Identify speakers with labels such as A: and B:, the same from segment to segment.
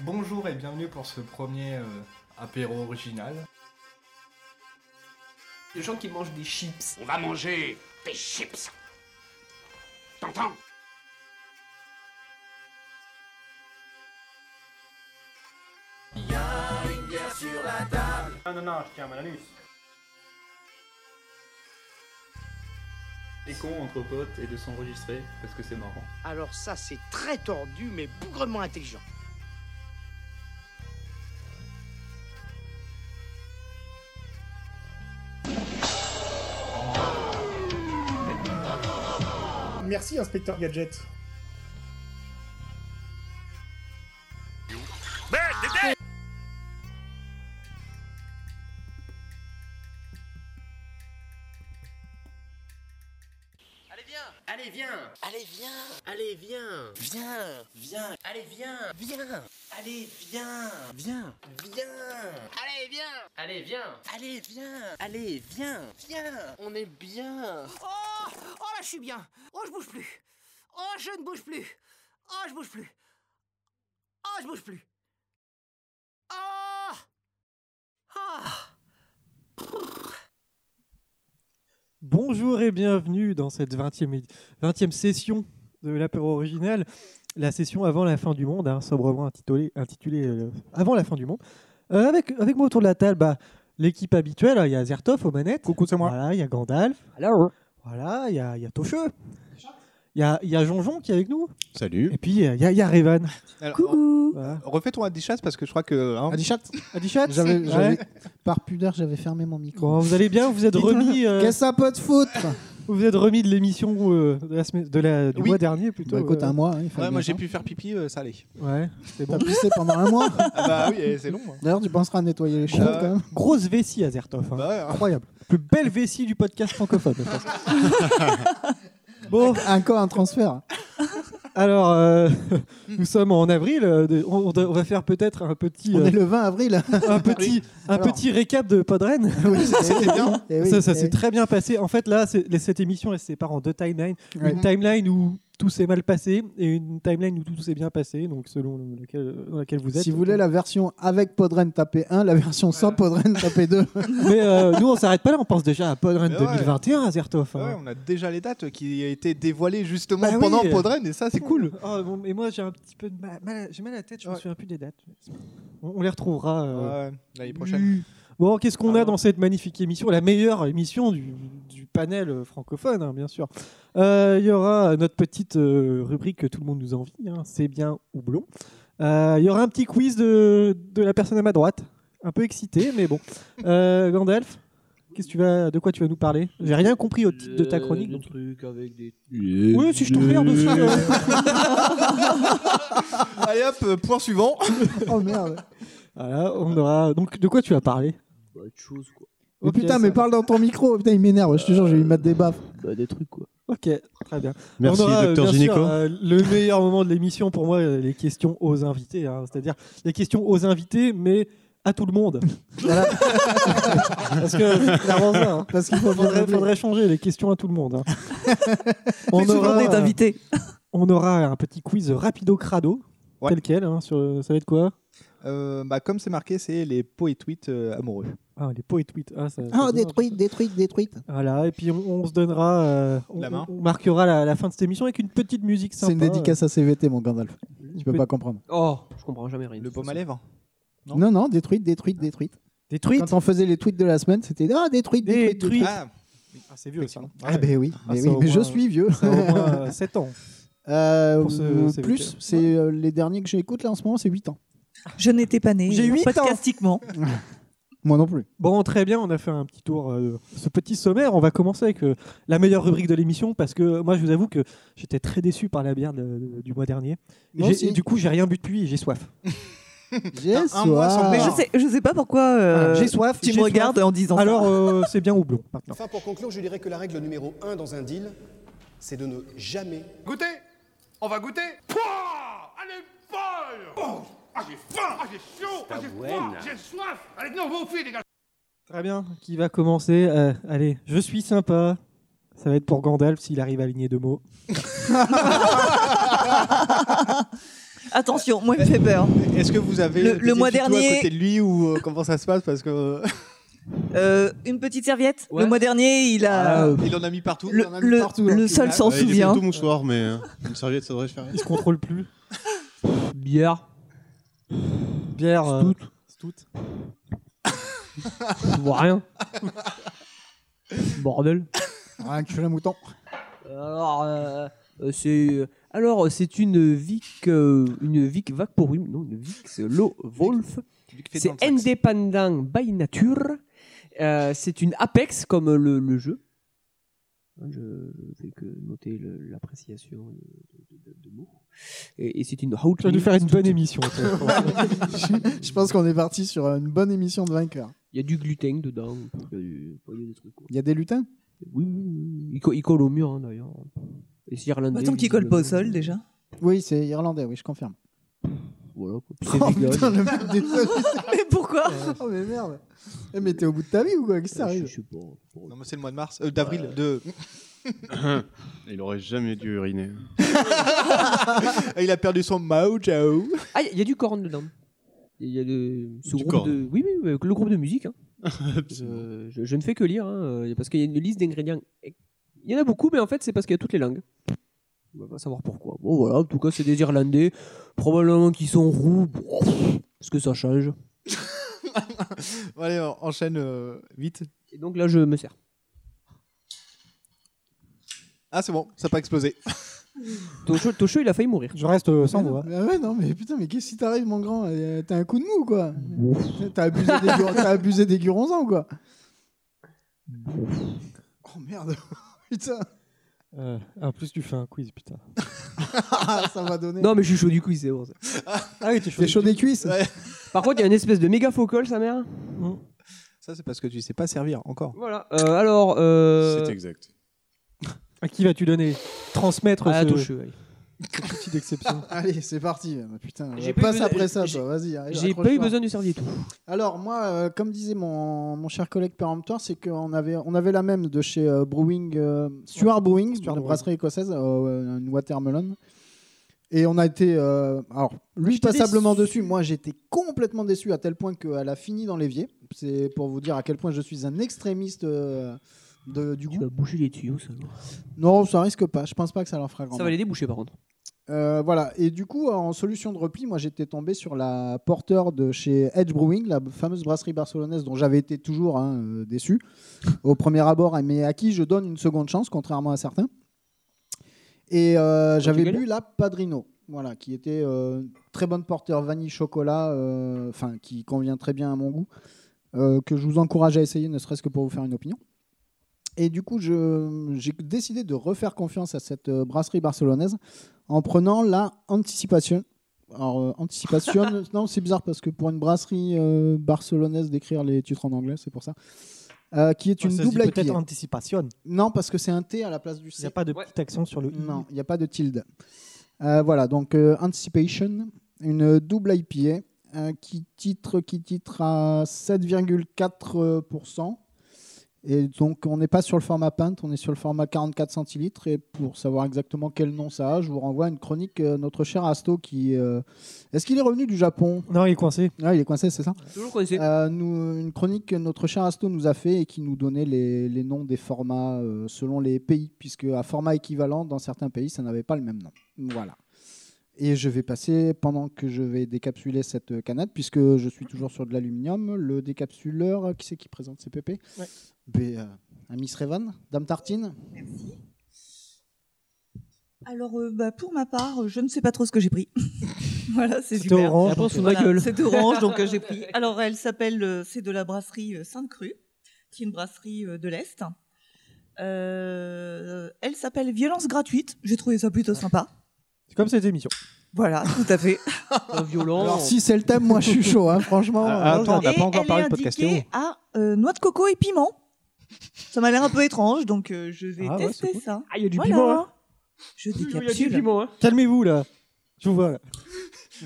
A: Bonjour et bienvenue pour ce premier euh, apéro original. Les gens qui mangent des chips.
B: On va manger des chips. T'entends
C: Non, non, non, je tiens mon anus.
D: Les cons entre potes et de s'enregistrer parce que c'est marrant.
E: Alors ça, c'est très tordu, mais bougrement intelligent.
F: Merci, inspecteur Gadget.
B: Allez, viens Allez, viens Allez, viens Viens Viens Allez, viens Viens Allez, viens Viens Viens Allez, viens Allez, viens Allez, viens Allez, viens Viens On est bien
G: Oh Oh là, je suis bien Oh, je bouge plus Oh, je ne bouge plus Oh, je bouge plus Oh, je bouge plus Oh Ah
H: Bonjour et bienvenue dans cette 20e, édi- 20e session de l'apéro original, la session avant la fin du monde, hein, sobrement intitulée, intitulée, euh, Avant la fin du monde. Euh, avec, avec moi autour de la table, bah, l'équipe habituelle, hein, il y a Zertov aux manettes. Coucou, c'est moi. Voilà, il y a Gandalf. Voilà, il y a, il y a Tocheux. Il y a, il y a Jonjon qui est avec nous.
I: Salut.
H: Et puis, euh, il y a, il y a Revan.
J: Coucou
H: Voilà.
I: Refais ton Adichat parce que je crois que. hein,
J: Adichat
H: Adichat
J: J'avais-
H: ouais.
J: j'avais- Par pudeur, j'avais fermé mon micro.
H: Bon, vous allez bien, vous êtes remis, euh,
J: Qu'est-ce que ça peut te foutre
H: vous êtes remis de l'émission euh, de la semaine- de la- du
I: Oui.
H: mois dernier plutôt.
J: Bah écoute,
H: euh,
J: un mois, hein, il fallait
I: ouais, moi
J: bien
I: j'ai
J: ça.
I: pu faire pipi, euh, ça allait.
H: ouais, c'est bon.
J: T'as pissé pendant un mois
I: Ah bah oui, eh, c'est long. hein.
J: D'ailleurs, tu penseras à nettoyer les choses
I: Euh,
J: quand même.
H: Grosse vessie à Zertov. hein.
I: Bah ouais, hein.
H: Incroyable. Plus belle vessie du podcast francophone. je pense. bon,
J: Un corps, Oh, un transfert.
H: alors, euh, nous sommes en avril. euh, de- on, on doit- on va faire peut-être un petit,
J: On
H: euh,
J: est le 20 avril.
H: un petit, un
J: Alors.
H: petit récap de Podren.
J: Eh oui, c'était
I: bien.
H: ça ça s'est très bien passé. En fait, là, c'est- cette émission, elle se sépare en deux timelines. Une timeline où tout s'est mal passé et une timeline où tout s'est bien passé, donc selon le- laquelle, dans laquelle vous êtes.
J: Si vous voulez la version avec Podren tapez 1, la version sans Podren tapez 2.
H: Mais euh, nous, on s'arrête pas là. On pense déjà à Podren
I: Mais ouais.
H: 2021 à Zertov. hein.
I: Ouais, on a déjà les dates qui a été dévoilées justement
H: Bah oui.
I: pendant Podren et ça c'est cool.
H: Oh, bon, mais moi j'ai un petit peu de mal, mal- j'ai mal à la tête, je me
I: Ouais.
H: souviens plus des dates. On, on les retrouvera. euh.
I: Ouais, l'année prochaine.
H: Bon, qu'est-ce qu'on a
I: Ah.
H: dans cette magnifique émission La meilleure émission du, du panel euh, francophone, hein, bien sûr. Euh, Il y aura notre petite euh, rubrique que tout le monde nous envie, hein, c'est bien ou blond. Euh, Il y aura un petit quiz de, de la personne à ma droite, un peu excité, mais bon. Euh, Gandalf, qu'est-ce que tu vas, de quoi tu vas nous parler J'ai rien compris au titre de ta chronique. donc-
D: truc avec des.
H: Oui, si je t'emmerde dessus. euh,
I: Allez hop, euh, point suivant.
J: Oh merde.
H: Voilà, on aura. Donc, de quoi tu vas parler
D: Bah, de choses quoi.
J: Mais
H: Ok,
J: putain,
H: ça-
J: mais parle dans ton micro. Putain, il m'énerve. Je te jure, je vais lui mettre des baffes.
D: Bah, des trucs quoi.
H: Ok, très bien.
K: Merci,
H: On aura, euh,
K: docteur
H: bien
K: Gynéco.
H: sûr, euh, le meilleur moment de l'émission, pour moi, euh, les questions aux invités. hein. C'est-à-dire les questions aux invités, mais à tout le monde. Voilà. Parce que clairement, ça, hein.
J: Parce qu'il faut bien
H: faudrait,
J: rappeler.
H: faudrait changer les questions à tout le monde. hein. on, aura, euh,
K: invité.
H: on aura un petit quiz rapido crado,
I: Ouais.
H: tel quel. hein, sur, ça va être quoi
I: Euh, bah comme c'est marqué, c'est les pots et tweets euh, amoureux.
H: ah, Les pots et tweets. Ah, ça, ça
J: Ah,
H: donne-
J: détruite, détruite, détruite.
H: Voilà, et puis on, on se donnera, euh, on,
I: La main.
H: on marquera la, la fin de cette émission avec une petite musique sympa.
J: C'est une dédicace à CVT, mon Gandalf. Tu peux pas comprendre.
D: Oh, je comprends jamais rien.
I: Le baume à lèvres. Non.
J: Non, non, détruite, détruite, détruite.
H: Des tweets
J: Quand on faisait les tweets de la semaine, c'était ah détruite, détruite,
H: Détruite.
J: détruite.
I: Ah,
H: Ah, c'est vieux, ça.
J: Ah ben oui,
H: Ah,
J: mais,
H: ça,
J: oui,
H: au
J: mais je
H: moins-
J: suis vieux.
H: Ça a au moins 7 ans.
J: Euh,
H: Pour ce- c'est
J: plus,
H: lequel
J: c'est euh, les derniers que j'écoute là en ce moment, c'est 8 ans.
K: Je n'étais pas né.
H: J'ai huit ans.
K: Podcastiquement.
J: Moi non plus.
H: Bon, très bien, on a fait un petit tour, euh, de ce petit sommaire. On va commencer avec euh, la meilleure rubrique de l'émission parce que moi, je vous avoue que j'étais très déçu par la bière de- de- du mois dernier.
J: Moi
H: J'ai-
J: aussi.
H: et du coup, j'ai rien bu depuis et j'ai soif.
J: J'ai
I: T'as un mois sans
J: soif.
K: Mais Ah. je sais, je sais pas pourquoi euh,
H: j'ai soif.
K: tu
H: j'ai
K: me regardes en disant
H: soif.
K: ça.
H: Alors, euh, c'est bien ou blond maintenant.
L: Enfin, pour conclure, je dirais que la règle numéro un dans un deal, c'est de ne jamais
B: Goûtez On va goûter Pouah Allez, bol Oh Ah, j'ai faim Ah, j'ai chaud Ah, j'ai froid J'ai soif Allez, non, vous fuyez, les gars
H: Très bien. Qui va commencer Euh, Allez, je suis sympa. Ça va être pour Gandalf s'il arrive à aligner deux mots.
K: Attention, moi, il me fait peur.
I: Est-ce que vous avez euh,
K: Le-
I: des
K: le mois
I: tutos à
K: dernier-
I: côté de lui ou euh, comment ça se passe parce que euh,
K: Euh, une petite serviette. Le mois dernier, il
I: Ah,
K: a.
I: euh, il en a mis partout.
K: Le,
I: il en a mis
K: le-
I: partout,
K: le
I: hein.
K: seul s'en
M: Ouais, Il est
K: souvient.
M: plutôt mouchoir, mais euh, une serviette, ça devrait faire.
H: Il se contrôle plus.
N: Bière.
H: Bière. euh, Stout.
N: Je vois rien. Bordel.
J: Rien que je suis un mouton.
N: Alors, euh, euh, c'est alors c'est une Vic, euh, une Vic Vaporum, non une Vic, c'est Low Wolf. C'est indépendant by nature. Euh, c'est une Apex comme le, le jeu. Hein, Je fais que noter le- l'appréciation de, de- de- de mots. Et, et c'est une Hot
H: Tu vas nous faire une bonne émission. toi.
J: je, je pense qu'on est parti sur une bonne émission de vainqueur.
N: Il y a du gluten dedans. euh, Il y a du- il y a des trucs. quoi.
J: Il y a des lutins
N: Oui, oui, oui. Il, co- il colle au mur hein, d'ailleurs. Et c'est irlandais.
J: Attends qu'il colle
N: visiblement.
J: pas au sol, déjà. Oui, c'est irlandais, oui, je confirme.
N: Voilà. quoi. Puis
J: Oh
N: c'est vegan.
J: putain, le mec désolé.
K: Mais pourquoi
J: Oh mais merde. Eh, mais t'es au bout de ta vie ou quoi Qu'est-ce qui
H: Bah,
J: t'arrive
I: Non, mais c'est le mois de mars, euh, d'avril, de.
M: Il aurait jamais dû uriner.
I: il a perdu son mojo.
N: Ah, il y a du corn dedans. Il y a le, ce groupe
I: corn.
N: de, oui, oui, oui, le groupe de musique. hein. je, je- je ne fais que lire, hein, euh, parce qu'il y a une liste d'ingrédients. Il y en a beaucoup, mais en fait, c'est parce qu'il y a toutes les langues. On va pas savoir pourquoi. Bon, voilà, en tout cas, c'est des Irlandais. Probablement qu'ils sont roux. Bon, Est-ce que ça change
I: Bon, allez, on enchaîne euh, vite.
N: Et donc là, je me sers.
I: Ah, c'est bon, ça n'a pas explosé.
N: Tocho, Tocho, il a failli mourir.
H: Je reste euh, sans
J: Mais non,
H: voix.
J: mais ouais, non, mais putain, mais qu'est-ce qui t'arrive, mon grand Euh, T'as un coup de mou, ou quoi T'as abusé des, gur- t'as abusé des guronzans, ou quoi Oh merde Putain
H: Euh, en plus, tu fais un quiz, putain.
J: Ah, Ça va donner.
N: Non, mais je suis chaud du quiz, c'est bon. ça.
H: Ah oui, t'es chaud.
J: T'es chaud des cuisses
N: Par contre, il y a une espèce de méga faux col, sa mère.
I: Ça, c'est parce que tu sais pas servir encore.
N: Voilà. Euh, alors. Euh...
M: C'est exact.
H: À qui vas-tu donner Transmettre
N: Ah,
H: ce...
N: Tocho, allez.
H: cette petite exception.
J: Allez, c'est parti. Putain,
N: J'ai pas eu
J: passe
N: besoin-
J: après ça,
N: j'ai-
J: toi. Vas-y. arrive,
N: J'ai pas eu
J: accroche-toi.
N: besoin du serviette.
J: Alors moi, euh, comme disait mon, mon cher collègue péremptoire, c'est qu'on avait, on avait la même de chez euh, Brewing, euh, Stuart Brewing, une brasserie écossaise, euh, une watermelon. Et on a été, euh, alors lui
F: J'étais
J: passablement dessus, moi j'étais complètement déçu à tel point qu'elle a fini dans l'évier. C'est pour vous dire à quel point je suis un extrémiste euh, de- du goût.
N: Tu vas bouger les tuyaux, ça.
J: Non, ça risque pas. Je pense pas que ça leur fera grand.
N: Ça va les déboucher, par contre.
J: Euh, voilà, et du coup, en solution de repli, moi j'étais tombé sur la porteur de chez Edge Brewing, la fameuse brasserie barcelonaise dont j'avais été toujours hein, euh, déçu au premier abord, mais à qui je donne une seconde chance, contrairement à certains. Et euh, j'avais
F: Portugalais
J: bu la Padrino, voilà, qui était euh, très bonne porteur vanille chocolat, euh, enfin qui convient très bien à mon goût, euh, que je vous encourage à essayer, ne serait-ce que pour vous faire une opinion. Et du coup, je- j'ai décidé de refaire confiance à cette euh, brasserie barcelonaise en prenant la Anticipation. Alors, euh, Anticipation, non, c'est bizarre parce que pour une brasserie euh, barcelonaise, d'écrire les titres en anglais, c'est pour ça. Euh, qui est
H: Ouais,
J: une
H: ça se dit
J: double
H: peut-être
J: IPA.
H: Anticipation.
J: Non, parce que c'est un T à la place du C.
H: Il n'y a pas de petit accent sur le I.
J: Non, il n'y a pas de tilde. Euh, voilà, donc euh, Anticipation, une double IPA euh, qui, titre, qui titre à 7,4%. Et donc, on n'est pas sur le format pint, on est sur le format 44 centilitres. Et pour savoir exactement quel nom ça a, je vous renvoie à une chronique, euh, notre cher Asto qui. euh, Est-ce qu'il est revenu du Japon Ah,
H: Non, il est coincé.
J: il est coincé, c'est ça
N: Toujours coincé.
J: Euh, nous, une chronique que notre cher Asto nous a fait et qui nous donnait les, les noms des formats euh, selon les pays, puisque à format équivalent, dans certains pays, ça n'avait pas le même nom. Voilà. Et je vais passer, pendant que je vais décapsuler cette canette, puisque je suis toujours sur de l'aluminium, le décapsuleur, euh, qui c'est qui présente ces pépés
H: Ouais.
J: Ben, euh, un Miss Revan, Dame Tartine
K: Alors, euh, bah, pour ma part, euh, je ne sais pas trop ce que j'ai pris. voilà, c'est
J: C'était
K: super.
J: orange, La réponse donc, sous
H: euh,
J: ma gueule.
K: C'est orange, donc euh, j'ai pris. Alors, elle s'appelle, euh, c'est de la brasserie euh, Sainte-Cru, qui est une brasserie euh, de l'Est. Euh, elle s'appelle Violence gratuite. J'ai trouvé ça plutôt sympa.
H: C'est comme cette émission.
K: Voilà, tout à fait.
N: violent.
J: Alors, si c'est le thème, moi je suis chaud, hein, franchement.
I: Ah, attends, on n'a
K: Euh, Et
I: pas encore
K: elle
I: parlé
K: est
I: de podcast oh.
K: indiquée
I: Théo.
K: à euh, noix de coco et piment. Ça m'a l'air un peu étrange, donc euh, je vais
H: Ah ouais,
K: tester
H: c'est cool.
K: ça.
N: Ah, il y a du
K: Voilà.
H: piment, hein.
K: Je
N: il y a du
K: décapsule.
N: piment, hein.
H: Calmez-vous là. Je vous vois là.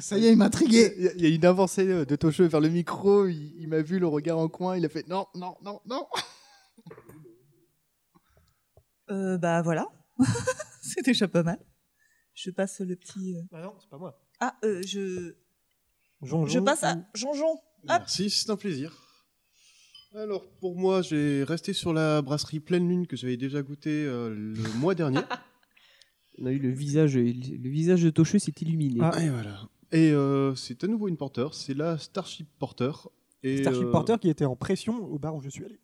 J: Ça y est, il m'a intrigué.
I: Il y a- il y, a une avancée euh, de Tocheux vers le micro. Il, il m'a vu le regard en coin. Il a fait non, non, non, non.
K: Euh, bah voilà, c'est déjà pas mal. Je passe le euh. petit.
N: Bah
H: Ah non, c'est pas moi.
K: Ah, euh, je.
M: Jonjon
K: je passe à
M: ou-
K: Jonjon.
M: Merci, c'est un plaisir. Alors, pour moi, j'ai resté sur la brasserie Pleine Lune que j'avais déjà goûté euh, le mois dernier.
N: On a eu le visage, le visage de Tocheux s'est illuminé.
M: Ah, et voilà. Et euh, c'est à nouveau une porteur, c'est la Starship Porter. Et,
H: Starship
M: euh,
H: Porter qui était en pression au
M: Bah,
H: bar où je suis allé.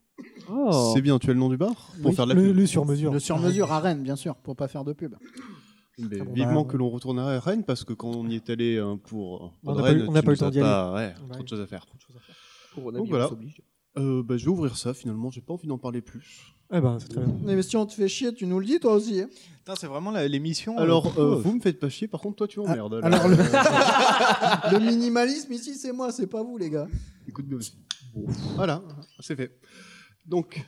N: Oh.
M: C'est bien, tu as le nom du bar pour
H: Oui,
M: faire de la
H: le-
M: pub.
H: le sur-mesure.
J: Le sur-mesure à Rennes, bien sûr, pour pas faire de pub.
M: Mais
J: bon,
M: vivement
J: bah,
M: que l'on retourne à Rennes parce que quand on y est allé hein, pour,
H: On
M: pour
H: n'a pas
M: Rennes,
H: eu- on n'a
M: tu
H: pas eu le
M: nous
H: temps
M: as
H: d'y
M: pas-
H: aller.
M: ouais,
H: Ouais.
M: trop de choses à faire.
N: on
M: Donc voilà. Euh, bah, je vais ouvrir ça finalement, j'ai pas envie d'en parler plus.
H: Eh ben, c'est très bien.
J: Mais si on te fait chier, tu nous le dis toi aussi. hein.
M: c'est vraiment l'émission. Alors, euh, vous me faites pas chier, par contre, toi tu Euh, emmerdes. là.
J: Ah, alors, le- Le minimalisme ici, c'est moi, c'est pas vous, les gars.
M: Écoute bien aussi. Voilà, c'est fait. Donc,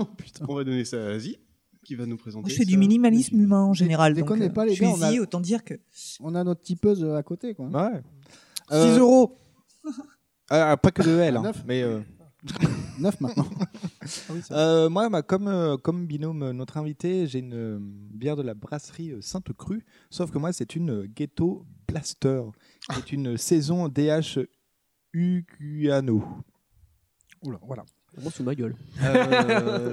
M: on va donner ça à Asie, qui va nous présenter.
K: Moi, je fais du
M: ça.
K: minimalisme humain en général. donc,
J: Déconnez
K: euh,
J: pas, les
K: je
J: gars.
K: suis
J: on a-
K: y, autant dire que.
J: On a notre tipeuse euh, à côté, quoi.
O: Ouais.
J: 6
O: euros Ah, Euh, pas que de L, hein,
J: Neuf.
O: mais. euh,
J: 9 maintenant.
O: Ah Euh, moi, bah, comme, euh, comme binôme, euh, notre invité, j'ai une euh, bière de la brasserie euh, Sainte Crue, sauf que moi, c'est une euh, Ghetto Blaster, qui est une euh, saison DH Uguano. Oula, voilà.
N: Gros sous ma gueule.
O: Euh,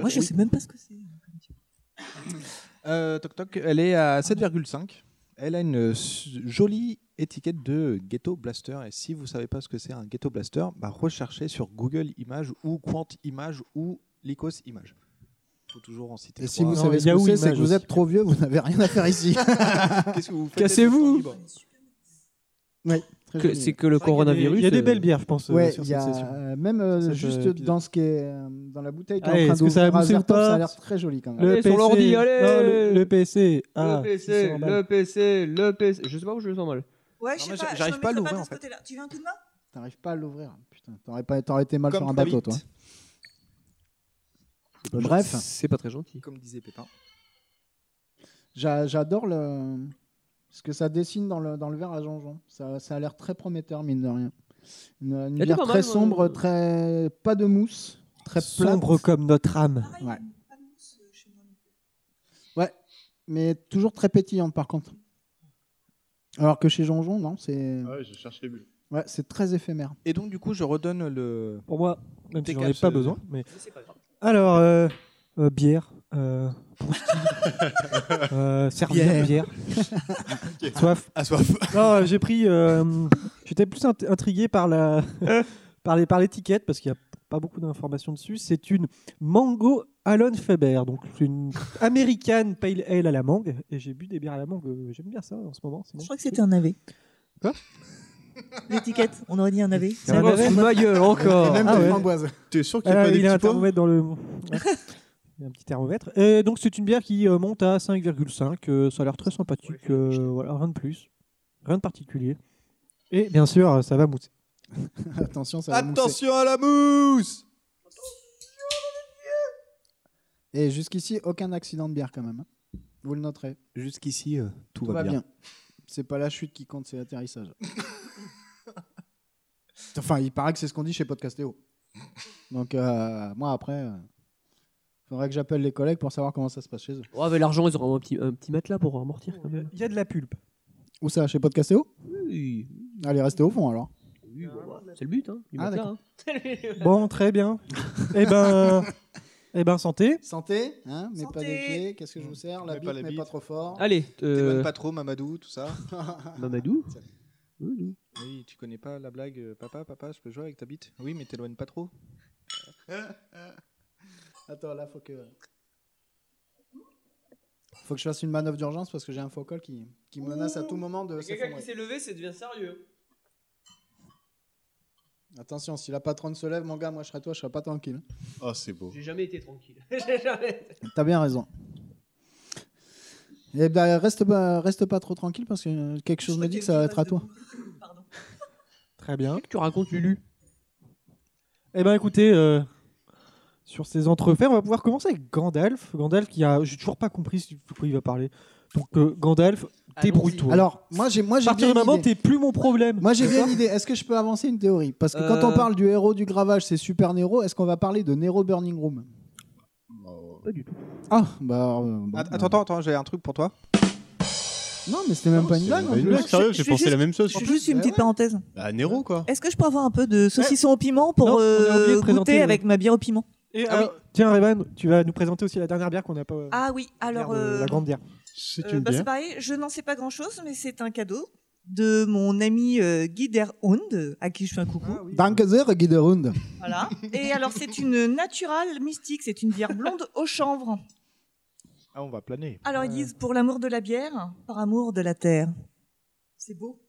K: Moi, je
O: oui.
K: sais même pas ce que c'est.
O: Euh, toc toc, elle est à 7,5. Elle a une euh, s- jolie étiquette de Ghetto Blaster. Et si vous savez pas ce que c'est un Ghetto Blaster, bah, recherchez sur Google Images ou Quant Images ou Lycos Images. Faut toujours en citer.
J: Et si
O: trois.
J: vous savez ce que c'est, c'est que vous êtes trop vieux, vous n'avez rien à faire ici.
O: Qu'est-ce que vous faites
J: Cassez-vous Oui, très
N: Que-
J: joli.
N: c'est que le
H: C'est vrai qu'il y a des- coronavirus, il y a des euh, belles bières, je pense, euh,
J: Ouais,
H: sur
J: il y a,
H: cette session.
J: euh, même euh,
H: Cette, euh,
J: juste
H: épisode.
J: dans ce qui est euh, dans la bouteille qui
H: Allez,
J: est en
H: est-ce
J: train
H: que ça va
J: d'ouvrir à
H: pousser
J: Zertov,
H: ou pas
J: Ça a l'air très joli quand même.
H: Le PC,
N: l'ordi, allez
H: non, le, le PC. Ah,
N: le PC, le PC, le PC. Je sais pas où je le sens mal.
K: Ouais,
J: Non,
K: je sais pas.
J: mais j'a-
K: je
J: j'arrive
K: me
J: pas à
K: mettrai
J: l'ouvrir,
K: de
J: en
K: ce
J: fait.
K: côté-là. Tu veux un coup de main
J: T'arrives pas à l'ouvrir. Putain, t'aurais, pas, t'aurais été mal
O: Comme
J: sur un
O: trop
J: bateau, toi.
O: vite.
J: Euh, Bref,
N: C'est pas très gentil.
O: Comme disait Pépin.
J: j'a- j'adore le... ce que ça dessine dans le, dans le verre à Jean-Jean. Ça, ça a l'air très prometteur, mine de rien. Une, une
H: Elle est
J: bière
H: pas mal, euh,
J: très
H: moi.
J: sombre, très pas de mousse, très plate.
H: Sombre comme notre âme.
J: Ouais. Ouais, mais toujours très pétillante par contre. Alors que chez Jonjon, non, c'est
M: Ah ouais, je cherche les bulles.
J: ouais, c'est très éphémère.
O: Et donc, du coup, je redonne le.
H: Pour moi, même si j'en ai
O: décalage,
H: pas
O: euh,
H: besoin. Mais... Alors, euh, euh, bière. Euh, Proust. euh, servir,
O: Bière.
H: bière.
O: Ok.
H: Soif.
O: Ah, soif.
H: Non, euh, j'ai pris. euh, J'étais plus int- intrigué par la. par les- par l'étiquette parce qu'il n'y a pas beaucoup d'informations dessus. C'est une Mango Alone Faber, donc c'est une américaine pale ale à la mangue. Et j'ai bu des bières à la mangue. euh, J'aime bien ça en ce moment. c'est bon.
K: Je crois que c'était un AV.
H: Quoi
K: L'étiquette, on aurait dit un AV.
H: un
K: va,
H: AV
K: on va-
H: Ma gueule, encore. Et même Ah de ouais.
J: framboise.
M: T'es sûr qu'il n'y a
H: Ah,
M: pas des
H: il a un
M: petits pois
H: thermomètre dans le. Ouais. Il y a un petit thermomètre. Et donc, c'est une bière qui euh, monte à 5,5. euh, ça a l'air très sympathique. euh, voilà, rien de plus. Rien de particulier. Et bien sûr, euh, ça va mousser.
J: Attention, ça va mousser.
O: Attention à la mousse
J: Et jusqu'ici, aucun accident de bière quand même. hein. Vous le noterez.
O: Jusqu'ici, euh, tout,
J: Tout va bien. C'est pas la chute qui compte, c'est l'atterrissage. enfin, il paraît que c'est ce qu'on dit chez Podcastéo. Donc, euh, moi, après, euh, faudrait que j'appelle les collègues pour savoir comment ça se passe chez eux.
N: Oh, mais l'argent, ils auront un petit, un petit matelas pour amortir quand même.
H: Il y a de la pulpe.
J: Où ça Chez Podcastéo
N: Oui.
J: Allez, restez au fond alors.
N: C'est le but, hein, du
J: Ah,
N: matelas.
J: d'accord.
N: hein.
H: Bon, très bien. Eh ben, eh ben santé.
J: Santé, hein, mais pas des
N: Santé.
J: pieds. Qu'est-ce que je vous sers La
O: Mais
J: bite,
O: Mmh. pas la
J: mais
O: bite.
J: pas trop fort.
N: Allez, euh,
O: T'es pas trop, Mamadou, tout ça.
N: Mamadou
O: Oui, tu connais pas la blague euh, Papa, papa, je peux jouer avec ta bite Oui, mais t'éloignes pas trop.
J: Attends, là, faut que. Faut que je fasse une manœuvre d'urgence parce que j'ai un faux col qui, qui menace à tout moment
O: Mmh.
J: de. s'effondrer.
N: levé, ça devient sérieux.
J: Attention, si la patronne se lève, mon gars, moi je serai toi, je serai pas tranquille.
M: Ah, c'est beau.
N: J'ai jamais été tranquille. J'ai jamais.
J: T'as bien raison. Et ben, reste, pas, reste pas trop tranquille parce que euh, quelque chose me dit que ça va être à toi.
H: Très bien.
N: Tu racontes Lulu.
H: Eh ben, écoutez, euh, sur ces entrefaits, on va pouvoir commencer avec Gandalf. Gandalf, qui a. J'ai toujours pas compris de quoi il va parler. Donc, euh, Gandalf, débrouille-toi.
J: Alors, moi j'ai moi
H: À
J: j'ai
H: partir
J: bien
H: du
J: une
H: moment,
J: idée.
H: t'es plus mon problème.
J: Moi j'ai bien
H: D'accord
J: une idée. Est-ce que je peux avancer une théorie Parce que quand
H: Euh.
J: on parle du héros du gravage, c'est Super Nero. Est-ce qu'on va parler de Nero Burning Room
N: Pas du tout.
J: Ah, bah. euh, bon,
O: Att- Attends, attends, attends, j'ai un truc pour toi.
J: Non, mais c'était même pas une blague. en plus.
K: Je- je fais juste- je fais Juste une petite parenthèse.
M: Bah, Nero, quoi.
K: Est-ce que je peux avoir un peu de saucisson au piment pour
H: Eh, Non, on a
K: euh,
H: oublié de
K: goûter
H: présenter,
K: avec
H: oui.
K: ma bière au piment
H: Et,
J: Ah
H: euh, Tiens, Revan, tu vas nous présenter aussi la dernière bière qu'on n'a pas.
K: Ah oui, alors.
H: bière de-
K: euh,
H: La grande bière. C'est
K: euh, bah, c'est pareil, je n'en sais pas grand chose, mais c'est un cadeau de mon ami euh, Guy Derhond, à qui je fais un
N: Ah
K: coucou.
J: Danke sehr, Guy de Runde.
K: Voilà. Et alors, c'est une naturale mystique, c'est une bière blonde au chanvre.
O: Ah, on va planer.
K: Alors, ils disent pour l'amour de la bière, par amour de la terre. C'est beau.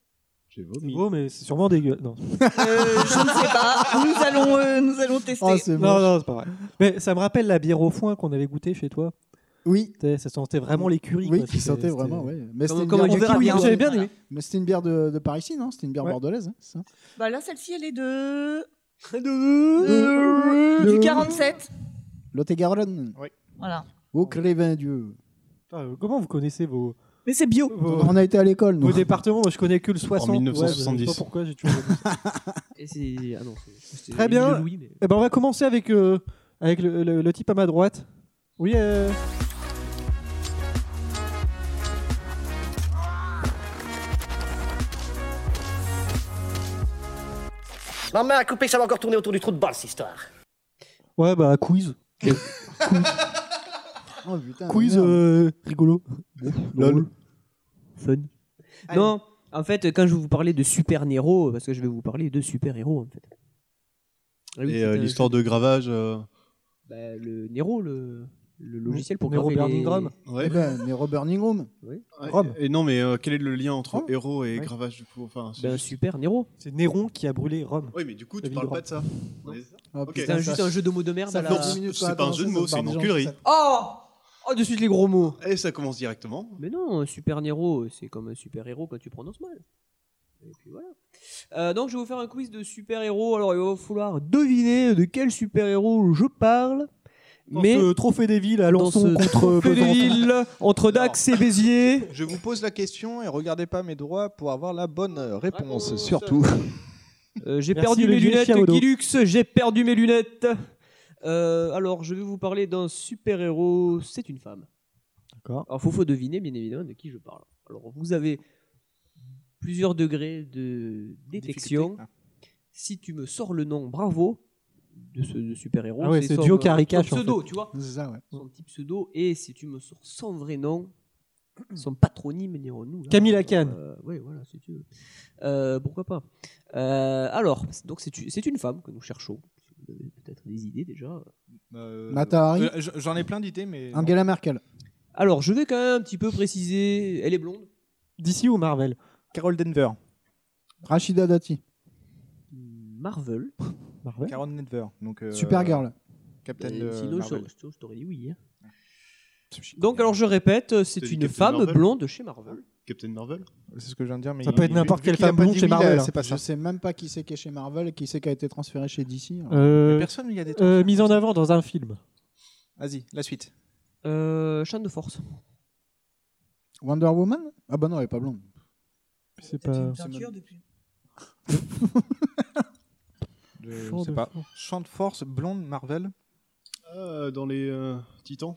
O: J'ai
H: vomi. beau, mais c'est sûrement dégueu. Non.
K: Euh, Je ne sais pas. Nous allons, euh, nous allons tester.
J: Ah,
H: non, non, c'est pas vrai. Mais ça me rappelle la bière au foin qu'on avait goûtée chez toi.
J: Oui.
H: Ça sentait vraiment l'écurie.
J: Oui,
H: quoi.
J: qui
H: C'était-
J: sentait
H: c'était-
J: vraiment, oui.
H: Comme- comme un Jackie Williams. J'avais bien aimé.
J: Mais c'était une bière de, de par ici, non C'était une bière
H: Ouais.
J: bordelaise, hein, c'est ça
K: Bah là, celle-ci, elle est de.
J: De-
K: Du
J: de-
K: 47.
J: Lot-et-Garonne.
O: Oui.
K: Voilà.
J: Au Crévin Dieu.
H: Putain, euh, Comment vous connaissez vos.
K: Mais c'est bio.
J: On a été à l'école, nous.
H: Vos départements, moi je connais que le 60. ouais, je sais
M: 1970.
H: pas pourquoi j'ai toujours. connu ça.
N: Et c'est- ah non, c'est- c'était
H: Très bien.
N: Émile Louis, mais-
H: Eh ben, on va commencer avec, euh, avec le, le- le type à ma droite. Oui. euh,
B: Ma main a coupé, ça va encore tourner autour du trou de balle, cette histoire.
H: Ouais, bah, quiz.
J: Oh, putain,
H: quiz
J: merde.
H: euh, rigolo.
N: Lol. Fun. Non, en fait, quand je vais vous parler de super Nero, parce que je vais vous parler de super héros en fait. Ah oui,
M: Et
N: c'est
M: euh,
N: un-
M: l'histoire de gravage. euh,
N: bah, le Nero, le, le logiciel pour
M: Nero
N: graver
M: Burning
N: les-
M: Rum.
J: Eh ben, Nero Burning Room.
M: ouais, Et, et non, mais euh, quel est le lien entre héros et gravage du coup enfin, c'est
H: Bah,
N: Ben,
M: juste-
N: super Nero.
H: C'est Néron qui a brûlé Rome.
M: Oui, mais du coup,
H: La
M: tu
H: ville
M: parles
H: Rome.
M: pas de ça.
H: Ah,
M: Ok.
H: putain, juste un jeu de mots de merde
M: Ça
H: à la-
M: fait
H: Non,
M: dix
H: c'est-
M: minutes
H: c'est
M: qu'on
H: pas un
M: attend
H: jeu de
M: ça,
H: mots,
M: ça
H: c'est une
M: part des gens
H: enculerie.
M: qui savent.
N: Oh Oh, de suite les gros mots
M: Et ça commence directement.
N: Mais non, super Nero, c'est comme un super héros quand tu prononces mal. Et puis voilà. Euh, donc, je vais vous faire un quiz de super héros. Alors, il va falloir deviner de quel super héros je parle.
H: Dans
N: mais
H: ce trophée des villes à Lançon
N: Dans ce
H: contre
N: trophée des
H: Besançon.
N: villes, entre Dax et Béziers.
O: Je vous pose la question et regardez pas mes droits pour avoir la bonne réponse, surtout.
N: Euh, j'ai
O: Merci,
N: perdu mes
O: Olivier
N: lunettes,
O: Chiaodo.
N: Guilux, j'ai perdu mes lunettes. Euh, alors, je vais vous parler d'un super-héros, c'est une femme.
H: D'accord.
N: Alors, faut, faut deviner, bien évidemment, de qui je parle. Alors, vous avez plusieurs degrés de détection.
H: hein.
N: Si tu me sors le nom, bravo, de ce de super-héros.
H: Ah ouais, c'est
N: son,
H: duo
N: euh,
H: Caricache,
N: son
H: en
N: pseudo,
H: fait.
N: tu vois.
J: C'est ça, ouais.
N: Son petit pseudo, et si tu me sors son vrai nom, son patronyme, dirons-nous. là.
H: Camille Lacan.
N: Euh, ouais, voilà, si tu veux. Euh, pourquoi pas Euh, Alors, c'est- donc c'est u- c'est une femme que nous cherchons. Si vous avez peut-être des idées déjà.
J: Mata Hari
O: Euh, j- J'en ai plein d'idées, mais.
J: Angela Merkel.
N: Alors, je vais quand même un petit peu préciser. Elle est blonde.
H: DC ou Marvel
O: Carol Denver.
J: Rachida Dati.
N: Marvel.
H: Marvel.
O: Carol Denver. Donc, euh,
J: Supergirl.
O: Captain.
N: Et
O: euh,
N: sinon, je
O: Marvel.
N: t'aurais- je t'aurais- je t'aurais dit oui. hein. Donc, alors je répète, euh, c'est
M: T'as dit
N: une
M: Captain
N: femme
M: Marvel
N: blonde chez Marvel.
M: Captain Marvel
O: C'est ce que je viens de dire, mais.
H: Ça peut être n'importe quelle femme blonde chez Marvel. hein.
J: Je sais même pas qui c'est qui est chez Marvel et qui c'est qui a été transféré chez hein. DC. alors.
H: Euh,
O: personne n'y a des
H: euh,
O: trucs.
H: mise en avant dans un film.
O: Vas-y, la suite.
N: Euh, Champ de force.
J: Wonder Woman Ah bah non, elle est pas blonde.
H: C'est pas.
K: Peinture depuis.
O: Je
H: Champ
O: sais
H: de
O: pas. Champ de force, blonde, Marvel.
M: Euh, dans les euh, Titans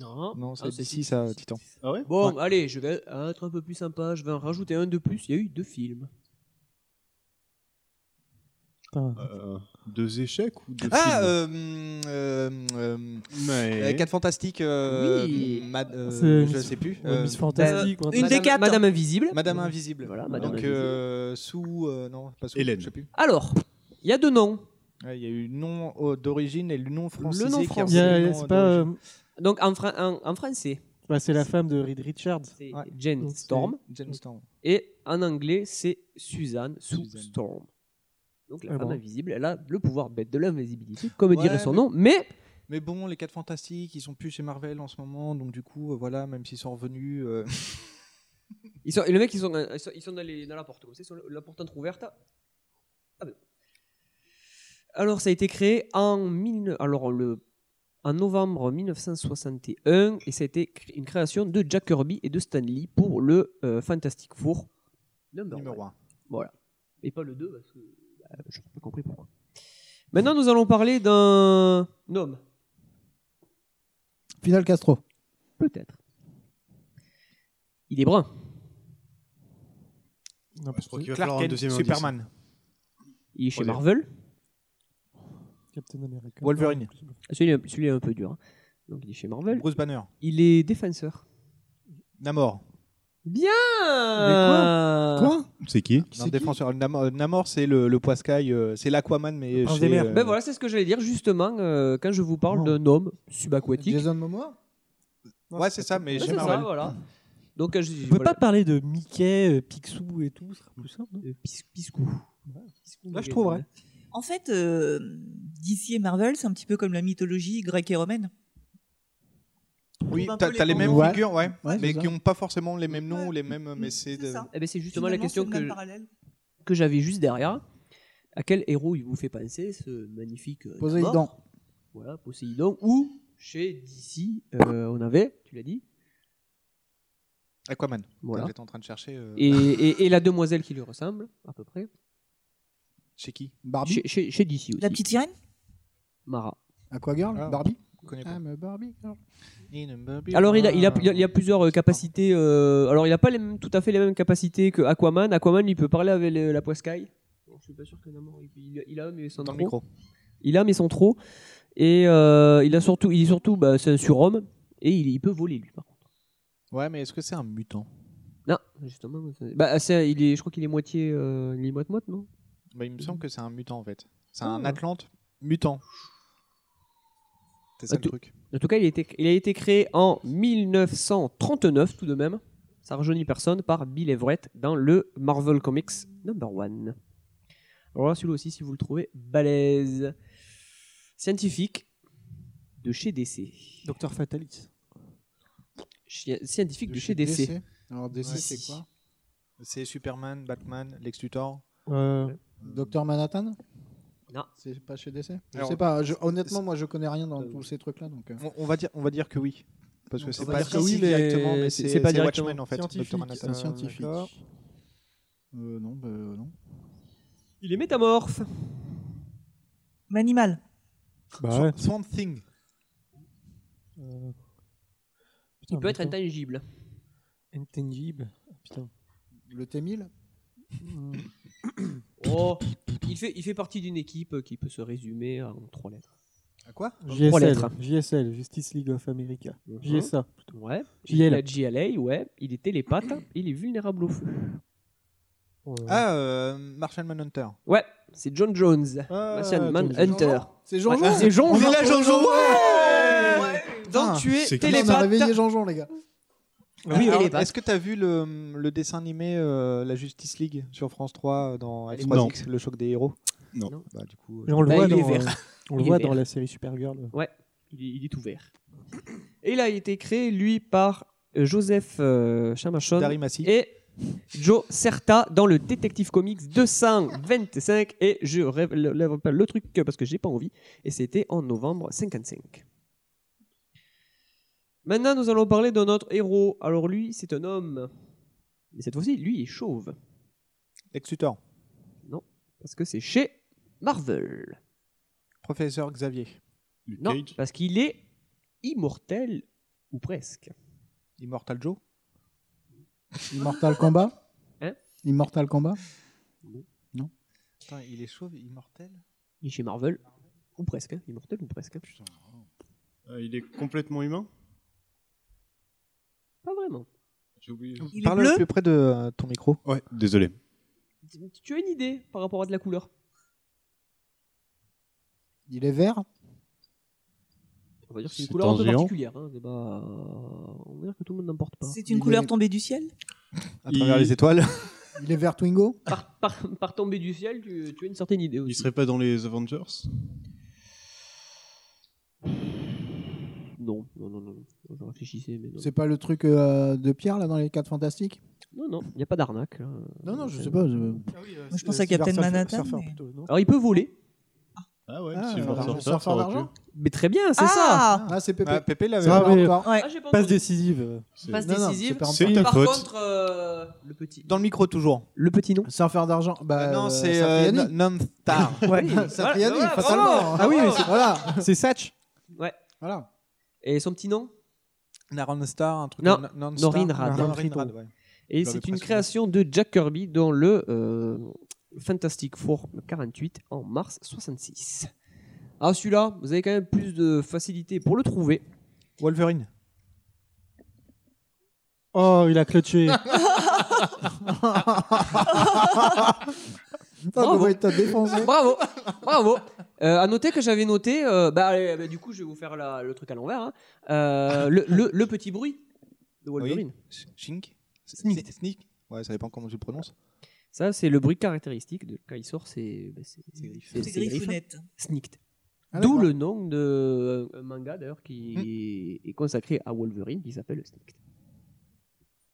N: Non,
O: Non, c'est
N: Ah,
O: d'ici ça, Titan.
M: Ah ouais
N: Bon, allez, je vais être un peu plus sympa. Je vais en rajouter un de plus. Il y a eu deux films.
M: Euh, Deux échecs ou deux
O: Ah,
M: films
O: euh, hum, euh, hum,
M: Mais-
O: euh, Quatre Fantastiques, euh,
N: Oui.
O: Mad- euh,
H: C'est
O: je
H: Miss-
O: sais plus. euh, Bah,
H: ouais, Miss Fantastique, ou un truc.
N: Une des quatre. Madame Invisible.
O: Madame Invisible.
N: Voilà, Madame
O: Donc,
N: Invisible.
O: euh, sous. euh, non, pas sous.
M: Hélène.
O: Je sais plus.
N: Alors, il y a deux noms.
O: Ouais, Il y a eu nom euh, d'origine et le nom français.
N: le nom
O: qui a
N: français. Euh,
O: repris le nom d'origine.
N: Donc en, fran- en- en français,
H: Bah, c'est la femme de Reed Richards.
N: c'est Jane
H: Donc, c'est
N: Storm.
O: Jane Storm.
N: Et en anglais, c'est Suzanne Sue Storm. Donc la
H: Ah
N: femme
H: bon.
N: invisible, elle a le pouvoir bête de l'invisibilité, comme
O: Ouais,
N: dirait son
O: mais-
N: nom, mais
O: Mais bon, les 4 Fantastiques, ils sont plus chez Marvel en ce moment, donc du coup, euh, voilà, même s'ils sont revenus. euh,
N: ils sont, et le mec, ils sont, dans- ils sont, ils sont dans, les- dans la porte, comme ça, ils sont la porte entrouverte. Ah ben. Alors ça a été créé en, mille- alors, le, en novembre 1961 et ça a été cré- une création de Jack Kirby et de Stan Lee pour le euh, Fantastic Four number
O: Numéro
N: one.
O: un.
N: Voilà. Et pas le 2 parce que bah, je n'ai pas compris pourquoi. Maintenant, nous allons parler d'un homme,
J: Final Castro.
N: peut-être. Il est brun.
H: Non, parce
M: je crois
H: que-
M: qu'il va
H: Clark
M: falloir un
H: Kent,
M: deuxième indice.
O: Superman.
N: Il est chez
M: Troisième.
N: Marvel.
H: Captain America.
N: Wolverine. Celui-là celui-là est un peu dur. hein. Donc il est chez Marvel.
O: Bruce Banner.
N: Il est défenseur.
O: Namor.
N: Bien
O: Euh, Mais
N: Quoi
O: C'est qui
N: C'est
O: Non,
N: qui
O: défenseur. Namor, Namor, c'est le, le Poiscaille, euh, c'est l'Aquaman, mais. chez, euh,
N: Ben voilà, c'est ce que j'allais dire justement euh, quand je vous parle d'un homme subaquatique.
J: Jason Momoa
O: Ouais, c'est ça, mais
N: Ouais,
O: chez
N: c'est ça,
O: Marvel.
N: voilà. Donc, euh, je,
H: On
N: je-
H: peut
N: voilà.
H: pas parler de Mickey, euh, Picsou et tout, ce serait plus simple.
N: Euh, Piscou. Bah,
H: Là, je trouverais.
K: En fait, euh, DC et Marvel, c'est un petit peu comme la mythologie grecque et romaine.
O: Oui,
K: trouve un
O: t'as,
K: peu
O: t'as
K: les
O: les mêmes
K: mêmes.
O: figures, ouais,
K: Ouais, ouais,
O: mais
K: c'est
O: qui
K: ça.
O: n'ont pas forcément les mêmes noms ou les mêmes. Mais c'est. de-
K: ça.
N: Eh ben, c'est justement la
K: Finalement,
N: question
K: c'est le même
N: que,
K: parallèle.
N: que j'avais juste derrière. À quel héros il vous fait penser ce magnifique euh,
J: Poséidon.
N: Namor Voilà, Poséidon. Ou chez DC, euh, on avait, tu l'as dit.
O: Aquaman.
N: Voilà.
O: J'étais en train de chercher. euh,
N: Et, et- et la demoiselle qui lui ressemble, à peu près.
O: Chez qui
J: Barbie
N: chez, chez, chez DC aussi.
K: La petite sirène
N: Mara.
J: Aquagirl
O: Ah,
J: Barbie
O: je connais pas.
J: I'm a Barbie girl.
N: Alors il a, il a, il a- il a plusieurs euh, capacités. euh, alors il n'a pas les mêmes- tout à fait les mêmes capacités que Aquaman. Aquaman, il peut parler avec le- la poiscaille. Je suis pas sûr que Namor il, a mais sans
O: Dans le micro.
N: Il a mais sans trop. Et euh, il a surtout, il est surtout, bah, c'est un surhomme et il, il peut voler lui. par contre.
O: Ouais, mais est-ce que c'est un mutant
N: Non, justement, c'est- bah, c'est- il est, je crois qu'il est moitié, euh, il est moite moite non
O: Bah, Il me semble que c'est un mutant en fait. C'est
N: Ah.
O: un Atlante mutant. C'est ça
N: En
O: le
N: Ah, tout-
O: truc.
N: En tout cas, il a, été, il a été créé en 1939 tout de même. Ça rajeunit personne par Bill Everett dans le Marvel Comics Number One. Alors là, celui-là aussi, si vous le trouvez, balèze. Scientifique de chez DC.
H: Docteur Fatalis.
N: Chi- Scientifique de, chez DC.
J: Alors, DC,
O: Ouais.
J: c'est quoi
O: C'est Superman, Batman, Lex Luthor.
J: Docteur Manhattan
N: Non.
J: C'est pas chez DC Je
O: Alors,
J: sais pas. je- honnêtement, moi, je connais rien dans tous ces trucs-là. Donc, euh.
O: On, on va dire, on va dire que oui. Parce que
J: On
O: c'est
J: va
O: pas
J: dire que
O: DC
J: oui, mais
O: directement, mais
J: c'est-
O: c'est,
J: c'est pas
O: c'est
J: directement.
O: Watchmen en fait.
H: Scientifique,
O: Dr. Manhattan.
H: euh,
J: scientifique.
H: d'accord.
J: Euh, non, bah, euh, non.
N: Il est métamorphe.
K: Un animal.
H: Bah ouais.
O: Sw- Swamp Thing.
N: Il peut être Euh, intangible.
H: Intangible. Ah, Putain. Hmm,
J: Le T1000
N: Oh, il fait, il fait partie d'une équipe qui peut se résumer en trois lettres.
O: À quoi
N: En trois
H: JSL,
N: lettres.
H: JSL, Justice League of America.
N: Mhm.
H: JSA. plutôt.
N: Ouais.
H: JL.
N: La GLA, ouais. Il est télépathe. hein. il est vulnérable au feu.
O: Ah, euh, Marshall Manhunter.
N: Ouais, c'est John Jones. Martian Manhunter.
J: C'est Jean-Jean
N: Ouais, C'est Jean-Jean.
J: On est là, Jean-Jean.
N: Ouais Donc
O: Putain,
H: Ah,
N: tu es
O: Ah, c'est qui
J: On a
N: télépathe.
J: réveillé Jean-Jean, les gars.
N: Oui, elle
O: Alors,
N: Ah, est pas-
O: est-ce que tu as vu le, le dessin animé euh, La Justice League sur France 3 dans
N: Elle est
O: X, le choc des héros
N: Non.
O: Bah, du coup,
H: Et on le
N: Bah,
H: voit,
N: il est
H: dans,
N: vert.
H: on le
N: Il est
H: voit dans
N: vert.
H: la série Supergirl.
N: Ouais, il est, il est tout vert. Et il a été créé, lui, par euh, Joseph euh, Chamachon
O: Darry Massy.
N: et Joe Certa dans le Détective Comics 225. Et je révèle- lève pas le truc parce que j'ai pas envie. Et c'était en novembre 55. Maintenant, nous allons parler de notre héros. Alors, lui, c'est un homme. Mais cette fois-ci, lui, il est chauve.
O: Lex Luthor.
N: Non, parce que c'est chez Marvel.
O: Professeur Xavier.
N: Non, parce qu'il est immortel, ou presque.
O: Immortal Joe.
J: Immortal Combat
N: Hein
J: Immortal Combat
O: Putain, il est chauve, immortel
N: Il est chez Marvel, ou presque. hein, Immortel, ou presque.
M: Euh, il est complètement humain
N: Pas vraiment.
M: J'ai oublié.
K: Il est
O: Parle
K: bleu
O: le plus près de euh, ton micro.
P: Ouais, désolé.
N: Tu- Tu as une idée par rapport à de la couleur
J: Il est vert
N: On va dire que c'est une
J: C'est
N: couleur un
J: un
N: peu
J: géant.
N: particulière. hein, c'est pas- On va dire que tout le monde n'en porte pas.
K: C'est une couleur tombée du ciel
O: À travers les étoiles.
J: Il est vert Twingo
N: Par, par- par tombée du ciel, tu, tu as une certaine idée
M: Il
N: aussi.
M: serait pas dans les Avengers
N: Non, non, non, non. Je réfléchissais, mais non.
J: C'est pas le truc euh, de Pierre, là, dans les 4 Fantastiques Ah
N: Non, non, il n'y a pas d'arnaque. là.
J: Non, non, je sais pas. je-
K: Moi, je pense à Captain Manhattan. mais-
N: Alors, il peut voler.
M: Ah ouais,
J: Ah,
M: si je
J: alors,
M: ressors
J: le
M: ça,
J: surfeur
M: ça aurait
J: d'argent
M: pu.
N: Mais très bien, c'est
K: Ah
N: ça.
J: Ah, c'est Pépé.
O: Ah, Pépé l'avait.
J: Ça,
H: Ah,
J: oui.
H: ouais.
K: Ouais.
N: Ah, j'ai pas
H: Passe
N: entendu.
H: décisive.
N: Passe
J: Non, non,
N: décisive.
J: c'est pas
O: C'est ta
N: Par
O: faute.
N: contre, euh, le petit.
O: Dans le micro toujours.
N: Le petit nom.
J: Surfeur d'argent bah,
O: non,
J: euh,
O: c'est euh,
J: Satriani.
O: non- non-star.
N: Ouais. Voilà,
J: Satriani,
N: bah voilà,
J: fatalement.
N: bravo.
J: Ah oui,
N: Bravo.
J: c'est- voilà.
H: C'est Satch.
N: Ouais.
J: Voilà.
N: Et son petit nom
O: Naron Star, un truc
N: Non,
O: comme na- non-star.
N: Norinrad.
O: Norinrad, ouais.
N: Et
O: J'avais
N: c'est une
O: presque
N: création de Jack Kirby dans le euh, Fantastic Four 48 en mars 66. Ah, celui-là, vous avez quand même plus de facilité pour le trouver.
O: Wolverine.
H: Oh, il a clutché.
N: Bravo. Bravo. Bravo. Euh, à noter que j'avais noté, euh, bah, allez, bah, du coup, je vais vous faire la- le truc à l'envers. hein. Euh, le, le- le petit bruit de Wolverine.
O: Shink Sneak. Sneak Ouais, ça dépend comment tu le prononces.
N: Ça, c'est le bruit caractéristique de quand il sort ses, bah, ses- ses- ses griffes.
K: griffenettes.
N: Sneaked. D'où le nom de euh, un manga d'ailleurs qui
H: Mm.
N: est consacré à Wolverine qui s'appelle Sneaked.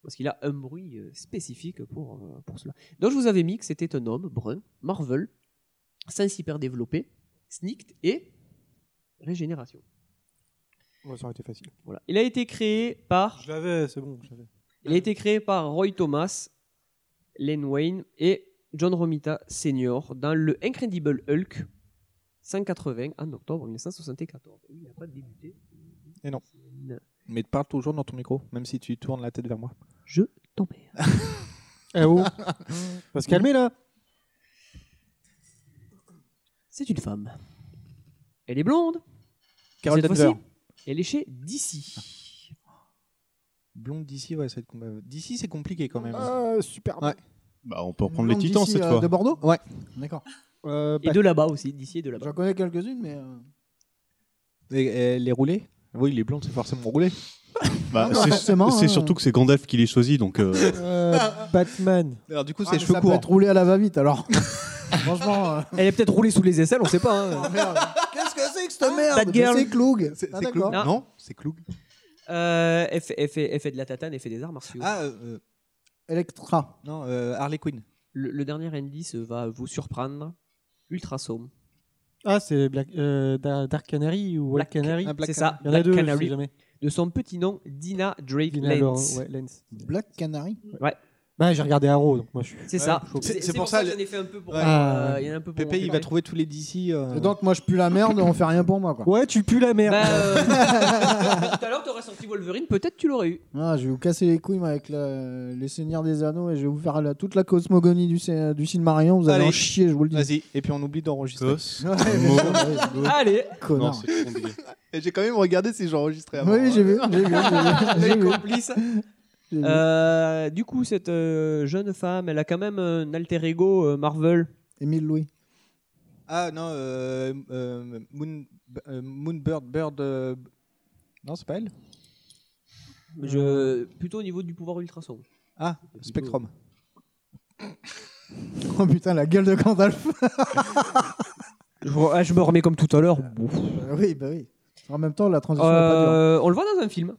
N: Parce qu'il a un bruit euh, spécifique pour, euh, pour cela. Donc je vous avais mis que c'était un homme brun, Marvel, sans hyper développé, Sneaked et Régénération.
H: ça aurait été facile.
N: Voilà. Il a été créé par.
H: Je l'avais, c'est bon, je l'avais.
N: Il a été créé par Roy Thomas, Len Wayne et John Romita Sr. dans le Incredible Hulk 180 en octobre 1974. Oui, Il n'a pas débuté.
O: Et non. Mais parle toujours dans ton micro, même si tu tournes la tête vers moi.
N: Je
O: t'emmerde.
H: Eh oh Faut se calmer là
N: C'est une femme. Elle est blonde.
O: Carol
N: Cette
O: Denver.
N: fois-ci, Elle est chez DC.
O: Ah. Blonde d'ici, ouais, ça va être combat. D'ici, c'est compliqué quand même.
J: Ah, super.
O: Ouais.
P: Bah, on peut reprendre les Titans cette fois.
J: De Bordeaux
O: Ouais.
J: D'accord.
N: Et de là-bas aussi, d'ici et de là-bas.
J: Euh, J'en connais quelques-unes, mais. euh,
O: Et, elle est roulée Oui, les blondes, c'est forcément roulé.
P: Bah,
M: Ah,
J: Non, non,
P: c'est-
J: forcément,
P: c'est
J: hein.
P: surtout que c'est Gandalf qui les choisit, donc. euh,
H: Batman.
O: Alors du coup,
J: ah, mais Ça peut être roulé à la va-vite alors. Franchement. euh, Oh,
N: Elle est peut-être roulée sous les aisselles, on sait pas. hein.
J: Qu'est-ce que c'est que cette merde
N: Bad girl.
J: C'est Cloug.
N: C'est-
J: Ah,
N: c'est
J: d'accord.
N: Cloug. Non. Non,
O: c'est Cloug.
N: Euh, elle, fait, elle fait- elle fait de la tatane, elle fait des arts martiaux.
O: Ah,
J: Electra.
O: Non, Harley Quinn.
N: Le, le dernier indice va vous surprendre. Ultrasom.
H: Ah, c'est Black, euh, Da- Dark Canary ou Black Canary
N: C'est ça.
H: Il
N: Ah,
H: y en a
N: Black
H: deux, je
N: Canary.
H: sais jamais.
N: De son petit nom, Dina Drake
H: Dina
N: Lens.
H: Laure- ouais, Lens.
J: Black Canary.
N: Ouais.
H: Bah, j'ai regardé Arrow, donc moi je suis.
N: C'est
H: Ouais,
N: ça.
H: je suis chaud.
N: C'est pour ça que j'en ai fait un peu pour.
H: Ouais.
N: euh, Il y en a un peu pour.
O: Pépé, il va trouver tous les d'ici.
N: euh.
J: Et donc moi je pue la merde, on fait rien pour moi quoi.
H: Ouais, tu pues la merde.
N: Bah, euh, Tout à l'heure, t'aurais sorti Wolverine, peut-être tu l'aurais eu.
J: Ah, je vais vous casser les couilles moi, avec la- les Seigneurs des Anneaux et je vais vous faire la- toute la cosmogonie du, Cé- du Silmarillion. Vous allez
O: Allez.
J: en chier, je vous le dis.
O: Vas-y, et puis on oublie d'enregistrer.
J: Ouais, mais ça, ouais, c'est beau.
N: Allez.
J: Connard.
O: Et J'ai quand même regardé si j'enregistrais avant.
J: Oui, j'ai vu, j'ai vu, Ah, j'ai vu, j'ai vu.
N: complice. Euh, du coup, cette euh, jeune femme, elle a quand même un alter ego euh, Marvel.
J: Émile Louis.
O: Ah non, euh, euh, Moon, euh, Moonbird, Bird. euh, Non, c'est pas elle
N: Je...
O: Euh,
N: Plutôt au niveau du pouvoir ultrason.
O: Ah, Spectrum.
J: Oh putain, la gueule de Gandalf.
N: Je, ah, je me remets comme tout à l'heure. Bon.
J: Bah oui, bah oui. En même temps, la transition est pas
N: Euh, on le voit dans un film.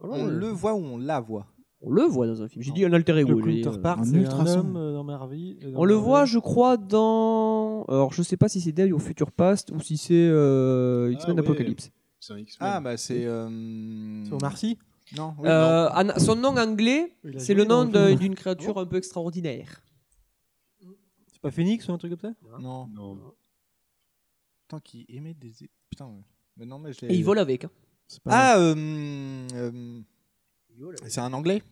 O: On le voit ou on la voit
N: On le voit dans un film. J'ai dit un alter ego.
H: Le
N: j'ai dit,
H: counterpart,
N: euh,
H: c'est un homme euh, dans Marvel. euh, dans
N: On le
H: Marvel.
N: voit, je crois, dans. Alors, je sais pas si c'est Day ou Future Past ou si c'est euh, X-Men
H: Ah
O: oui.
N: Apocalypse.
O: C'est un X-Men. Ah, bah c'est. Euh...
H: C'est Omar Sy
O: Non.
N: Euh, Anna- son nom anglais,
H: Il a
N: c'est
H: joué
N: le
H: dans
N: nom
H: le film.
N: de- d'une créature un peu extraordinaire.
H: C'est pas Phoenix ou un truc comme ça
O: Non. Tant qu'il émet des. Putain, ouais. mais non, mais je l'ai-
N: Et il vole avec. hein.
O: Ah, euh, euh, c'est un anglais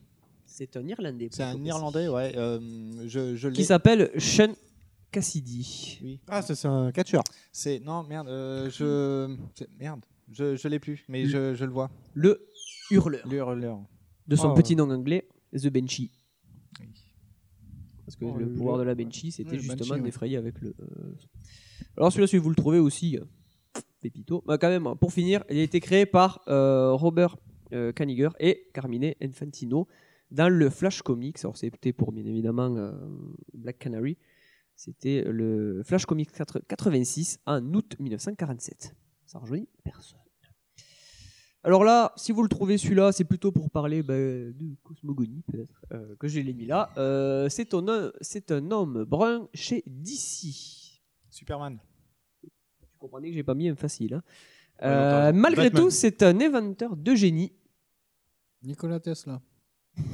N: C'est un irlandais.
O: C'est un irlandais, ouais. euh, je, je
N: Qui
O: l'ai.
N: s'appelle Sean Cassidy.
O: Oui.
H: Ah, ça, c'est un catcheur.
O: C'est non merde, euh, je c'est- merde, je, je l'ai plus, mais je, je le vois.
N: Le hurleur.
O: Le hurleur.
N: De son
O: Oh.
N: petit nom anglais, The Banshee. Parce que
O: Oh,
N: le
O: le-
N: pouvoir
O: le-
N: de la Banshee, c'était
O: Ouais, le
N: justement
O: Banshee, ouais.
N: d'effrayer avec le. euh, Alors celui-là, si vous le trouvez aussi, euh, Pépito. Bah, quand même, pour finir, il a été créé par euh, Robert euh, Kaniger et Carmine Infantino dans le Flash Comics. Alors c'était pour bien évidemment euh, Black Canary. C'était le Flash Comics 4- 86 en août 1947. Ça rejoignit personne. Alors là, si vous le trouvez celui-là, c'est plutôt pour parler bah, de cosmogonie peut-être euh, que j'ai les mis là. Euh, c'est un, hom- c'est un homme brun chez DC.
O: Superman.
N: Vous comprenez que j'ai pas mis un facile. hein.
O: Ouais, non,
N: Euh,
O: t'as raison.
N: malgré
O: Batman.
N: tout, c'est un inventeur de génie.
J: Nikola Tesla.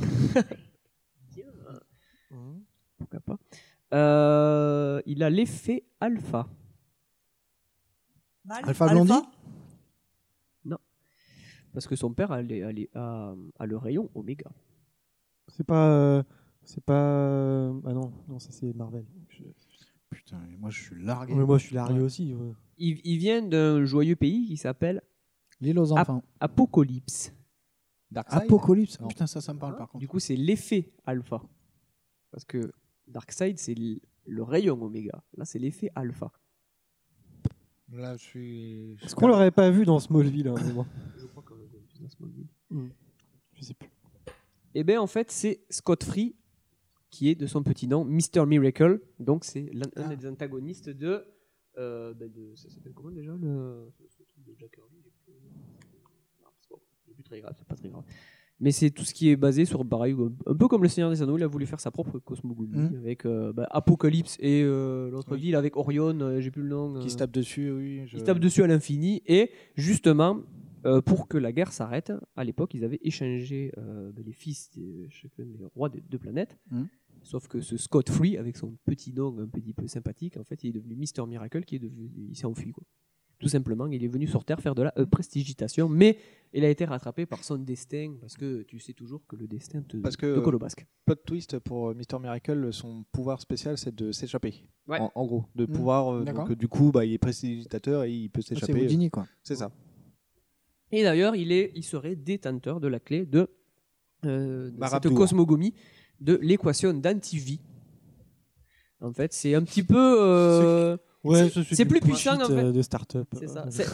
N: Pourquoi pas Euh, Il a l'effet alpha.
K: Mal-
J: Alpha Blondie
N: Non. Parce que son père a, les- a les- a- a le rayon oméga.
H: C'est pas. euh, c'est pas. euh, Ah non, non, ça c'est Marvel.
O: Putain, mais moi je suis largué.
H: Mais moi je suis largué aussi. ouais.
N: Il, il vient d'un joyeux pays qui s'appelle
J: l'île aux
N: enfants. Apocalypse.
J: Darkseid Apocalypse Non. Putain, ça, ça me parle par contre.
N: Du coup, c'est l'effet alpha. Parce que Darkseid, c'est l- le rayon oméga. Là, c'est l'effet alpha.
O: Là, je suis.
H: Est-ce qu'on l'aurait pas vu dans Smallville hein, à un moment
N: Je crois qu'on l'a vu dans Smallville.
H: Hmm. Je sais plus.
N: Eh bien, en fait, c'est Scott Free qui est de son petit nom Mr. Miracle. Donc, c'est l'un un des antagonistes de. euh, ben, de- ça s'appelle comment déjà le, ce truc de Jack Kirby, j'ai plus- Non, c'est pas- c'est plus très grave, c'est pas très grave. hein. Mais c'est tout ce qui est basé sur pareil, un peu comme le Seigneur des Anneaux, il a voulu faire sa propre cosmogonie
O: Mhm.
N: avec euh, ben, Apocalypse et euh, l'autre ville avec Orion, euh, j'ai plus le nom.
O: Qui se
N: euh,
O: tape dessus, oui.
N: ils se tapent dessus à l'infini. Et justement, euh, pour que la guerre s'arrête, à l'époque, ils avaient échangé euh, ben, les fils de chacun des rois des deux planètes.
O: Mmh.
J: Mhm.
N: Sauf que ce Scott Free, avec son petit nom un petit peu sympathique, en fait, il est devenu Mister Miracle, qui est devenu, il s'est enfui quoi. Tout simplement, il est venu sur Terre faire de la euh, prestigitation, mais il a été rattrapé par son destin, parce que tu sais toujours que le destin te,
O: Parce que.
N: te colle au basque.
O: Plot twist pour euh, Mr. Miracle, son pouvoir spécial, c'est de s'échapper.
N: Ouais.
O: En, en gros, de
N: Mhm.
O: pouvoir. euh,
N: D'accord.
O: donc, du coup, bah, il est prestidigitateur et il peut s'échapper. euh,
J: Houdini, quoi.
O: C'est ça.
N: Et d'ailleurs, il, est, il serait détenteur de la clé de, euh, de cette
O: Marabdour.
N: cosmogonie de l'équation d'antivie. En fait, c'est un petit peu. euh,
H: Ouais,
N: c'est-
H: ça,
N: c'est
H: du
N: plus
H: bullshit,
N: puissant en fait.
H: euh, de start-up.
N: C'est ça.
H: Ouais.
N: c'est-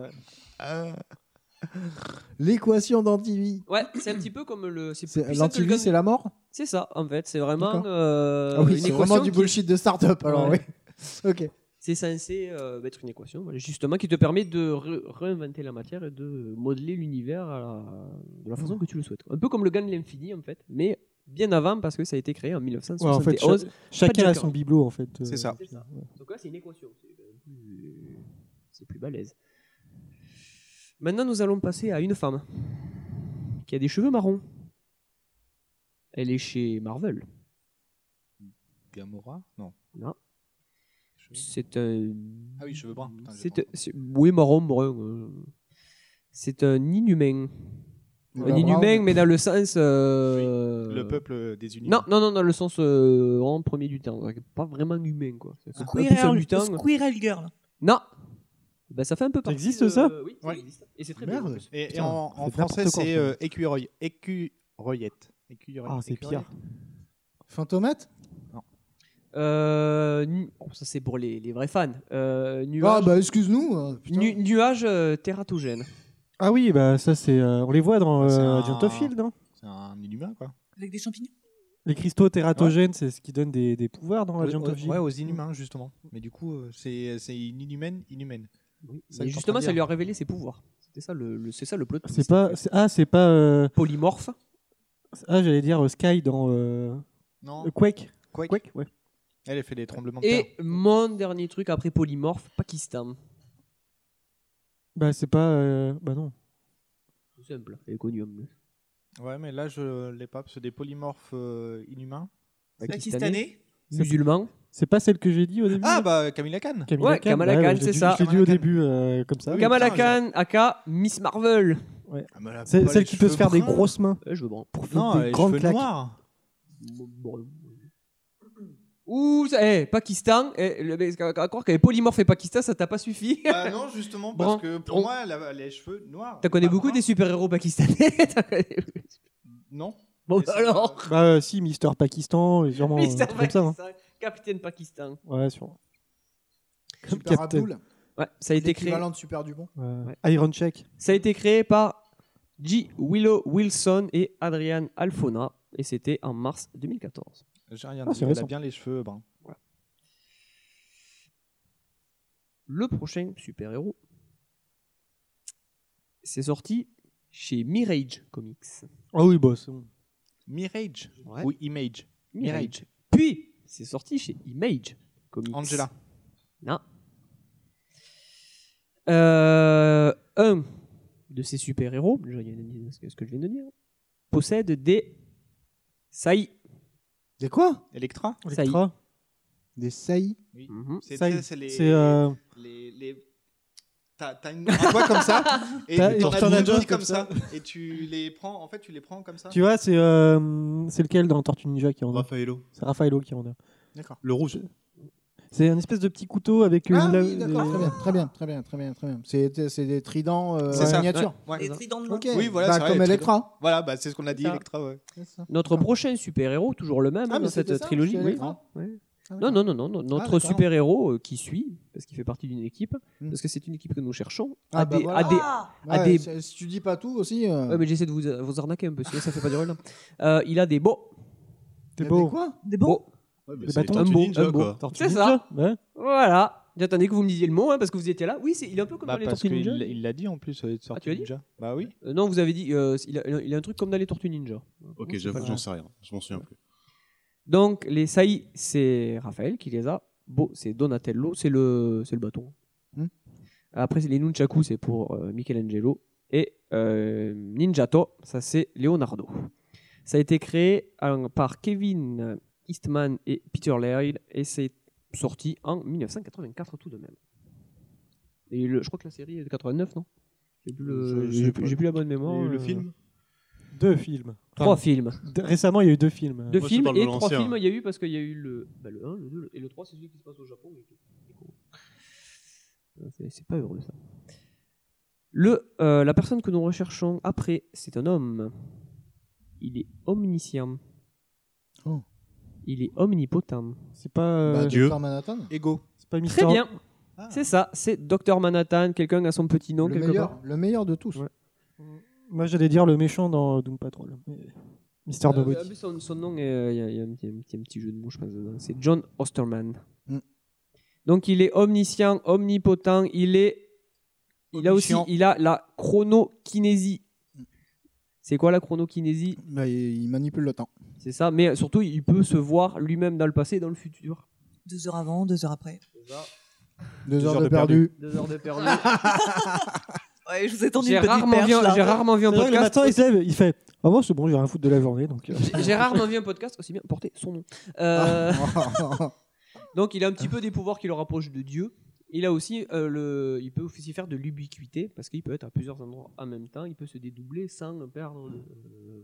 H: Ouais.
J: L'équation d'antivie.
N: Ouais, c'est un petit peu comme le. c'est plus
J: C'est-
N: puissant que le
J: l'antivie,
N: gun-
J: c'est la mort
N: C'est ça, en fait. C'est vraiment.
J: D'accord.
N: euh,
J: Ah oui,
N: une
J: c'est
N: équation
J: vraiment du
N: qui-
J: bullshit de start-up, alors,
N: Ouais.
J: oui. Ok.
N: C'est censé euh, être une équation, voilà, justement, qui te permet de re- réinventer la matière et de modeler l'univers à la- de la
H: Mmh.
N: façon que tu le souhaites. quoi. Un peu comme le gain de l'infini, en fait, mais bien avant, parce que ça a été créé en
H: Ouais, en fait,
N: 1971.
H: cha- chacun
N: Pas
H: a
N: de
H: son
N: Joker.
H: bibelot en fait. euh,
N: Ouais. Donc là, c'est une équation. C'est quand même plus- euh, C'est plus balèze. Maintenant, nous allons passer à une femme qui a des cheveux marrons. Elle est chez Marvel.
O: Gamora Non.
N: Non. C'est un.
O: Ah oui, cheveux bruns. Putain, j'ai
N: C'est, c'est- oui, marron, brun. euh. C'est un inhumain.
O: Bah,
N: un inhumain,
O: Brown.
N: mais dans le sens. euh,
O: Le peuple des Unis.
N: Non, non, non, dans le sens euh, en premier du temps. Pas vraiment humain, quoi. C'est un peu seul
K: Squirrel,
N: du temps.
K: Squirrel Girl.
N: Non. Bah, ça fait un peu partie.
H: existe,
N: de-
H: ça
N: Oui, ça existe. Et c'est très bien. en
O: Merde.
N: plus.
O: Et, et
H: Putain,
O: en, en
H: c'est
O: français,
H: n'importe quoi,
O: c'est
H: en
O: euh, écureuil. Écureuillette. Écureuil-
H: Ah, c'est
O: écureuillette.
H: pire.
J: Fantomate
N: Euh, nu- oh, ça, c'est pour les, les vrais fans. Euh,
J: Ah,
N: nuage,
J: bah, excuse-nous. euh, putain.
N: nu- nuage euh, tératogène.
H: Ah oui, bah ça c'est. euh, on les voit dans
O: C'est
H: euh,
O: un-
H: Agent of Shield, non
O: C'est un inhumain, quoi.
K: Avec des champignons.
H: Les cristaux tératogènes, c'est ce qui donne des, des pouvoirs dans Agent
O: Ouais,
H: of Shield.
O: euh, ouais, aux inhumains, justement. Mais du coup, euh, c'est c'est une inhumaine, inhumaine. Ça,
N: Et
O: je
N: justement,
O: t'entends
N: ça
O: bien.
N: lui a révélé ses pouvoirs. C'était ça le, le- c'est ça le plot.
H: C'est pas. c'est- Ah, c'est pas. euh,
N: polymorphe.
H: Ah, j'allais dire euh, Sky dans. euh,
O: Non.
H: euh, Quake.
O: Quake.
H: ouais.
O: Elle, elle fait des tremblements de terre.
N: Et mon dernier truc après polymorphe, Pakistan.
H: Bah c'est pas. euh, Bah non.
N: Tout simple. Et connu. en plus.
O: Ouais, mais là, je l'ai pas, parce que des polymorphes euh, inhumains.
K: Pakistanais.
H: C'est-
N: Musulman.
H: C'est pas celle que j'ai dit au début.
O: Ah, bah, Camilla Khan.
H: Kamala
N: Ouais,
H: Khan,
N: Kamala
H: bah,
N: Khan,
H: j'ai
N: c'est
H: dû-
N: ça.
H: J'ai dit au début euh, comme ça.
N: Kamala
O: Ah putain,
N: Khan, aka Miss Marvel.
H: Ouais.
O: Ah, mais elle a
H: C'est
O: pas
H: celle
O: les
H: qui peut se
O: cheveux
H: faire des
O: bruns.
H: grosses mains.
N: Ouais, je veux bon.
H: Pour faire
O: hein. Non,
H: des
O: elle a les
H: grandes
O: cheveux
H: claques.
O: noirs.
N: Ouh, ça, eh, Pakistan. Eh, le, mais, à, à croire qu'elle est polymorphe et Pakistan, ça t'a pas suffi.
O: Bah non, justement, parce
N: Bon.
O: que pour
N: On-
O: moi, elle a les cheveux noirs.
N: T'as connais
O: Pas
N: beaucoup
O: bruns.
N: des super-héros pakistanais t'as connu-
O: Non.
N: Bon,
O: Mais c'est
N: alors.
H: Bah euh, si, Mister Pakistan, et sûrement.
N: Mister
H: euh, comme ça. hein.
N: Pakistan, Capitaine Pakistan.
H: Ouais, sûrement. Comme
J: Super
H: Captain.
J: Abdul.
N: Ouais, ça a été créé.
J: L'équivalent de Super Dupont.
H: Ouais.
N: Ouais.
H: Iron Check.
N: Ça a été créé par G. Willow Wilson et Adrian Alfona et c'était en mars 2014.
O: Euh, J'ai rien
H: Ah,
O: dit,
H: c'est
O: elle a
H: récent.
O: bien les cheveux bruns.
N: Le prochain super-héros, c'est sorti chez Mirage Comics.
H: Ah oui, bah c'est bon.
O: Mirage
N: Ouais.
O: ou Image
N: Mirage. Puis, c'est sorti chez Image Comics.
O: Angela.
N: Non. Euh, un de ces super-héros, je viens de dire ce que- ce que je viens de dire, possède des saillies.
J: Des quoi
O: Electra
N: Saillies.
H: Electra.
J: Des saillies
O: Oui.
N: Mhm.
O: C'est
H: Ça y est,
J: euh,
O: c'est les,
H: c'est, euh,
O: les, les- T'as t'as une un doigt comme ça et
H: T'as- et
O: t'en
H: t'en
O: as
H: as
O: deux
H: deux
O: comme
H: comme
O: ça et tu les prends. En fait, tu les prends comme ça.
H: Tu vois, c'est euh, c'est lequel dans Tortue Ninja qui en a
M: Raffaello.
H: C'est Raffaello qui en a.
O: D'accord. Le rouge.
H: C'est un espèce de petit couteau avec une.
J: Ah
H: la-
J: oui, d'accord, très bien,
H: des-
J: très bien, très bien, très bien, très bien. C'est c'est des tridents euh,
O: C'est ça.
J: en miniature.
O: Ouais, ouais.
J: Ok.
O: Oui, voilà,
J: Bah,
O: c'est vrai,
J: comme
O: les
J: Electra.
O: tridents. Voilà, bah, c'est ce qu'on a dit,
J: C'est ça.
O: Electra. ouais.
N: Notre prochain super-héros, toujours le même,
O: Ah,
N: hein,
O: mais
N: dans cette
O: c'était ça,
N: trilogie.
O: c'était
N: oui.
O: Electra.
N: Ouais.
O: Ah,
N: non,
O: d'accord.
N: non, non, non, non,
O: Ah,
N: Notre
O: d'accord.
N: super-héros euh, qui suit, parce qu'il fait partie d'une équipe, parce que c'est une équipe que nous cherchons,
J: Ah,
N: a
J: bah
N: des-
J: voilà.
N: a des-
J: Ah
N: a
J: Ouais,
N: des
J: c'est- Si tu dis pas tout aussi. euh,
N: Ouais, mais j'essaie de vous, vous arnaquer un peu, sinon ça fait pas durer là. Euh, il a des beaux.
J: Des beaux. Des quoi
N: Des beaux. hein.
J: Ouais, mais
N: Des
J: c'est
N: bâtons.
J: Tortue
N: Un beau,
J: Ninja,
N: un beau.
J: quoi. Tortue
N: C'est
J: Ninja,
N: ça.
J: ouais.
N: Voilà. J'attendais que vous me disiez le mot hein, parce que vous étiez là. Oui, c'est, il est un peu comme
O: Bah,
N: dans les
O: parce
N: Tortues Ninja.
O: qu'il- il l'a dit en plus, les
N: Ah, tu l'as dit
O: Bah oui.
N: Euh, non, vous avez dit. euh, il, a, il a un truc comme dans les Tortues Ninja.
P: Ok,
N: Non, c'est
P: j'avoue,
N: pas
P: j'en
N: ça.
P: sais rien. Je m'en souviens plus.
N: Donc, les saillies, c'est Raphaël qui les a. Beau, c'est Donatello, c'est le, c'est le bâton.
J: Hmm.
N: Après, c'est les nunchaku, c'est pour euh, Michelangelo. Et euh, Ninjato, ça c'est Leonardo. Ça a été créé en- par Kevin Eastman et Peter Laird et c'est sorti en 1984 tout de même. Et le- je crois que la série est de 89, non J'ai plus, le-
H: Je-
N: j'ai
H: je-
N: plus- j'ai plus la bonne mémoire.
H: Et le
N: euh.
H: film Deux films.
N: Trois
H: Enfin,
N: films.
H: d- Récemment, il y a eu deux films.
N: Deux films et trois
H: hein.
N: films, il y a eu parce qu'il y a eu le, bah, le 1, le 2 et le 3, c'est celui qui se passe au Japon. euh, C'est- C'est pas heureux ça. Le, euh, la personne que nous recherchons après, c'est un homme. Il est omniscient.
J: Oh.
N: Il est omnipotent.
H: C'est
N: Euh,
H: pas euh, Ah.
J: Bah, Dieu. Dr. Manhattan
O: Ego.
H: C'est pas
N: Très bien. C'est ça, c'est Docteur Manhattan. Quelqu'un a son petit nom
J: le,
N: quelque
J: meilleur,
N: part.
J: le meilleur de tous.
H: Moi, j'allais dire le méchant dans Doom Patrol. Mais- Mister
N: Euh,
H: Nobody.
N: en plus, son, son nom, est- euh, il y a, il y a un, petit, un petit- un petit jeu de mots, je pense, dedans. C'est John Osterman.
J: Mm.
N: Donc, il est omniscient, omnipotent, il est. Il a aussi
J: Omniscient. Mm.
N: il a la chronokinésie. C'est quoi la chronokinésie
J: Bah, il il manipule le temps.
N: C'est ça, mais surtout, il peut se voir lui-même dans le passé et dans le futur.
K: Deux heures avant, deux heures après.
J: Deux, heures, de perdu.
N: Deux heures de perdu.
K: ouais, je vous ai tendu
N: J'ai
K: une petite
N: rarement
K: perche,
N: vu un-
K: là.
N: j'ai rarement vu un
H: C'est vrai que le
N: podcast-
H: matin, il se lève, il fait Ah, Moi, c'est bon, j'ai rien à foutre de la journée. Donc, euh.
N: J'ai rarement vu un podcast aussi bien porter son nom. Euh, Donc il a un petit peu des pouvoirs qui le rapprochent de Dieu. Il a aussi euh, le, il peut aussi faire de l'ubiquité parce qu'il peut être à plusieurs endroits en même temps. Il peut se dédoubler sans perdre le- euh,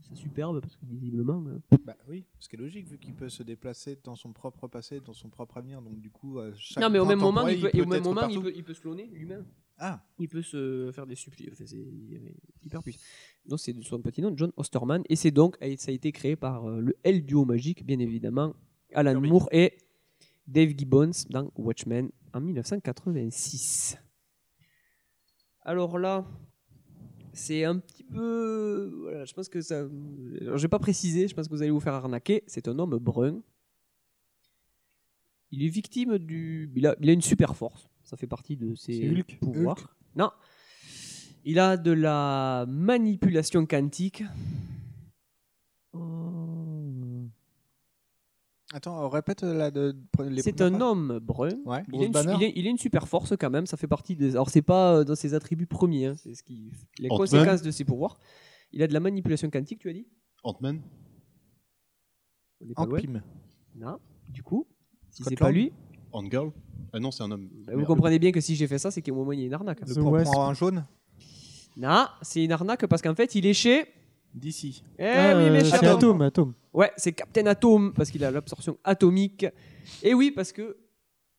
N: sa superbe parce que visiblement. euh,
O: Bah oui, ce qui est logique vu qu'il peut se déplacer dans son propre passé, dans son propre avenir. Donc du coup, à chaque
N: non mais au
O: point
N: même moment,
O: temporel,
N: il peut, et au même
O: être
N: moment, il
O: partout.
N: peut, il peut se cloner lui-même.
O: Ah.
N: Il peut se faire des supplis. Enfin, c'est il est hyper puissant. Donc c'est son petit nom, John Osterman, et c'est donc et ça a été créé par euh, le L duo magique, bien évidemment, Alan Moore et Dave Gibbons dans Watchmen en 1986. Alors là, c'est un petit peu. Voilà, je pense que ça. euh, Alors, je vais pas préciser, je pense que vous allez vous faire arnaquer. C'est un homme brun. Il est victime du. Il a, il a une super force. Ça fait partie de ses
H: C'est Hulk
N: pouvoirs.
H: Hulk
N: Non. Il a de la manipulation quantique.
O: Mmh. Attends, euh, répète euh, la de, pre- les
N: C'est
O: premières
N: un
O: phrases.
N: homme brun.
O: Ouais.
N: Il, a une, su- il a- il a une super force quand même. Ça fait partie des. Alors c'est pas euh, dans ses attributs premiers. hein, c'est ce qui. Les
P: Ant-Man.
N: conséquences de ses pouvoirs. Il a de la manipulation quantique. Tu as dit.
P: Ant-Man
N: On n'est pas loin.
P: Ant-Pym.
N: Non. Du coup, si c'est
P: Scott
N: pas
P: Lang
N: lui,
P: Ant-Girl Ah non, c'est un homme.
N: vous comprenez bien que si j'ai fait ça, c'est qu'au moment il y a une arnaque.
P: Le The propre Wasp. en jaune
N: Non, c'est une arnaque parce qu'en fait, il est chez.
O: D'ici.
N: Eh
H: Ah,
N: oui, mais
H: euh,
N: chez
H: c'est Atom, Atom.
N: Ouais, c'est Captain Atom parce qu'il a l'absorption atomique. Et oui, parce que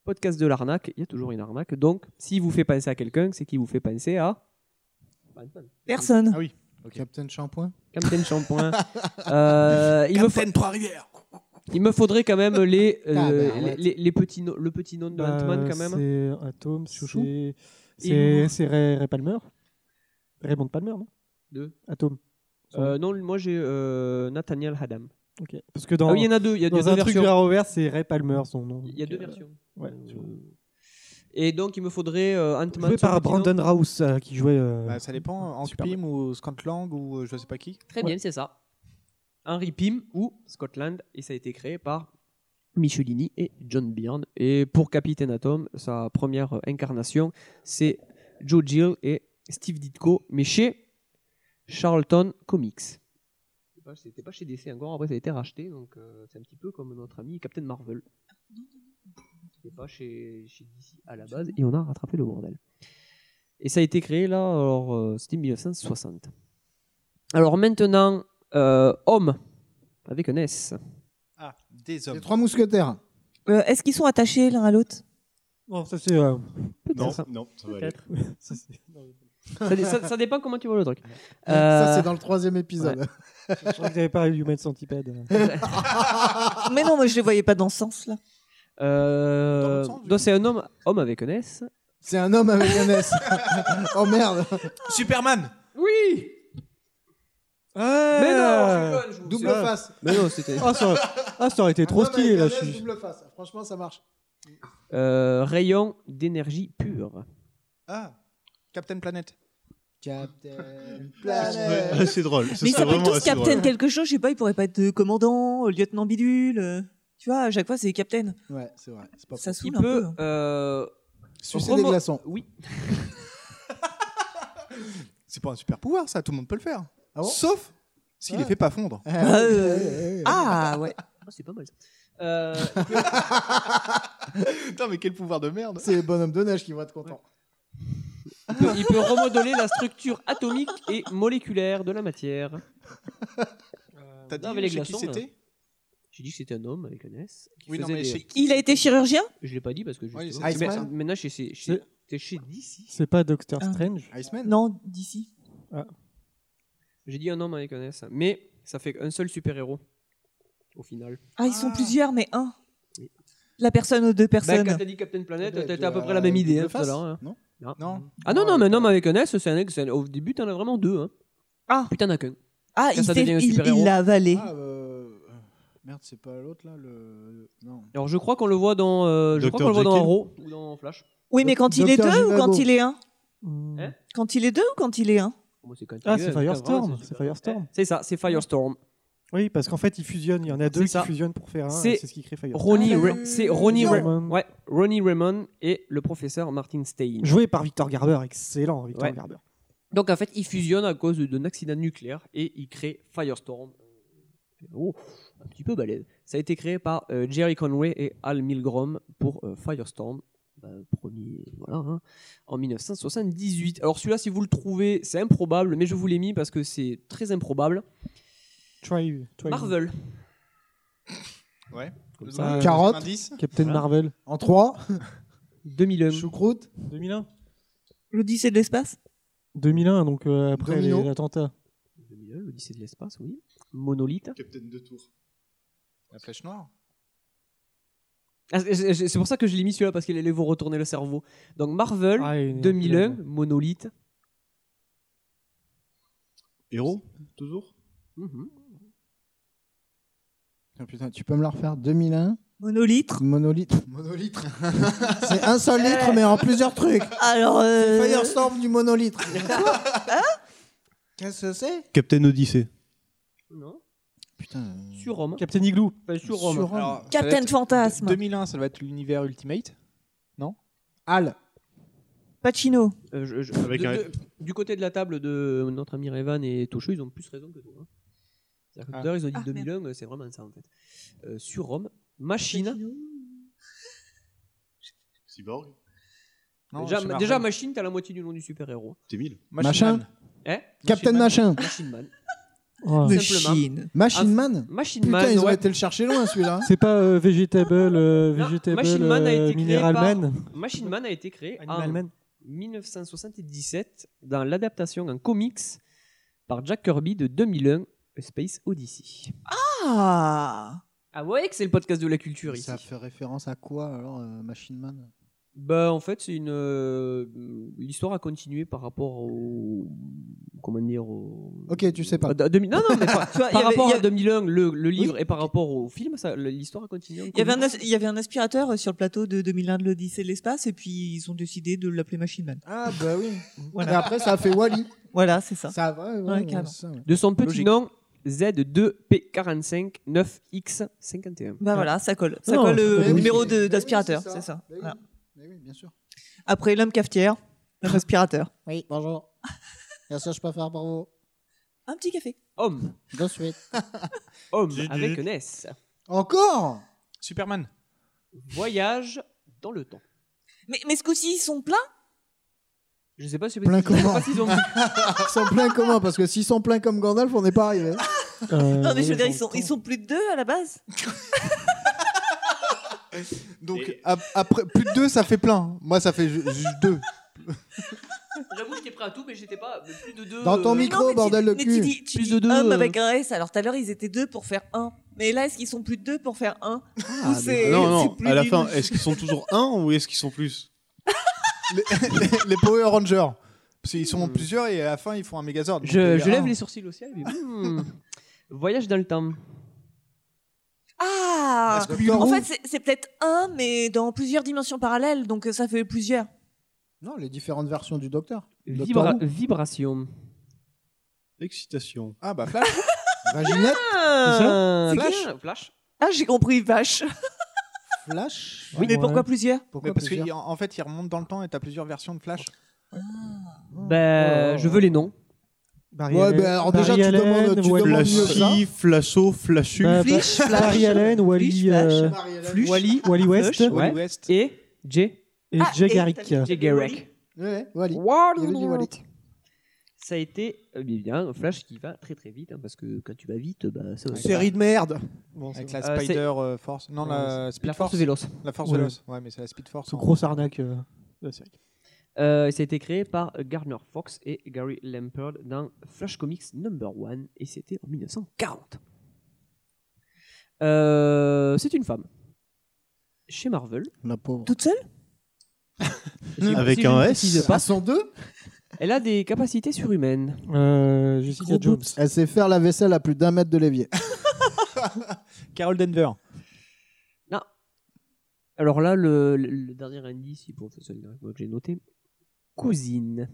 N: podcast de l'arnaque, il y a toujours une arnaque. Donc, s'il vous fait penser à quelqu'un, c'est qu'il vous fait penser à.
K: Personne.
O: Ah oui.
J: Captain Shampoing.
N: Captain Shampoing. Euh, il me faut- Il me faudrait quand même les,
P: Ah,
N: euh,
P: bah,
N: les,
H: Tabarouette.
N: les- les petits no- le petit nom de Ant-Man quand même.
H: Euh, Bah, C'est Atom, c'est-
N: Et
H: c'est c'est Ray, Ray Palmer. Raymond Palmer, non
N: Deux.
H: Atom.
N: Euh, non, moi j'ai euh, Nathaniel Haddam.
H: Parce que dans,
N: Ah oui, il y en a deux. Il y a
H: dans
N: deux
H: un
N: versions.
H: truc vers revers, c'est Ray Palmer son nom.
N: Il y a deux
H: Donc, euh,
N: versions.
H: ouais.
N: Et donc il me faudrait euh, Ant-Man.
H: Joué
N: son
H: par
N: petit nom.
H: Brandon Rouse euh, qui jouait. euh,
O: Bah, ça dépend, euh, Hank Pym ou Scantlang ou euh, je sais pas qui.
N: Très bien, c'est ça. Henry Pym ou Scotland. Et ça a été créé par Michelini et John Byrne. Et pour Capitaine Atom, sa première euh, incarnation, c'est Joe Gill et Steve Ditko, mais chez Charlton Comics. C'est pas- C'était pas chez DC encore, après ça a été racheté, donc euh, c'est un petit peu comme notre ami Captain Marvel.
K: Ah,
N: C'était pas chez, chez DC à la base, et on a rattrapé le bordel. Et ça a été créé là, alors euh, c'était 1960. Alors maintenant, euh, homme, avec un S.
O: Ah, des hommes.
J: Les trois mousquetaires.
K: Euh, Est-ce qu'ils sont attachés l'un à l'autre
H: Non, ça c'est. euh,
P: Non,
H: peut-être.
P: non, ça va aller.
H: Peut-être. Ça, c'est-
N: ça, dé- ça- ça dépend comment tu vois le truc. Euh,
H: Ça, c'est
J: dans le troisième épisode.
N: ouais.
H: Euh, Je crois que vous avez parlé du Human Centipede.
K: mais non, moi je les voyais pas dans ce sens là.
N: Euh, donc c'est un homme, homme avec un S.
J: C'est un homme avec un S. oh merde.
O: Superman.
N: Oui.
J: Mais
N: non,
J: je Ah. Double face.
N: Mais non, c'était.
H: Ah, ça, ah, ça aurait été trop stylé là. je suis-
J: double face. Franchement, ça marche.
N: Euh, rayon d'énergie pure.
O: Ah, Captain Planet.
J: Captain Euh,
K: Planet.
P: C'est drôle. ce
K: mais
P: serait
K: ils s'appellent
P: vraiment
K: tous
P: assez
K: Captain
P: drôle.
K: quelque chose, je sais pas, ils pourraient pas être euh, commandant, euh, lieutenant bidule. euh, tu vois, à chaque fois c'est Captain.
J: Ouais, c'est vrai. C'est pas
K: Ça
J: faux.
K: saoule
N: Il
K: un peu. hein.
N: peut. Euh,
J: Sucer des
N: remo-
J: glaçons.
N: Oui.
O: C'est pas un super pouvoir, ça. Tout le monde peut le faire.
J: Ah bon Ah.
O: Sauf s'il
J: Ouais.
O: les fait pas fondre.
J: Euh,
K: ah ouais.
N: c'est pas mal. Euh,
O: Putain, mais quel pouvoir de merde.
J: C'est les bonhommes de neige qui vont être contents.
N: il, peut, il peut remodeler la structure atomique et moléculaire de la matière.
O: T'as
N: Non, mais les glaçons, là. J'ai dit que c'était un homme avec un S. qui
O: Oui, non,
N: faisait
O: mais
N: des-
O: chez-
K: Il a été chirurgien
N: Je l'ai pas dit parce que
O: Ouais,
N: justement-
O: c'est
N: Mais-
O: Iceman.
N: Maintenant, chez, chez, chez, t'es chez DC.
H: C'est pas Doctor Strange. Ah.
O: Iceman
K: Non, d'ici.
N: J'ai dit un homme avec un S, mais ça fait un seul super-héros au final.
K: Ah, ils sont plusieurs, mais un. La personne ou deux
N: Bah,
K: personnes.
N: quand t'as dit Captain Planet,
O: Ouais,
N: t'as à peu
O: euh,
N: près la même idée.
O: double
N: hein, tout à
O: face
N: l'heure, hein.
O: Non
N: non.
O: Non.
N: Ah non, non, mais un homme avec un S, c'est un ex. c'est un- Au début, t'en as vraiment deux. Hein.
K: Ah.
N: Puis t'en as qu'un.
K: Ah,
N: Quand
K: il
N: ça
K: s'est-
N: devient un
K: il
N: super-héros.
K: il l'a avalé.
J: Ah, euh, Merde, c'est pas l'autre là le... Non.
N: Alors je crois qu'on le voit dans, euh, je crois
J: Dr.
N: qu'on le voit dans
J: Jekyll.
N: Arrow ou dans Flash.
K: Oui, mais quand il est
J: Docteur
K: deux ou quand il
J: Givago.
K: est un
N: Hein
K: Quand il est deux ou quand il est un
N: Moi, c'est quand
H: Ah,
N: il est-
H: c'est
N: quand
H: Firestorm.
N: vraiment,
H: C'est Firestorm.
N: C'est ça, c'est Firestorm.
H: Oui, parce qu'en fait, ils fusionnent. Il y en a deux
N: C'est
H: qui
N: ça.
H: fusionnent pour faire un. et C'est ce qui crée Firestorm.
N: Ronnie, Ra-
K: Euh,
N: c'est Ronnie, Ra-
H: Raymond.
N: ouais, Ronnie Raymond et le professeur Martin Stein.
H: Joué par Victor Garber. Excellent, Victor
N: Ouais.
H: Garber.
N: Donc en fait, ils fusionnent à cause d'un accident nucléaire et ils créent Firestorm. Oh, un petit peu balèze. Ça a été créé par euh, Jerry Conway et Al Milgrom pour euh, Firestorm. Bah, premier, voilà, hein, en 1978. Alors celui-là, si vous le trouvez, c'est improbable, mais je vous l'ai mis parce que c'est très improbable.
H: Try, try-
N: Marvel.
O: Ouais.
N: Comme
H: Ah,
N: ça.
H: euh,
J: Carotte.
O: indice.
H: Captain
N: Voilà.
H: Marvel.
J: En 3.
N: 2001.
J: Choucroute.
H: 2001.
K: L'Odyssée de l'espace
H: 2001, donc euh, après
J: Domino.
H: les- l'attentat.
N: 2001, l'Odyssée de l'espace, oui. Monolithe.
P: Captain de Tour.
O: La flèche noire.
N: Ah, c'est- c'est c'est pour ça que je l'ai mis celui-là parce qu'il allait vous retourner le cerveau. Donc Marvel,
H: Ah, il est
N: 2001, Monolithe.
P: Héros, toujours
N: Mhm.
J: Ah, putain, tu peux me la refaire 2001
K: Monolithe
J: Monolithe. Monolithe. c'est un seul
I: Euh,
J: litre, mais en plusieurs trucs.
K: Alors. euh,
J: Firestorm du monolithe. Quoi
N: Hein
J: Qu'est-ce que c'est
P: Captain Odyssey.
N: Non.
J: Putain.
N: Surhomme.
H: Captain Igloo.
N: Enfin, Surhomme.
J: Surhomme.
O: Alors, ça va
K: Captain
O: être-
K: Fantasme.
O: 2001, ça va être l'univers Ultimate.
J: Al.
K: Pacino.
N: Euh, je- je-
P: Avec
N: de-
P: un-
N: de- du côté de la table de notre ami Revan et Tocho, ils ont plus raison que toi. hein. C'est-à-dire que
O: Ah.
N: Tout à l'heure, ils ont dit
K: Ah,
N: 2001, euh, c'est vraiment ça en fait. Euh, Surhomme, Machine.
P: Cyborg.
O: Non,
N: déjà,
O: c'est Marvel.
N: déjà, Machine, t'as la moitié du nom du super-héros.
P: T'es mille.
J: Machin.
O: Man.
N: Hein
J: Captain Machin.
N: Machine Man.
H: Oh.
N: Tout simplement.
K: Machine.
J: Machine
N: Ah,
J: Man.
N: Machine
J: Putain,
N: Man.
J: ils auraient
N: ouais.
J: été le chercher loin hein. celui-là.
H: C'est pas euh, Vegetable, euh, Vegetable
N: Hein Machine Man a
H: euh,
N: été créé
H: Mineral
N: par...
H: Man.
N: Machine Man a été créé
H: Animal
N: en
H: Man.
N: 1977 dans l'adaptation en comics par Jack Kirby de 2001 A Space Odyssey.
K: Ah
N: Ah ouais que c'est le podcast de la culture ici.
J: Ça fait référence à quoi alors, euh, Machine Man
N: Bah, en fait, c'est une. euh, L'histoire a continué par rapport au. Comment dire au...
J: Ok, tu sais pas.
N: à 2000 Non, non, mais par,
K: Tu vois, il y
N: par
K: avait-
N: rapport
K: il y
N: à
K: a-
N: 2001, le, le livre, et par rapport au film, ça, le- l'histoire a continué. en
K: Il y, avait un
N: commun.
K: as- il y avait un aspirateur euh, sur le plateau de 2001 de l'Odyssée de l'espace et puis ils ont décidé de l'appeler Machine Man.
J: Ah bah oui.
K: Voilà.
J: Et après, ça a fait Wally.
K: Voilà, c'est ça.
J: Ça va, ouais,
K: Ouais,
J: ouais,
K: carrément.
J: ça, ouais.
N: De son petit
O: Logique.
N: nom, Z2P459X51.
K: Bah voilà, ça colle. Ça
H: Non,
K: colle
H: ça
K: euh,
H: colle.
K: au numéro de-
J: Mais oui,
K: d'aspirateur,
J: c'est ça.
K: c'est ça.
J: Mais oui.
K: Voilà.
J: Mais oui, bien sûr.
K: Après l'homme cafetière,
J: Ah.
K: le respirateur.
J: Oui, bonjour. Bien sûr, je peux faire pour vous.
K: Un petit café.
N: Homme.
J: De suite.
N: Homme
O: Zut,
N: avec
O: zut.
N: un S.
J: Encore
O: Superman.
N: Voyage dans le temps.
K: Mais, mais ce coup-ci, ils sont pleins
N: Je sais pas si
J: Plein
N: je sais
J: comment
N: pas s'ils ont
J: Ils sont pleins comment Parce que s'ils sont pleins comme Gandalf, on n'est pas arrivé.
M: Euh,
K: non, mais je veux dire, ils sont, ils sont plus de deux à la base.
I: Donc, ap- après, plus de deux, ça fait plein. Moi, ça fait ju- juste deux.
N: J'avoue, j'étais prêt à tout, mais j'étais pas mais plus de deux.
J: Dans ton
N: euh,
J: micro, bordel de
K: mais tu
J: cul.
K: dis, tu
N: Plus
K: dis
N: de deux,
K: homme
N: euh.
K: avec un S. Alors tout à l'heure, ils étaient deux pour faire un. Mais là, est-ce qu'ils sont plus de deux pour faire un
N: Ah,
J: Ah,
K: Ou c'est-
M: non,
K: c'est
M: non,
K: plus
M: à la
K: d'une-
M: fin, est-ce qu'ils sont toujours un ou est-ce qu'ils sont plus
I: Les Power Rangers. Parce qu'ils
O: Hmm.
I: sont plusieurs et à la fin, ils font un Megazord. Donc, euh,
N: Je,
I: il y a
N: je lève
I: un.
N: les sourcils au ciel. et puis, hmm, voyage dans le temps.
K: Ah
N: Est-ce que
K: En
N: Doctor
K: fait, c'est- c'est peut-être un, mais dans plusieurs dimensions parallèles, donc euh, ça fait plusieurs.
J: Non, les différentes versions du docteur.
N: Vibra- vibration.
M: Excitation.
I: Ah bah Flash. Vaginette.
K: Ah,
N: C'est
K: c'est
N: Flash.
K: bien.
N: Flash.
K: Ah, j'ai compris, vache.
I: Flash
K: Oui, mais pourquoi plusieurs
I: Mais Parce qu'en fait, ils remontent dans le temps et t'as plusieurs versions de Flash.
N: Ben, je veux les noms.
I: Barry Ouais, Allen. ben, alors déjà, tu demandes- tu demandes mieux
M: Flashy, Flasso, Flashu.
N: Euh, Barry Allen, Wally, euh, Flush.
H: Wally- Wally West.
N: Flush,
H: Wally
N: ouais. Et Jay.
H: Et Ah, Jay et Garrick. t'as dit
N: Jay Garrick.
J: Ouais, Wally.
N: Wally.
J: Il avait dit Wally.
N: Ça a été euh, bien un Flash qui va très très vite hein, parce que quand tu vas vite, bah, ça va.
I: Série de merde.
N: Bon,
I: Avec
N: ça
I: la
N: va. Euh,
I: Spider
N: c'est-
I: euh, Force. Non,
N: Euh,
I: la
N: c'est-
I: Speed
N: la Force Véloce.
I: La Force
H: Ouais.
I: Véloce. Ouais, mais c'est la Speed Force.
H: Ce
I: en-
N: hein.
H: grosse arnaque euh, de la série.
N: Euh, ça a été créé par Gardner Fox et Gary Lampert dans Flash Comics Number 1 et c'était en 1940. Euh, c'est une femme. Chez Marvel.
J: La pauvre.
K: Toute seule
M: Avec un S.
N: Pas.
J: sont deux
N: Elle a des capacités surhumaines. Euh,
H: Jessica Jones.
J: Elle sait faire la vaisselle à plus d'un mètre de l'évier.
I: Carol Denver.
N: Non. Alors là, le, le- le dernier indice, il faut- c'est le mot que j'ai noté. Cousine.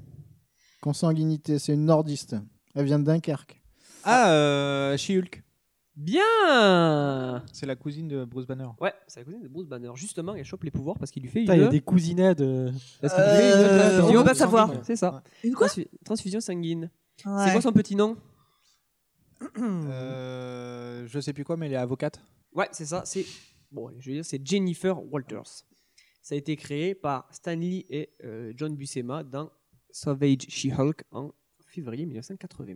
J: Consanguinité, c'est une nordiste. Elle vient de Dunkerque.
I: Ah, euh, She-Hulk.
N: Bien
I: C'est la cousine de Bruce Banner.
N: Ouais, c'est la cousine de Bruce Banner. Justement, elle chope les pouvoirs parce qu'il lui fait
H: Putain, il y a
N: une-
H: des cousinades. euh.
N: Parce qu'il lui fait une transfusion.
H: on veut savoir.
N: C'est ça.
K: Une
N: Transfu- transfusion sanguine.
K: Ouais.
N: C'est quoi son petit nom
I: Euh, je sais plus quoi, mais elle est avocate.
N: Ouais, c'est ça. C'est bon, je veux dire, c'est Jennifer Walters. Ça a été créé par Stanley et euh, John Buscema dans Savage She-Hulk en février 1980.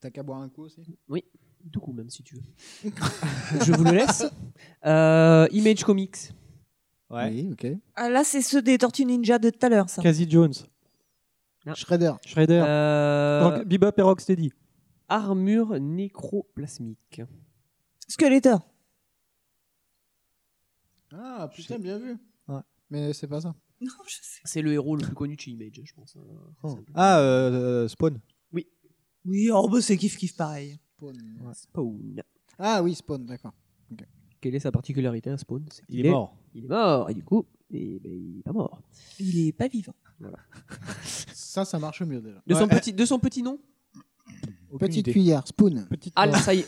J: T'as qu'à boire un coup aussi
N: Oui, deux coups même si tu veux. je vous le laisse. Euh, Image Comics.
I: Ouais.
J: Oui, ok.
K: Ah, là, c'est ceux des Tortues Ninja de tout à l'heure, ça.
H: Cassie Jones.
J: Shredder.
H: Shredder.
N: Euh,
H: Donc, Bebop et Rocksteady.
N: Armure nécroplasmique.
K: Skeletor.
J: Ah, putain, bien vu. Mais c'est pas ça.
K: Non, je sais.
N: C'est le héros le plus connu de chez Image, je pense. hein.
J: Oh.
I: Ah, euh, euh, Spawn.
K: Oui, oh, bah, c'est kiff-kiff pareil.
N: Spawn.
J: Ah oui, Spawn, d'accord.
N: Quelle est sa particularité à Spawn C'est qu'il
I: Il est mort.
N: Il est mort, et du coup, eh ben, il n'est pas mort.
K: Il est pas vivant.
N: Voilà.
J: Ça, ça marche mieux déjà.
N: De son, petit, de son petit nom Ah
J: Petite cuillère, spoon.
N: Al Saïd.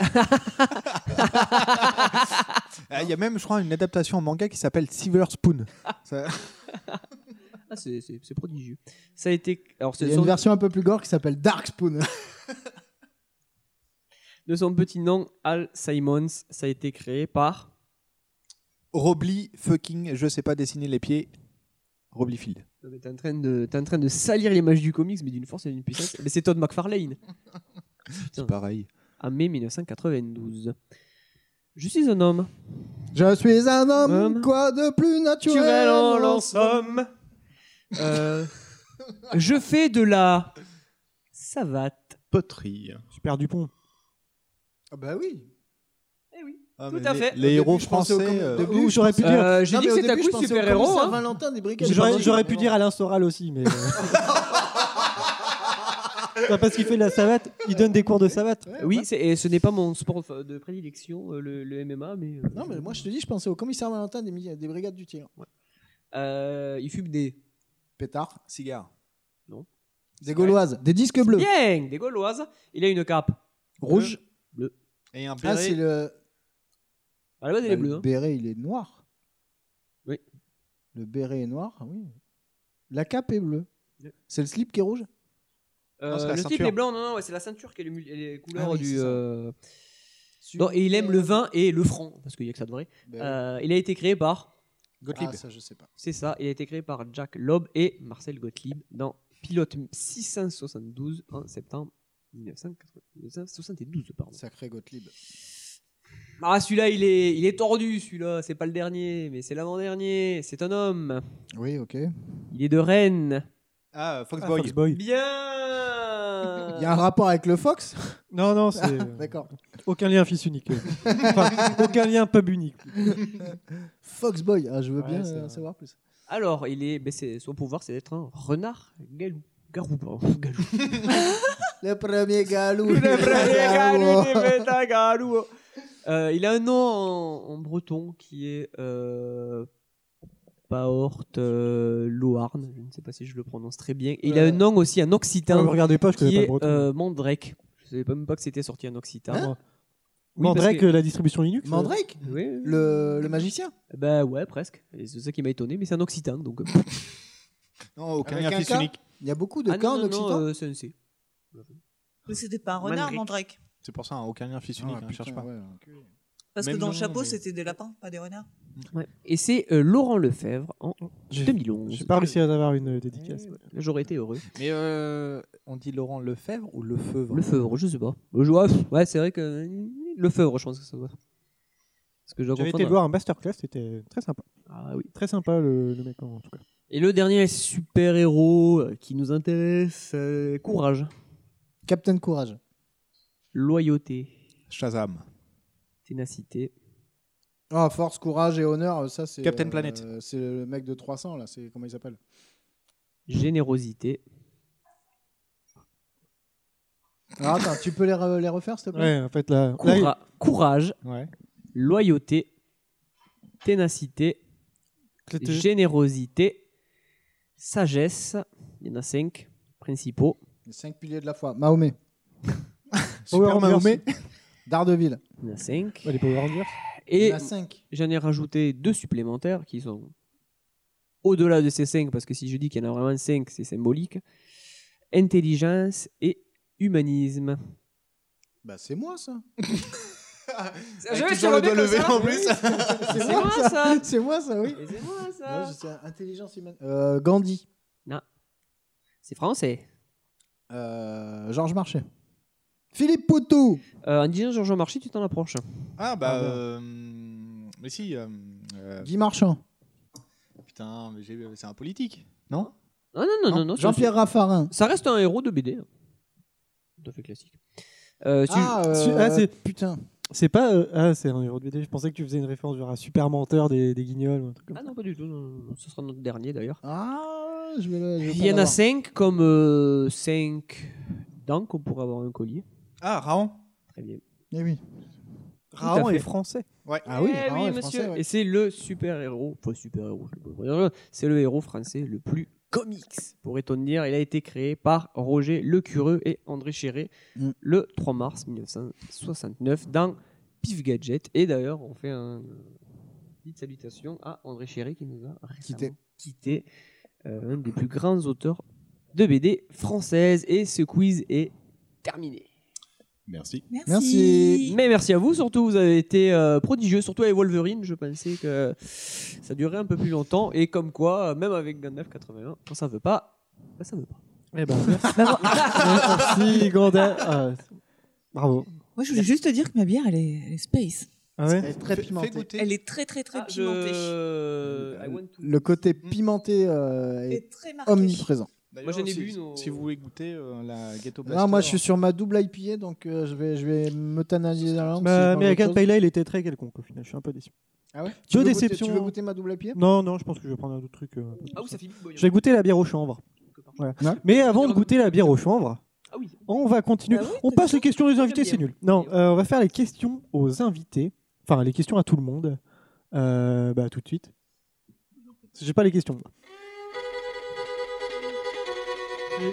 I: Ah, Il y a même, je crois, une adaptation en manga qui s'appelle Silver Spoon. Ça-
N: Ah, c'est- c'est c'est prodigieux. Ça a été. Alors, ce
J: Il y a
N: sont-
J: une version un peu plus gore qui s'appelle Dark Spoon.
N: de son petit nom, Al Simons, ça a été créé par.
I: Robly fucking, je sais pas dessiner les pieds. Robly Field.
N: Non, mais T'es en, train de- t'es en train de salir l'image du comics, mais d'une force et d'une puissance. mais c'est Todd McFarlane.
I: C'est pareil.
N: En mai 1992. Je suis un homme.
J: Je suis un homme,
N: Homme.
J: quoi de plus naturel
N: Naturel en l'ensomme. Euh, je fais de la savate.
M: Poterie.
H: Super Dupont.
J: Ah bah oui.
I: Ah,
N: Eh Tout
I: mais
N: à
I: les-
N: fait.
I: Les
N: Au
I: héros
N: début, je pensais
I: français.
N: au com-
I: euh,
N: au début, J'aurais pu je dire- pensais- j'ai dit que c'était à coup de super-héros, hein.
J: Valentin des brigades.
H: J'aurais j'aurais pu dire Alain Soral aussi, mais. euh, Non, parce qu'il fait de la savate, il donne des cours de savate.
N: Oui, c'est- et ce n'est pas mon sport f- de prédilection, euh, le, le MMA, mais. euh,
J: Non, mais moi je te dis, je pensais au commissaire Valentin des, mi- des brigades du tir.
N: Euh, il fume des.
J: Pétard.
I: Cigare.
N: Non.
J: Des gauloises. Des disques bleus.
N: Bien, des Gauloises. Il a une cape.
J: Rouge.
N: Bleu.
I: Et un
J: Ah,
I: béret.
J: c'est le.
N: À la base, il
J: Bah,
N: est bleu.
J: Le
N: hein.
J: béret, il est noir.
N: Oui.
J: Le béret est noir, ah oui. La cape est bleue.
N: Oui.
J: C'est le slip qui est rouge
N: Euh,
J: Non, c'est la
N: le slip
J: ceinture.
N: est blanc, non, non, ouais, c'est la ceinture qui est les, couleurs
J: Ah oui, c'est
N: du.
J: ça.
N: euh, Non, et il aime le vin et le franc, parce qu'il n'y a que ça de vrai.
J: Bah
N: Euh, il a été créé par
I: Gottlieb. Ah, ça, je sais pas.
N: C'est Ben ça. Il a été créé par Jack Loeb et Marcel Gottlieb dans Pilote 672 en septembre 1972. Pardon.
I: Sacré Gottlieb.
N: Ah, celui-là, il est, il est tordu, celui-là. C'est pas le dernier, mais c'est l'avant-dernier. C'est un homme.
I: Oui, ok.
N: Il est de Rennes.
I: Ah,
N: Foxboy. Bien
I: Il y a un rapport avec le Fox
H: Non, non, c'est. euh,
I: Ah, D'accord.
H: Aucun lien fils unique. Enfin, aucun lien pub unique.
I: Foxboy, ah, je veux
H: Ouais,
I: bien
H: c'est
I: euh,
H: vrai.
I: savoir plus.
N: Alors, il est, ben, c'est- son pouvoir, c'est d'être un renard galou. Garou, pardon. Galou.
I: Le premier galou.
N: Le premier galou des bêta galou. Euh, il a un nom en, en breton qui est euh, Paorte euh, Loarn. Je ne sais pas si je le prononce très bien. Et il a
H: Ouais.
N: un nom aussi en occitan.
H: Euh, Ouais, me regardez pas, je connais
N: qui
H: pas le
N: est,
H: breton.
N: euh, Mandrake. Je savais même pas que c'était sorti en occitan.
H: Hein
N: moi.
H: Mandrake,
N: parce que-
H: euh, la distribution Linux, euh.
I: Mandrake
N: Oui.
I: Le, le magicien
N: Bah ouais, presque. Et C'est ça qui m'a étonné, mais c'est en occitan. Donc... euh.
I: Non,
H: Ah
I: aucun
N: Avec
I: lien
N: un
I: fils
N: K
I: unique. Il y a beaucoup de
N: Ah
I: cas
N: non,
I: en
N: non, non,
I: Occitan.
K: bah,
N: euh, c'est un C.
K: Mais c'était pas un renard,
N: Mandrake.
K: Mandrake.
O: C'est pour ça, hein, aucun lien fils unique,
I: Ah,
O: hein,
I: putain,
O: cherche pas.
I: ouais.
K: Parce que
O: Même
N: euh,
K: dans le
O: nom,
K: chapeau,
O: mais-
K: c'était des lapins, pas des renards.
N: Et c'est euh, Laurent Lefebvre en 2011.
H: J'ai pas
I: Ah
H: réussi à avoir une euh, dédicace.
N: J'aurais été heureux.
O: Mais euh, on dit Laurent Lefebvre ou Lefebvre
N: Lefebvre, je sais pas. Euh, je vois, pff, ouais, c'est vrai que. euh, Lefebvre, je pense que ça doit. Parce que je dois
H: J'avais été
N: confondre.
H: le voir en masterclass, c'était très sympa.
N: Ah oui.
H: Très sympa le, le mec en tout cas.
N: Et le dernier super-héros euh, qui nous intéresse euh, Courage,
I: Captain Courage.
N: loyauté,
O: Shazam.
N: ténacité.
I: Ah, force, courage et honneur, ça c'est. euh,
O: Captain Planet.
I: C'est le mec de 300 là, c'est comment il s'appelle
N: Générosité.
I: Alors, Attends, tu peux les, re- les refaire s'il te plaît
H: Ouais, en fait là.
N: Coura-
H: là,
N: Courage. Loyauté. Ténacité.
H: Clété.
N: Générosité. Sagesse. Il y en a cinq principaux.
I: Les 5 piliers de la foi. Mahomet.
H: Power
I: Super
H: Rangers.
I: Mahomet. D'Ardeville.
N: Il y en a cinq.
H: Ouais, les Power Rangers.
N: Et
I: Il y en a cinq.
N: j'en ai rajouté deux supplémentaires qui sont au-delà de ces cinq, parce que si je dis qu'il y en a vraiment cinq, c'est symbolique. Intelligence et humanisme.
I: Bah, c'est moi ça.
N: je
I: Avec
N: te
I: toujours le
N: remets
I: doigt levé
N: comme ça.
I: en plus.
N: C'est
I: c'est
N: moi,
I: moi
N: ça.
I: ça. C'est moi ça, oui.
N: C'est moi ça.
I: Non, je sais, intelligence humaine. Euh, Gandhi.
N: Non. C'est français.
I: Euh, Georges Marchais. Philippe Poutou.
N: Euh, en disant Georges Marchais, tu t'en approches.
O: Ah bah.
N: Ah, merde.
O: euh, mais si. euh, euh,
I: Guy Marchand.
O: Putain, mais j'ai- euh, c'est un politique, non
N: Oh, Non, non, non, non. non,
I: Jean-Pierre
N: ça-
I: Raffarin.
N: Ça reste un héros de BD. hein. Tout à fait classique. Euh, si
I: Ah,
N: je-
I: euh,
N: si-
H: ah, c'est-
I: putain.
H: C'est pas. euh, ah, c'est un héros de BD. Je pensais que tu faisais une référence vers un super menteur des, des guignols. ou un truc comme
N: Ah non, pas du tout. non, non, non. Ce sera notre dernier d'ailleurs.
I: Ah, je vais le. je vais
N: Il
I: pas
N: y en a
I: l'avoir.
N: 5 comme 5 dents qu'on pourrait avoir un collier.
O: Ah, Raon.
N: Très bien.
I: Eh oui.
N: Tout à
H: Raon
N: fait.
H: est français.
O: Ouais.
I: Ah oui,
N: Eh
I: Raon
N: oui,
I: est
N: monsieur.
I: français, ouais.
N: Et c'est le super-héros. Enfin, super-héros, je sais pas comment dire. C'est le héros français le plus comics, pourrait-on dire. Il a été créé par Roger Lecureux et André Chéré
I: Mm.
N: le 3 mars 1969 dans Pif Gadget. Et d'ailleurs, on fait un- une petite salutation à André Chéré qui nous a
I: Quitté.
N: récemment quitté, euh, un des plus grands auteurs de BD française. Et ce quiz est terminé.
P: Merci.
I: Merci.
N: Mais merci à vous, surtout, vous avez été euh, prodigieux, surtout avec Wolverine. Je pensais que ça durait un peu plus longtemps. Et comme quoi, euh, même avec Gandalf 81, quand ça veut pas, bah, ça veut pas. Bah,
H: Eh ben, merci. merci, Gandalf. Ah, bravo.
K: Moi, je voulais juste te dire que ma bière, elle est, elle est space.
H: Ah ouais
I: Très pimenté.
K: Elle est très, très,
N: Ah,
K: très pimentée.
N: Euh,
I: Le côté
H: Mm.
I: pimenté euh, est
K: Et très marquée.
I: omniprésent.
O: Moi j'en ai
N: si-
O: bu. Si vous voulez goûter euh, la Ghetto
H: Bah,
O: Blaster.
I: Non, moi je suis sur ma double IPA donc euh, je vais je vais m'euthanaser la langue. si je
H: Bah,
I: mange
H: American
I: autre
H: Pale
I: chose.
H: Ale était très quelconque au final. Je suis un peu déçu.
I: Ah ouais Tu
H: Deux
I: veux goûter-
H: déceptions.
I: Tu veux goûter ma double IPA
H: Non, non, je pense que je vais prendre un autre truc. euh, un peu
N: Ah oui,
H: plus
N: ça
H: simple.
N: fait big boy,
H: Je vais
N: hein.
H: goûter la bière au chanvre. Voilà.
I: Ouais.
H: Mais avant de goûter la bière au chanvre,
N: Ah oui.
H: on va continuer.
N: Ah oui,
H: on
N: t'as
H: passe
N: dit-
H: les questions des invités,
N: bien.
H: c'est nul. Non, euh, on va faire les questions aux invités. Enfin, les questions à tout le monde. Euh, bah, tout de suite. J'ai pas les questions. moi.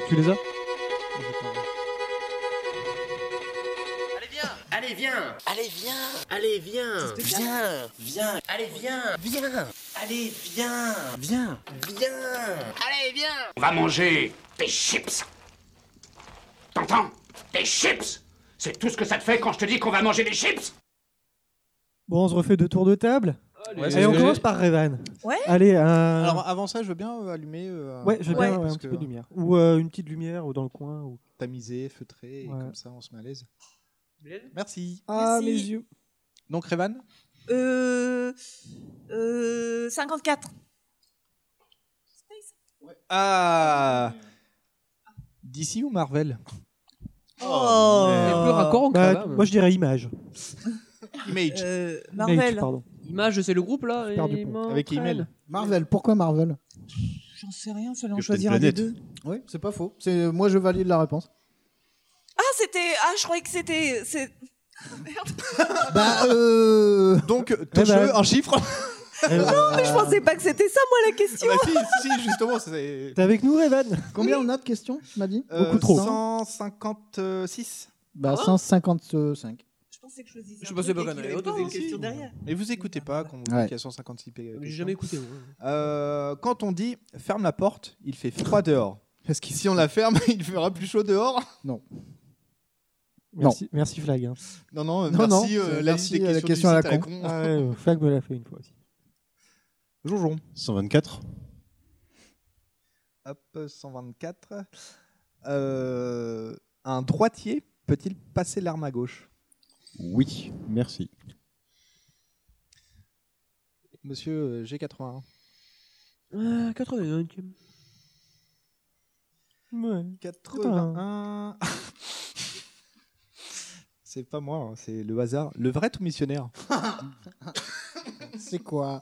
H: Tu les as
B: Allez viens Allez viens Allez viens Allez viens Viens Viens Allez viens Viens Allez viens Viens Viens Allez viens
Q: On va manger des chips. T'entends Des chips C'est tout ce que ça te fait quand je te dis qu'on va manger des chips
H: Bon, on se refait deux tours de table.
N: Ah,
H: Ouais, Allez, on commence par Revan. Allez, un-
O: Alors avant ça, je veux bien euh, allumer. euh,
H: Ouais, je veux bien ouais,
O: parce
H: un petit
O: que-
H: peu de lumière. Ou euh, une petite lumière ou dans le coin. Ou...
O: Tamisé, feutré, et
H: Ouais.
O: comme ça on se met à l'aise. Merci.
K: Ah, Merci. mes
H: yeux.
O: Donc Revan
K: Euh, euh, 54.
O: Ah D'ici ou Marvel
K: Oh. Il y a plus raccord en
H: Bah,
K: cravate.
H: Moi, je dirais image.
O: Image.
K: Euh, Marvel.
H: Image, pardon.
N: Image, c'est le groupe là.
H: Je perds du
N: et
H: pont.
N: Marvel.
O: Avec email.
J: Marvel, pourquoi Marvel
K: J'en sais rien, fallait en
O: Captain
K: choisir un des
O: Planète.
K: deux.
J: Oui, c'est pas faux. C'est- Moi, je valide la réponse.
K: Ah, c'était. Ah, je croyais que c'était. c'est-
J: Bah, euh...
O: Donc,
J: ton
O: jeu en chiffres
H: Euh,
K: Non, mais je pensais pas que c'était ça, moi, la question.
O: Bah, si, si, justement, c'est.
H: T'es avec nous, Revan
J: Combien on a de questions, tu m'as dit
O: Euh,
J: Beaucoup trop.
H: hein.
O: 156.
J: Bah,
O: Ah ouais
J: 155.
K: Je pensais que je choisissais.
O: Je
K: un
O: pensais
K: truc
O: pas
K: et
O: qu'on
K: qu'il
O: avait
K: allait poser
O: autant
K: une question
O: aussi.
K: derrière.
O: Et vous écoutez pas quand on dit
J: Ouais.
O: qu'il y a 156 J'ai
N: jamais écouté, ouais.
O: Euh, quand on dit ferme la porte, il fait froid dehors. Parce que si on la ferme, il fera plus chaud dehors.
J: Non.
H: Merci, merci Flag. hein.
O: Non, non, euh,
J: Non, non,
O: merci, euh,
J: c'est-
O: la
J: merci,
O: liste des
J: euh, la
O: questions
J: question
O: du
J: à la
O: site à la
J: con.
O: con.
H: Ah ouais, euh, Flag me l'a fait une fois aussi.
O: Bonjour.
P: 124.
O: Hop, 124. Euh, un droitier peut-il passer l'arme à gauche
P: Oui, merci.
O: Monsieur euh, G81.
N: Euh, 89.
H: Ouais.
O: 81. c'est pas moi, hein, c'est le hasard. Le vrai tout missionnaire
J: C'est quoi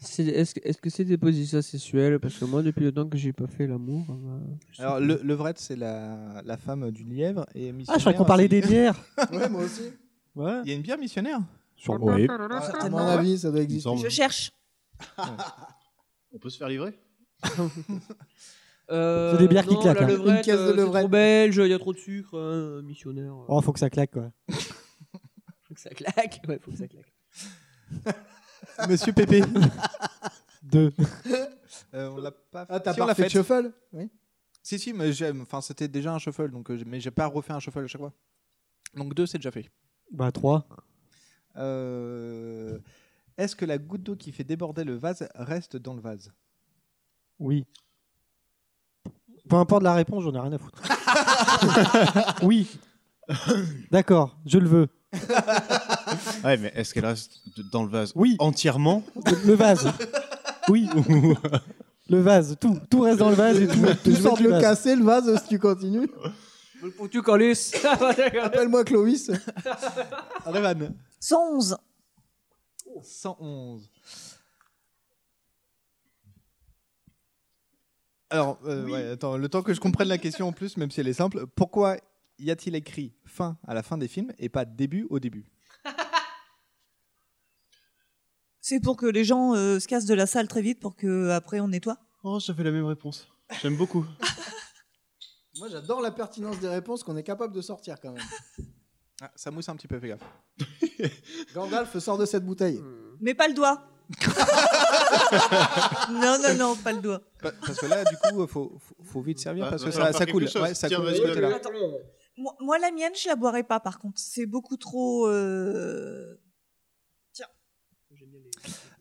N: C'est- Est-ce que- est-ce que c'est des positions sexuelles Parce que moi, depuis le temps que j'ai pas fait l'amour. euh, je
O: Alors,
N: sais
O: le, le vrai, c'est la, la femme du lièvre. Et missionnaire,
H: Ah, je croyais qu'on parlait
O: c'est-
H: des bières.
J: Ouais, moi aussi.
H: Ouais.
O: Il y a une bière missionnaire
H: Ah,
P: Sûrement. Oui.
J: À mon avis, ça doit exister.
K: Je cherche.
P: On peut se faire livrer
N: pas. Euh,
H: C'est des bières qui
N: non,
H: claquent,
N: la
H: hein.
N: levrette,
H: Une caisse de
N: euh, c'est
H: levrette.
N: trop belge, il y a trop de sucre, hein, missionnaire. euh,
H: Oh, faut que ça claque, quoi.
N: Faut que ça claque. Ouais, faut que ça claque.
O: Monsieur Pépé.
H: Deux.
O: Euh, on l'a pas
J: Ah, t'as
O: Si, on
J: pas
O: l'a
J: fait de
O: faite.
J: shuffle Oui.
O: Si, si, mais j'aime. Enfin, c'était déjà un shuffle, donc, euh, j'ai- mais j'ai pas refait un shuffle à chaque fois. Donc, deux, c'est déjà fait.
H: Bah, trois.
O: Euh, Est-ce que la goutte d'eau qui fait déborder le vase reste dans le vase
H: Oui. Peu importe la réponse, j'en ai rien à foutre. oui. D'accord, je le veux.
P: Ouais, mais est-ce qu'elle reste d- dans le vase
H: Oui.
P: Entièrement
H: Le, le vase. Oui. Le vase, tout. Tout reste dans le vase et tout.
J: Tu
H: tout
J: sors
H: sort
J: de
H: du
J: le
H: vase.
J: casser, le vase, si tu continues.
N: Pour tu calus.
J: Appelle-moi Clovis.
O: Revan.
K: 111.
O: 111. Alors, euh, ouais, attends, le temps que je comprenne la question en plus, même si elle est simple, pourquoi y a-t-il écrit fin à la fin des films et pas début au début
K: C'est pour que les gens euh, se cassent de la salle très vite pour que euh, après on nettoie.
P: Oh, j'avais la même réponse. J'aime beaucoup.
J: Moi, j'adore la pertinence des réponses qu'on est capable de sortir quand même.
O: Ah, Ça mousse un petit peu, fais gaffe.
J: Gandalf sort de cette bouteille.
K: Mais pas le doigt. non, non, non, pas le doigt.
O: Pa- Parce que là, du coup, faut, faut, faut vite servir
P: Ah,
O: parce que
P: ouais, on
O: ça,
P: va
O: ça
P: faire
O: coule.
P: quelque chose.
O: Ouais, ça
P: Tiens,
O: coule de
P: vas-y,
O: ce côté-là.
P: Damien.
K: Moi, moi, la mienne, je la boirais pas par contre. C'est beaucoup trop. euh,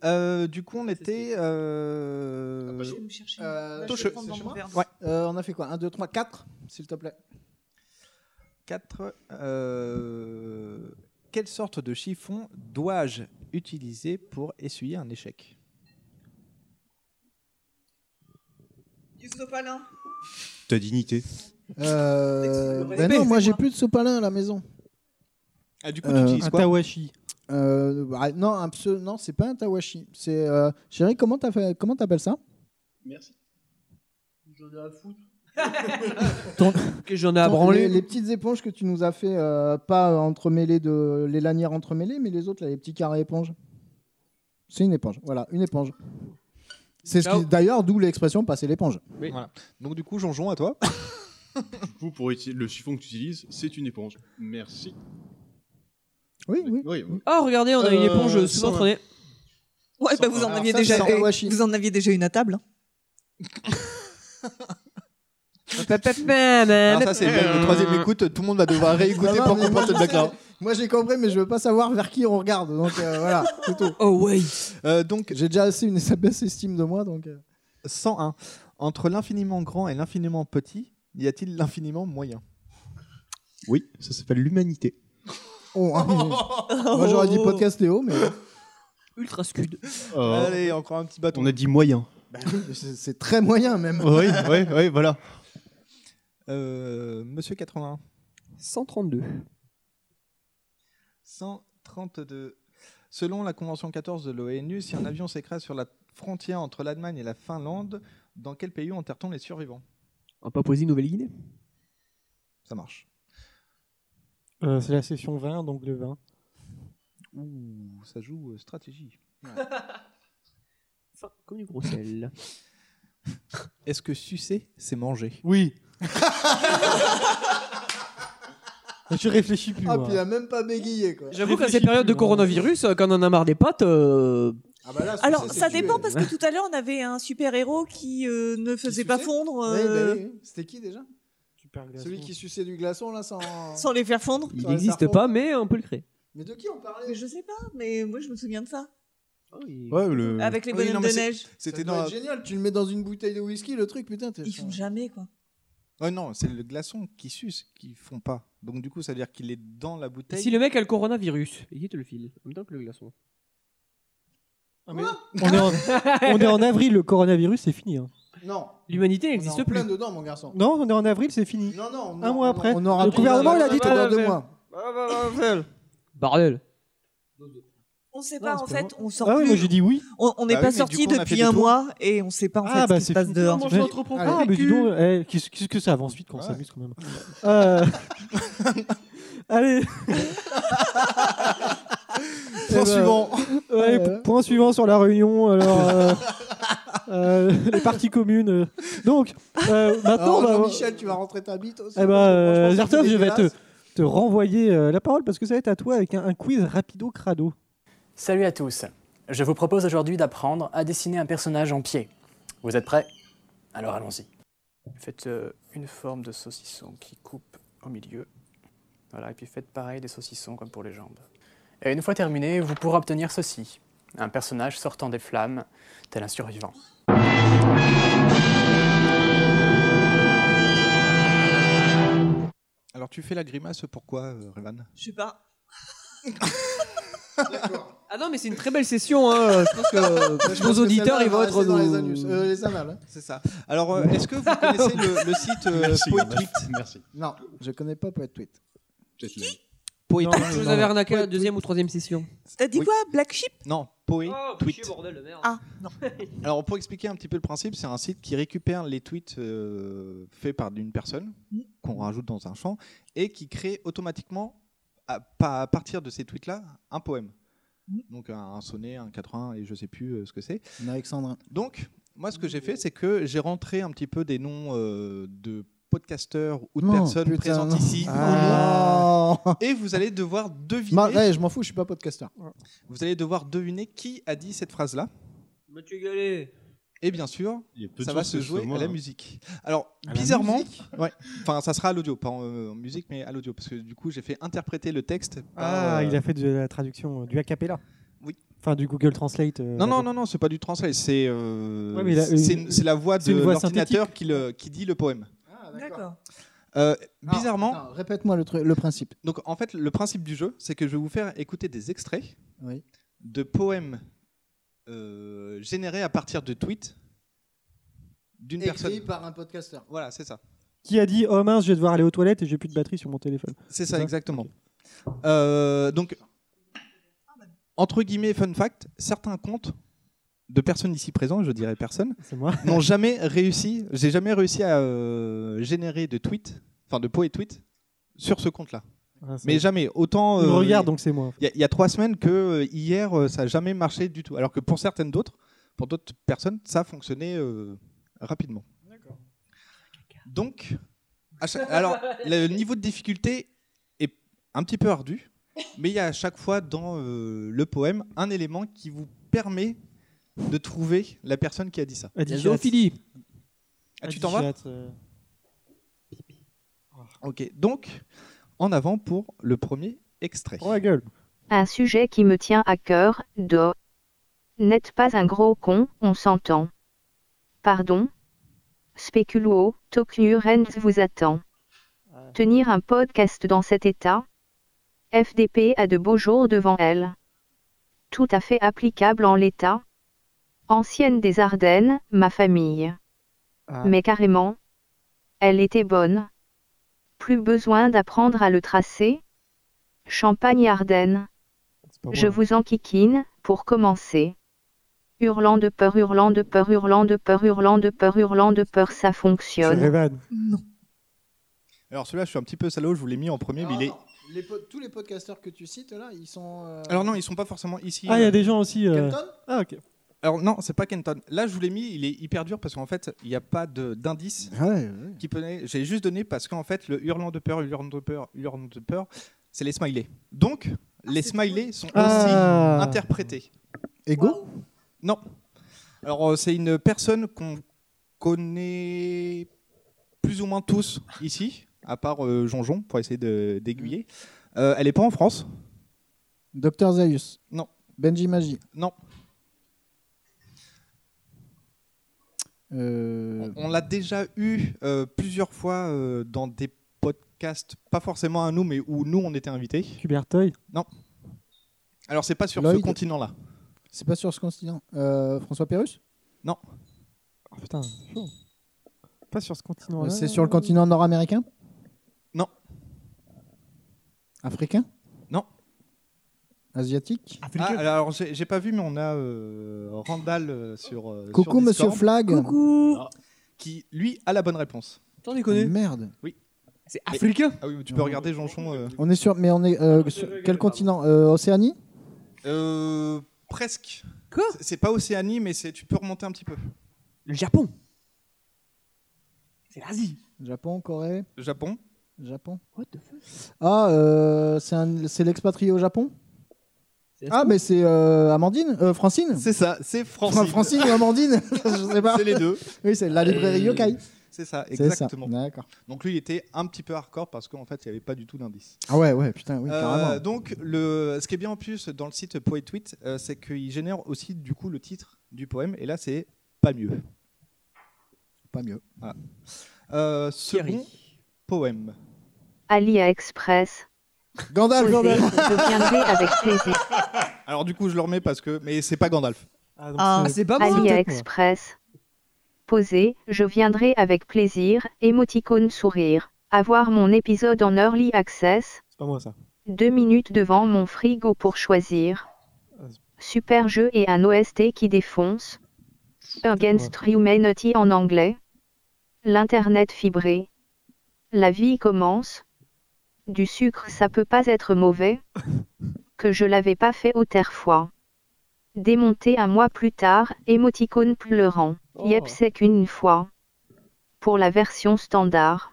O: Euh, du coup, on était. Euh...
K: Je vais me chercher.
J: Euh,
K: Là, je
J: Toche,
K: vais prendre
J: c'est
K: dans
J: chez
K: mon
J: moi
K: verre.
O: Ouais.
J: Euh, on a fait quoi 1, 2, 3, 4, s'il te plaît.
O: 4. Euh... Quelle sorte de chiffon dois-je utiliser pour essuyer un échec
K: Du sopalin.
P: Ta dignité.
J: Euh,
K: Respect,
J: ben non, moi
K: c'est
J: j'ai
K: moi.
J: plus de sopalin à la maison.
O: Ah, du
H: coup, tu utilises Un quoi tawashi.
J: Euh, bah, non, un pseu- non, c'est pas un tawashi. C'est euh, chérie, comment t'as fait- comment t'appelles ça
P: Merci. J'en ai à foutre.
N: Que j'en ai à
J: Ton-
N: branler.
J: Les, les petites éponges que tu nous as fait, euh, pas entremêlées de les lanières entremêlées, mais les autres là, les petits carrés éponges. C'est une éponge. Voilà, une éponge. C'est ce qui-
O: Ciao.
J: d'ailleurs d'où l'expression passer l'éponge.
O: Voilà. Donc, du coup, Jonjon, à toi.
P: Du coup, pour utiliser- le chiffon que tu utilises, c'est une éponge. Merci.
J: Oui, oui.
P: Oui, oui.
N: Ah, regardez, on a une
P: Euh,
N: éponge
P: sans-
N: sous-entraînée.
K: Ouais, bah,
P: Sans-
K: vous en
P: alors
K: aviez
P: ça,
K: déjà.
P: sans
K: Vous en aviez déjà une à table. hein.
N: Alors Euh,
O: Alors Ah, ça c'est même le troisième écoute, tout le monde va devoir réécouter
J: Non, non,
O: pour
J: mais moi,
O: comprendre
J: je
O: cette blague-là.
J: sais, Moi j'ai compris, mais je veux pas savoir vers qui on regarde. Donc euh, voilà, c'est tout.
N: Oh ouais.
O: Euh, donc
J: j'ai déjà assez une basse estime de moi, donc. euh,
O: 101. Entre l'infiniment grand et l'infiniment petit, y a-t-il l'infiniment moyen Oui, ça s'appelle l'humanité.
J: Oh, hein, Moi j'aurais dit podcast Léo, mais.
N: Ultra scud.
M: Oh.
O: Allez, encore un petit bâton. On a dit moyen.
J: c'est c'est très moyen même.
O: oui, oui, oui, voilà. Euh, Monsieur 81.
N: 132.
O: 132. Selon la Convention 14 de l'ONU, si un avion s'écrase sur la frontière entre l'Allemagne et la Finlande, dans quel pays enterre-t-on les survivants
N: En Papouasie-Nouvelle-Guinée.
O: Ça marche.
H: Euh, c'est la session 20, donc le 20.
O: Ouh, ça joue euh, stratégie.
N: Fort Comme du gros sel.
O: Est-ce que sucer, c'est manger
H: Oui. Je réfléchis plus.
J: Ah,
N: moi.
J: puis il a même pas bégayé quoi.
N: J'avoue qu'à cette période de coronavirus, euh, quand on en a marre des pattes. euh,
K: Alors, ça dépend parce que tout à l'heure, on avait un super-héros qui euh, ne faisait pas fondre.
J: Ouais, bah
K: euh,
J: oui, oui. C'était qui déjà Celui qui suçait du glaçon là sans.
K: Sans les faire fondre
N: Il n'existe pas, mais on peut le créer.
J: Mais de qui on parlait
K: Je sais pas, mais moi je me souviens de ça.
O: Oh, Avec
K: les Oui, bonhommes non, mais de c'est- neige.
O: C'était
J: C'était
O: dans-
J: génial. Tu le mets dans une bouteille de whisky, le truc, putain.
K: Ils font jamais quoi.
O: Ouais, Oh non, c'est le glaçon qui suce, qui font pas. Donc du coup, ça veut dire qu'il est dans la bouteille.
N: Si le mec a le coronavirus, il te le file. En même temps que le glaçon. Ah,
H: On est, en, on est en avril, le coronavirus, c'est fini. hein.
J: Non.
N: L'humanité
J: On est
N: n'existe
J: en plein
N: plus.
J: dedans, mon garçon.
H: Non, on est en avril, c'est fini.
J: Non, non.
H: Un mois après.
J: on aura
H: le
J: pris
H: gouvernement, il a dit
J: dans
H: tout.
J: deux mois.
N: Bordel.
K: On sait pas en
N: c'est pas
K: fait, on sort
H: Ah oui,
K: plus.
H: moi j'ai dit oui.
K: On on n'est
H: Bah
K: pas
H: oui, mais du
K: sorti
H: coup, on a fait
K: depuis
H: le
K: un
H: tour.
K: mois et on sait pas en
H: Ah,
K: fait
H: bah,
K: ce qui se passe dehors.
H: Mais- Ah, mais dis donc, eh, qu'est-ce qu'est-ce que ça avance vite quand on s'amuse quand même. Euh, Allez. Eh ben,
O: suivant.
H: ouais, p- point suivant sur la réunion. Alors, euh, euh, les parties communes. euh. Donc, euh, maintenant,
J: Maintenant,
H: on va-
J: Michel, tu vas rentrer ta bite oh, aussi.
H: Eh ben, euh, Zertov, je vais te,
J: dégueulasse.
H: te renvoyer euh, la parole parce que ça va être à toi avec un, un quiz rapido crado.
R: Salut à tous. Je vous propose aujourd'hui d'apprendre à dessiner un personnage en pied. Vous êtes prêts Alors allons-y. Faites euh, une forme de saucisson qui coupe au milieu. Voilà, et puis faites pareil des saucissons comme pour les jambes. Et une fois terminé, vous pourrez obtenir ceci. Un personnage sortant des flammes, tel un survivant.
O: Alors tu fais la grimace pourquoi, euh, Revan
K: Je sais pas.
N: Ah non, mais c'est une très belle session. hein. Je pense que euh,
O: Je pense
N: nos
O: que
N: auditeurs,
O: celle-là,
N: ils vont
O: elle va
N: être.
O: rester dans les
N: nos-
O: anus.
J: Euh, les annales. hein.
O: C'est ça. Alors, euh, est-ce que vous connaissez le, le site euh,
J: Merci,
O: Poetweet
P: Merci.
J: Non, je connais pas Poet Tweet.
N: Poétique. Je vous avais arnaqué à la deuxième ou troisième session.
K: T'as dit quoi Black Sheep
O: Non, Poetweet.
N: Oh, bordel de merde.
K: Ah non.
O: Alors, pour expliquer un petit peu le principe, c'est un site qui récupère les tweets euh, faits par une personne,
K: Mm.
O: qu'on rajoute dans un champ, et qui crée automatiquement, à, pas- à partir de ces tweets-là, un poème. Donc, un, un sonnet, un quatrain, et je sais plus euh, ce que c'est.
J: Un alexandrin.
O: Donc, moi, ce que j'ai fait, c'est que j'ai rentré un petit peu des noms euh, de podcasteurs ou de
J: Non,
O: personnes
J: putain,
O: présentes
J: non.
O: ici. au nom.
J: Ah.
O: Et vous allez devoir deviner.
J: Ma- ouais, je m'en fous, je suis pas podcasteur.
O: Vous allez devoir deviner qui a dit cette phrase-là.
N: Mathieu Gallet.
O: Et bien sûr,
P: Il y a peu de
O: ça va
P: chances que
O: se
P: ce
O: jouer
P: soit moi,
O: à la
P: hein.
O: musique. Alors,
P: À la
O: bizarrement,
P: musique
O: ouais. enfin, ça sera à l'audio, pas en, euh, en musique, mais à l'audio, parce que du coup, j'ai fait interpréter le texte. par,
H: Ah,
O: euh,
H: il a fait de la traduction euh, du a cappella.
O: Oui.
H: Enfin, du Google Translate. euh,
O: Non, non,
H: la-
O: non, non, c'est pas du translate, c'est euh,
H: Ouais, mais il a-
O: c'est- c'est la voix
H: c'est
O: de
H: une voix
O: l'ordinateur qui, le- qui dit le poème.
J: Ah,
K: D'accord.
O: Euh, bizarrement,
J: Répète-moi le, truc- le principe.
O: donc en fait, le principe du jeu, c'est que je vais vous faire écouter des extraits
J: Oui.
O: de poèmes euh, générés à partir de tweets d'une personne.
J: Écrit par un podcasteur.
O: Voilà, c'est ça.
H: Qui a dit Oh mince, je vais devoir aller aux toilettes et j'ai plus de batterie sur mon téléphone.
O: C'est ça, exactement. Euh, donc, entre guillemets, fun fact, certains comptes de personnes ici présentes, je dirais personne, n'ont jamais réussi, j'ai jamais réussi à euh, générer de tweets, enfin de poètes tweets, sur ce compte-là.
H: Ah, c'est-
O: Mais jamais. Autant.
H: Il me
O: euh, il-
H: regarde, donc c'est moi, en fait.
O: Il y a- il y, a trois semaines que euh, hier, euh, ça n'a jamais marché du tout. Alors que pour certaines d'autres, pour d'autres personnes, ça fonctionnait euh, rapidement. Donc, à chaque- alors, le niveau de difficulté est un petit peu ardu, mais il y a à chaque fois dans euh, le poème un élément qui vous permet de trouver la personne qui a dit ça.
H: La zoophilie.
O: Ah, tu t'en vas
H: Adichate, euh,
O: Ok, donc, en avant pour le premier Extrait.
S: Un sujet qui me tient à cœur, Do. N'êtes pas un gros con, on s'entend. Pardon Spéculo, Toknurens vous attend. Tenir un podcast dans cet état FDP a de beaux jours devant elle. Tout à fait applicable en l'état. Ancienne des Ardennes, ma famille.
T: Ah.
S: Mais carrément, elle était bonne. Plus besoin d'apprendre à le tracer. Champagne Ardennes.
T: pas
S: Je
T: moi.
S: vous enquiquine, pour commencer. Hurlant de peur, hurlant de peur, hurlant de peur, hurlant de peur, hurlant de peur, ça fonctionne.
O: Alors celui-là, je suis un petit peu salaud, je vous l'ai mis en premier, mais il est.
J: Ah, Les po- tous les podcasteurs que tu cites là, ils sont. euh,
O: Alors non, ils sont pas forcément ici.
H: Ah, il y a des gens aussi. euh,
O: Kenton
H: Ah, ok.
O: Alors non, c'est pas Kenton. Là, je vous l'ai mis, il est hyper dur parce qu'en fait, il n'y a pas de- d'indice qui peut. J'ai juste donné parce qu'en fait, le hurlant de peur, hurlant de peur, hurlant de peur, c'est les smileys. Donc, les smileys sont
I: Ah.
O: aussi interprétés.
I: Ego
O: Non. Alors, euh, c'est une personne qu'on connaît plus ou moins tous ici, à part euh, Jonjon, pour essayer de- d'aiguiller. Euh, elle n'est pas en France.
J: Docteur Zaius.
O: Non.
J: Benji Magie.
O: Non.
J: Euh.
O: On l'a déjà eu euh, plusieurs fois euh, dans des podcasts, pas forcément à nous, mais où nous on était invités.
H: Cuberteuil
O: Non. Alors c'est pas sur ce
J: Lloyd.
O: continent-là.
J: C'est pas sur ce continent. Euh, François Pérus
O: Non.
H: Oh, putain, c'est chaud. Pas sur ce continent-là.
J: Euh, C'est sur le continent nord-américain
O: Non.
J: Africain
O: Non.
J: Asiatique
O: Ah, alors j'ai j'ai pas vu, mais on a euh, Randall euh, sur. euh,
J: Coucou,
O: sur
J: monsieur
O: Discord.
J: Flag. Coucou.
O: Ah. Qui lui a la bonne réponse.
J: T'en déconnes Ah, Merde.
O: Oui.
N: C'est
O: africain. Ah oui, mais tu peux regarder Jonchon. euh,
J: On est sur. Mais on est. euh, sur quel continent Euh, Océanie
O: euh, presque. Quoi C'est pas Océanie, mais c'est tu peux remonter un petit peu.
N: Le Japon. C'est l'Asie.
J: Japon, Corée
O: Japon.
J: Japon. Ah, euh, c'est un- c'est l'expatrié au Japon Ah, mais c'est euh, Amandine euh, Francine
O: C'est ça, c'est Francine.
J: Fra- Francine ou Amandine Je sais pas.
O: C'est les deux.
J: Oui, c'est la librairie
O: Euh,
J: Yokai.
O: C'est ça,
J: C'est ça,
O: exactement.
J: D'accord.
O: Donc lui, il était un petit peu hardcore parce qu'en fait, il n'y avait pas du tout d'indice.
J: Ah ouais, ouais, putain, oui,
O: Euh,
J: carrément.
O: donc, le, ce qui est bien en plus dans le site Poet Tweet, euh, c'est qu'il génère aussi du coup le titre du poème, et là, c'est pas mieux.
J: Pas mieux.
O: Voilà. Euh, second poème.
S: Alia Express.
J: Gandalf,
S: Posez,
O: Gandalf.
S: Je viendrai avec plaisir.
O: Alors du coup, je le remets parce que, mais c'est pas Gandalf.
S: Ah,
O: Ah,
S: Alia Express. Posé, je viendrai avec plaisir, émoticône sourire. Avoir mon épisode en early access,
H: C'est pas moi ça.
S: deux minutes devant mon frigo pour choisir. Super jeu et un OST qui défonce. Against Humanity en anglais. L'internet fibré. La vie commence. Du sucre ça peut pas être mauvais. que je l'avais pas fait au terrefois. Démonté un mois plus tard, émoticône pleurant. Yep c'est qu'une fois. Pour la version standard.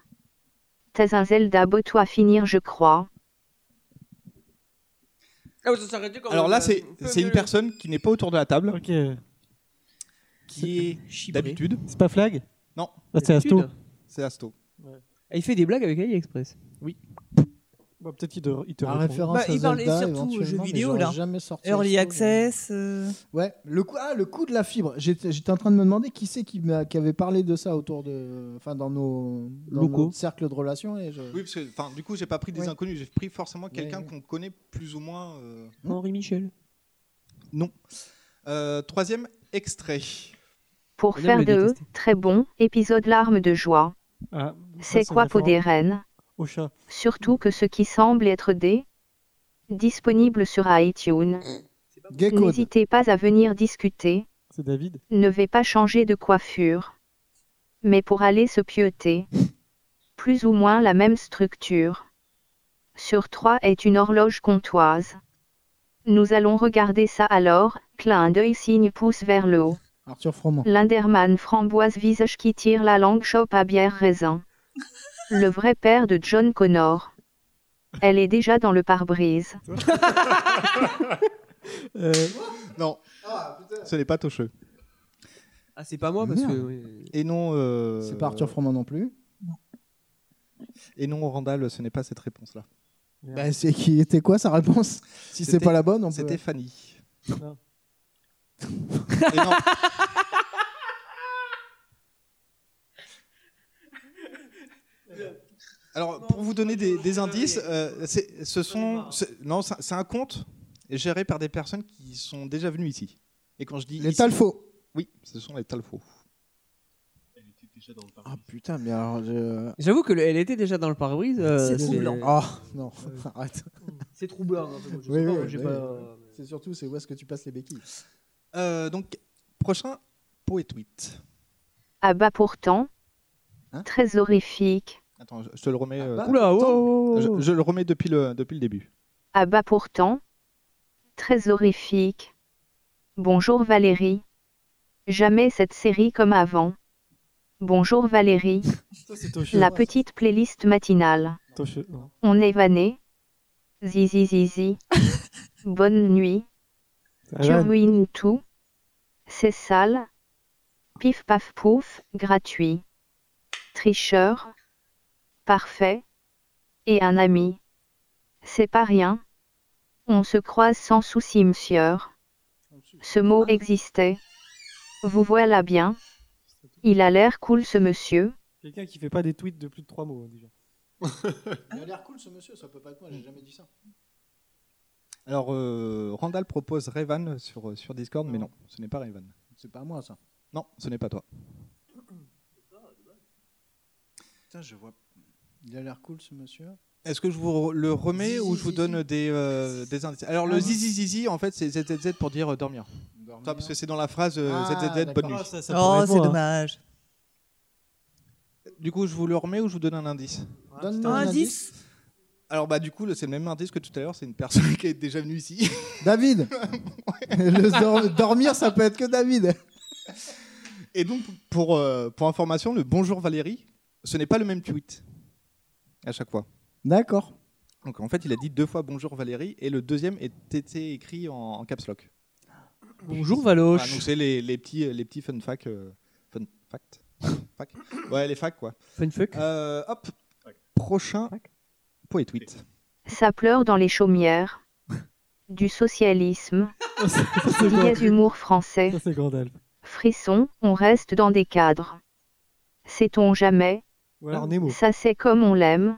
S: T'as un Zelda beau-toi finir je crois.
N: Ah,
O: Alors là, c'est c'est une personne qui n'est pas autour de la table. Qui est d'habitude.
H: C'est pas Flag
O: Non.
H: Ah, c'est Asto.
O: C'est Asto.
N: Ah, Il fait des blagues avec AliExpress.
O: Oui. Bah,
H: Bah, Peut-être qu'il te, il te
J: En
H: répond.
J: référence à
N: Bah, il parlait
J: Zelda,
O: euh,
N: surtout aux
J: éventuellement,
N: jeux
J: mais
N: vidéo,
J: j'aurais
N: là.
J: jamais sorti
N: Early
J: Astro,
N: access, euh.
J: j'aurais- Ouais, le coup, ah, le coup de la fibre. J'étais j'étais en train de me demander qui c'est qui, m'a- qui avait parlé de ça autour de, enfin, dans nos, dans
O: Locaux.
J: notre cercle de relations et je-
O: Oui, parce que enfin, du coup, j'ai pas pris des
J: Ouais.
O: inconnus, j'ai pris forcément quelqu'un
J: ouais.
O: qu'on connaît plus ou moins. euh,
N: Henri Michel.
O: Non. Euh, troisième extrait.
S: Pour faire de eux, très bon, épisode larmes de joie.
H: Ah,
S: C'est
H: ça,
S: quoi
H: référent
S: Poder Rennes
H: Au chat.
S: Surtout que ce qui semble être des disponible sur iTunes.
H: Gecko.
S: N'hésitez pas à venir discuter.
H: C'est David.
S: Ne vais pas changer de coiffure. Mais pour aller se pioter. Plus ou moins la même structure. Sur trois est une horloge comptoise. Nous allons regarder ça alors, clin d'œil signe pouce vers le haut.
J: Arthur Froment.
S: L'Inderman framboise visage qui tire la langue chope à bière raisin. Le vrai père de John Connor. Elle est déjà dans le pare-brise.
O: Euh. non. Ce n'est pas Tocheux.
N: Ah, c'est pas moi parce
O: Merde.
N: que. oui.
O: Et non. euh,
J: C'est pas Arthur Froment non plus.
O: Et non, Randall, ce n'est pas cette réponse-là.
J: Bah, c'est qui était quoi sa réponse Si c'est pas la bonne, on peut.
O: C'était Fanny. Alors, pour vous donner des, des indices, euh, c'est- ce sont, c'est- non, c'est c'est un compte géré par des personnes qui sont déjà venues ici. Et quand je dis les
J: Talfos.
O: Oui, ce sont les Talfos.
J: Ah putain, mais alors. je-
N: J'avoue que le- elle était déjà dans le pare-brise. euh,
J: C'est
O: hein.
J: troublant. Ah, non, arrête.
D: C'est troublant.
J: Oui, oui,
D: j'ai
J: oui.
D: pas-
K: euh,
J: C'est surtout, c'est où est-ce que tu passes les béquilles
O: Euh, donc, prochain poétweet.
S: Ah bah pourtant. Très horrifique.
O: Attends, je, je te le remets. euh,
S: bah, Oula,
O: attends. je, je le remets depuis le, depuis le début.
S: Ah bah pourtant. Très horrifique. Bonjour Valérie. Jamais cette série comme avant. Bonjour Valérie. La petite playlist matinale. On est vanné. Zizi zizi. Bonne nuit.
H: Ah
S: Tu
H: ouais.
S: ruines tout. C'est sale. Pif paf pouf, gratuit. Tricheur. Parfait. Et un ami. C'est pas rien. On se croise sans souci, monsieur. Ce mot existait. Vous voilà bien. Il a l'air cool, ce monsieur.
H: Quelqu'un qui fait pas des tweets de plus de 3 mots hein, déjà.
J: Il a l'air cool ce monsieur, ça peut pas être moi, j'ai jamais dit ça.
O: Alors, euh, Randall propose Revan sur, sur Discord, mais non, ce n'est pas Revan.
J: C'est pas moi ça.
O: Non, ce n'est pas toi. Putain, je vois.
J: Il a l'air cool ce monsieur.
O: Est-ce que je vous le remets ou je vous donne des, euh, des indices Alors,
N: Ah,
O: le zizi zizi, en fait, c'est ZZZ pour dire euh, dormir. Ça, parce que c'est dans la phrase euh,
N: Ah,
O: ZZZ, bonne
N: d'accord.
O: nuit.
N: Ah, ça- ça Oh, pourrait être c'est moi, hein. dommage.
O: Du coup, je vous le remets ou je vous donne un indice
N: Ah,
J: Donne-nous un indice.
O: Alors, bah, du coup, le- c'est le même indice que tout à l'heure, c'est une personne qui est déjà venue ici.
J: David Le dor- Dormir, ça peut être que David
O: Et donc, pour, euh, pour information, le bonjour Valérie, ce n'est pas le même tweet à chaque fois.
J: D'accord.
O: Donc, en fait, il a dit deux fois bonjour Valérie et le deuxième était écrit en, en caps lock.
N: Bonjour Valoche.
O: Ah, donc, c'est les, les petits, les petits fun facts. euh, fun fact Fact Ouais, les facts, quoi.
N: Fun fuck
O: Euh, hop, prochain poet tweet.
S: Ça pleure dans les chaumières. Du socialisme.
H: c'est bon.
S: Dièse humour français.
H: Ça, c'est Grandal.
S: Frisson, on reste dans des cadres. Sait-on jamais
H: Ou alors Nemo.
S: Ça c'est comme on l'aime.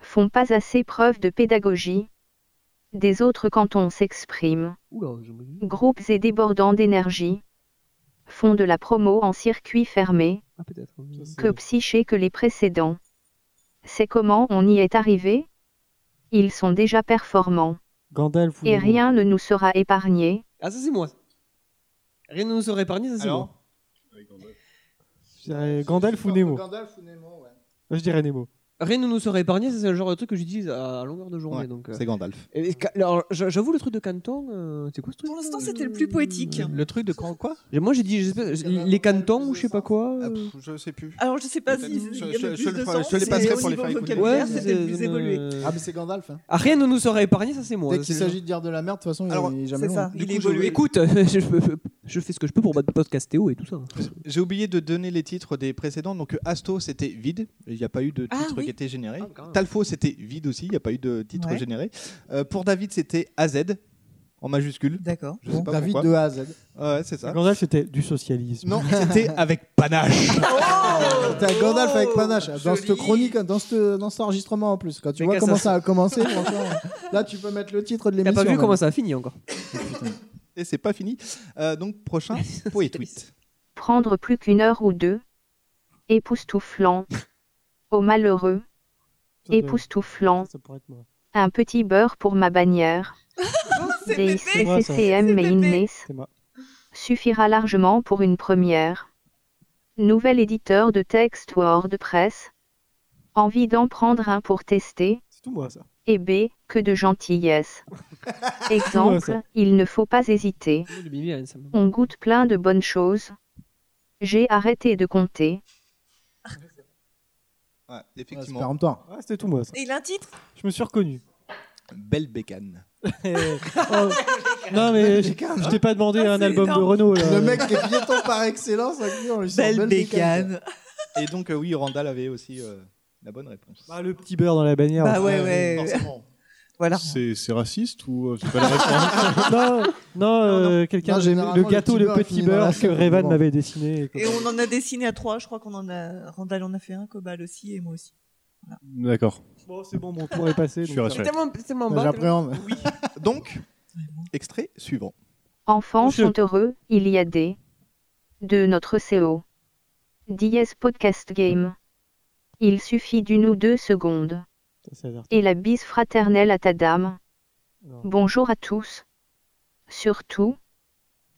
S: Font pas assez preuve de pédagogie. Des autres quand on s'exprime.
N: Oula,
S: Groupes et débordants d'énergie. Font de la promo en circuit fermé. Que psyché que les précédents. C'est comment on y est arrivé Ils sont déjà performants.
H: Gandalf ou
S: Et rien ne nous sera épargné.
N: Ah, ça c'est moi. Rien ne nous aurait épargné, ça c'est
H: Alors
N: moi.
H: Je dirais Gandalf ou Nemo.
J: Gandalf ou Nemo, ouais.
H: Moi, je dirais Nemo.
N: Rien ne nous serait épargné, ça c'est le genre de truc que j'utilise à longueur de journée.
O: Ouais,
N: donc, euh.
O: c'est Gandalf.
N: Et- et ca- alors, j'a- j'avoue, le truc de Canton, euh, c'est quoi ce truc
K: Pour l'instant, c'était le plus poétique.
O: Le truc de quand quoi
N: Et Moi j'ai dit je sais pas, les cantons ou je sais pas quoi. euh.
O: Ah, Je sais plus.
K: Alors, je sais pas
O: Peut-être.
K: si.
O: Je-
K: il y
O: je-
K: avait
O: je
K: plus
O: le
K: de
O: ferai-
K: sens,
O: je te les
K: mais
O: passerai
K: au
O: pour les
K: niveau
O: faire écouter.
J: Ouais,
K: vocabulaire,
J: c'est-
K: c'était le plus
J: c'est-
K: évolué.
J: Ah, mais c'est Gandalf. hein.
N: Ah, rien ne nous aurait épargné, ça c'est moi.
J: Dès qu'il
N: C'est le genre-
J: s'agit de dire de la merde, de toute façon, il est jamais
K: c'est
J: bon.
K: ça.
J: Du
K: Il
J: coup, je-
K: évolue.
N: Je- Écoute, je, je- je fais ce que je peux pour battre podcastéo et tout ça.
O: J'ai oublié de donner les titres des précédents. Donc Asto, c'était vide. Il n'y a pas eu
N: Ah
O: de titre qui était généré. Talfo, c'était vide aussi. Il n'y a pas eu de titre
J: Ouais.
O: généré. Euh, pour David, c'était AZ en majuscule.
K: D'accord.
O: Je sais pas
J: David
O: pourquoi.
J: de A à Z.
O: Ouais, c'est ça.
H: Gandalf, c'était Euh, du socialisme.
O: Non, c'était avec panache.
J: T'as Gandalf avec panache dans cette chronique, dans, ce dans cet enregistrement en plus. Quand tu
N: Mais
J: vois
N: qu'à
J: comment
N: ça-
J: ça a commencé, franchement, là tu peux mettre le titre de
N: T'as
J: l'émission.
N: pas vu
J: même. Oh,
N: comment ça a fini encore
O: Et c'est pas fini. Euh, donc prochain poet tweet.
S: prendre plus qu'une heure ou deux. Époustouflant. Au malheureux.
H: doit-
S: Époustouflant.
H: Ça pourrait être moi.
S: Un petit beurre pour ma bannière.
H: C'est moi, ça.
S: DICCTM mais Innes.
H: C'est moi.
S: Suffira largement pour une première. Nouvel éditeur de texte WordPress. Envie d'en prendre un pour tester.
H: C'est tout moi ça.
S: Et B, que de gentillesse.
N: Ouais,
S: Exemple,
N: ça.
S: il ne faut pas hésiter.
N: Le hein, Billy Hanson.
S: On goûte plein de bonnes choses. J'ai arrêté de compter.
O: Ouais, effectivement.
J: péremptoire.
H: Ouais, Ah, c'était tout moi ça.
K: Et il a un titre
H: Je me suis reconnu.
O: Belle bécane.
H: Oh, Non mais je, je t'ai pas demandé
K: Ah,
H: un album de Renault. Là.
J: Le mec qui est piéton par excellence, avec lui, on lui sort belle bécane.
O: Et donc euh, oui, Randall avait aussi euh, la bonne réponse.
H: Bah, le petit beurre dans la bannière.
K: Bah
H: on-
K: ouais, ouais. Voilà.
M: C'est c'est raciste ou euh, c'est pas la réponse
H: non, non, euh, quelqu'un
K: Non,
H: le
K: généralement,
H: gâteau
K: le
H: de
K: petit beurre
H: petit
K: finit dans
H: beurre
K: la
H: que
K: scène,
H: Revan
K: bon.
H: m'avait dessiné.
K: Et on en a dessiné à trois, je crois qu'on en a. Randall en a fait un, Cobal aussi et moi aussi. Voilà.
M: D'accord.
H: Bon, c'est bon, mon tour est passé.
O: Je suis
H: donc, Bah,
O: rassuré.
H: ça va.
K: tellement
O: bas,
U: J'appréhende.
O: Donc, extrait suivant.
S: Enfants sont heureux, il y a des. De notre CO. DS Podcast Game. Il suffit d'une ou deux secondes.
H: Ça a l'air-
S: Et la bise fraternelle à ta dame. Bonjour à tous. Surtout,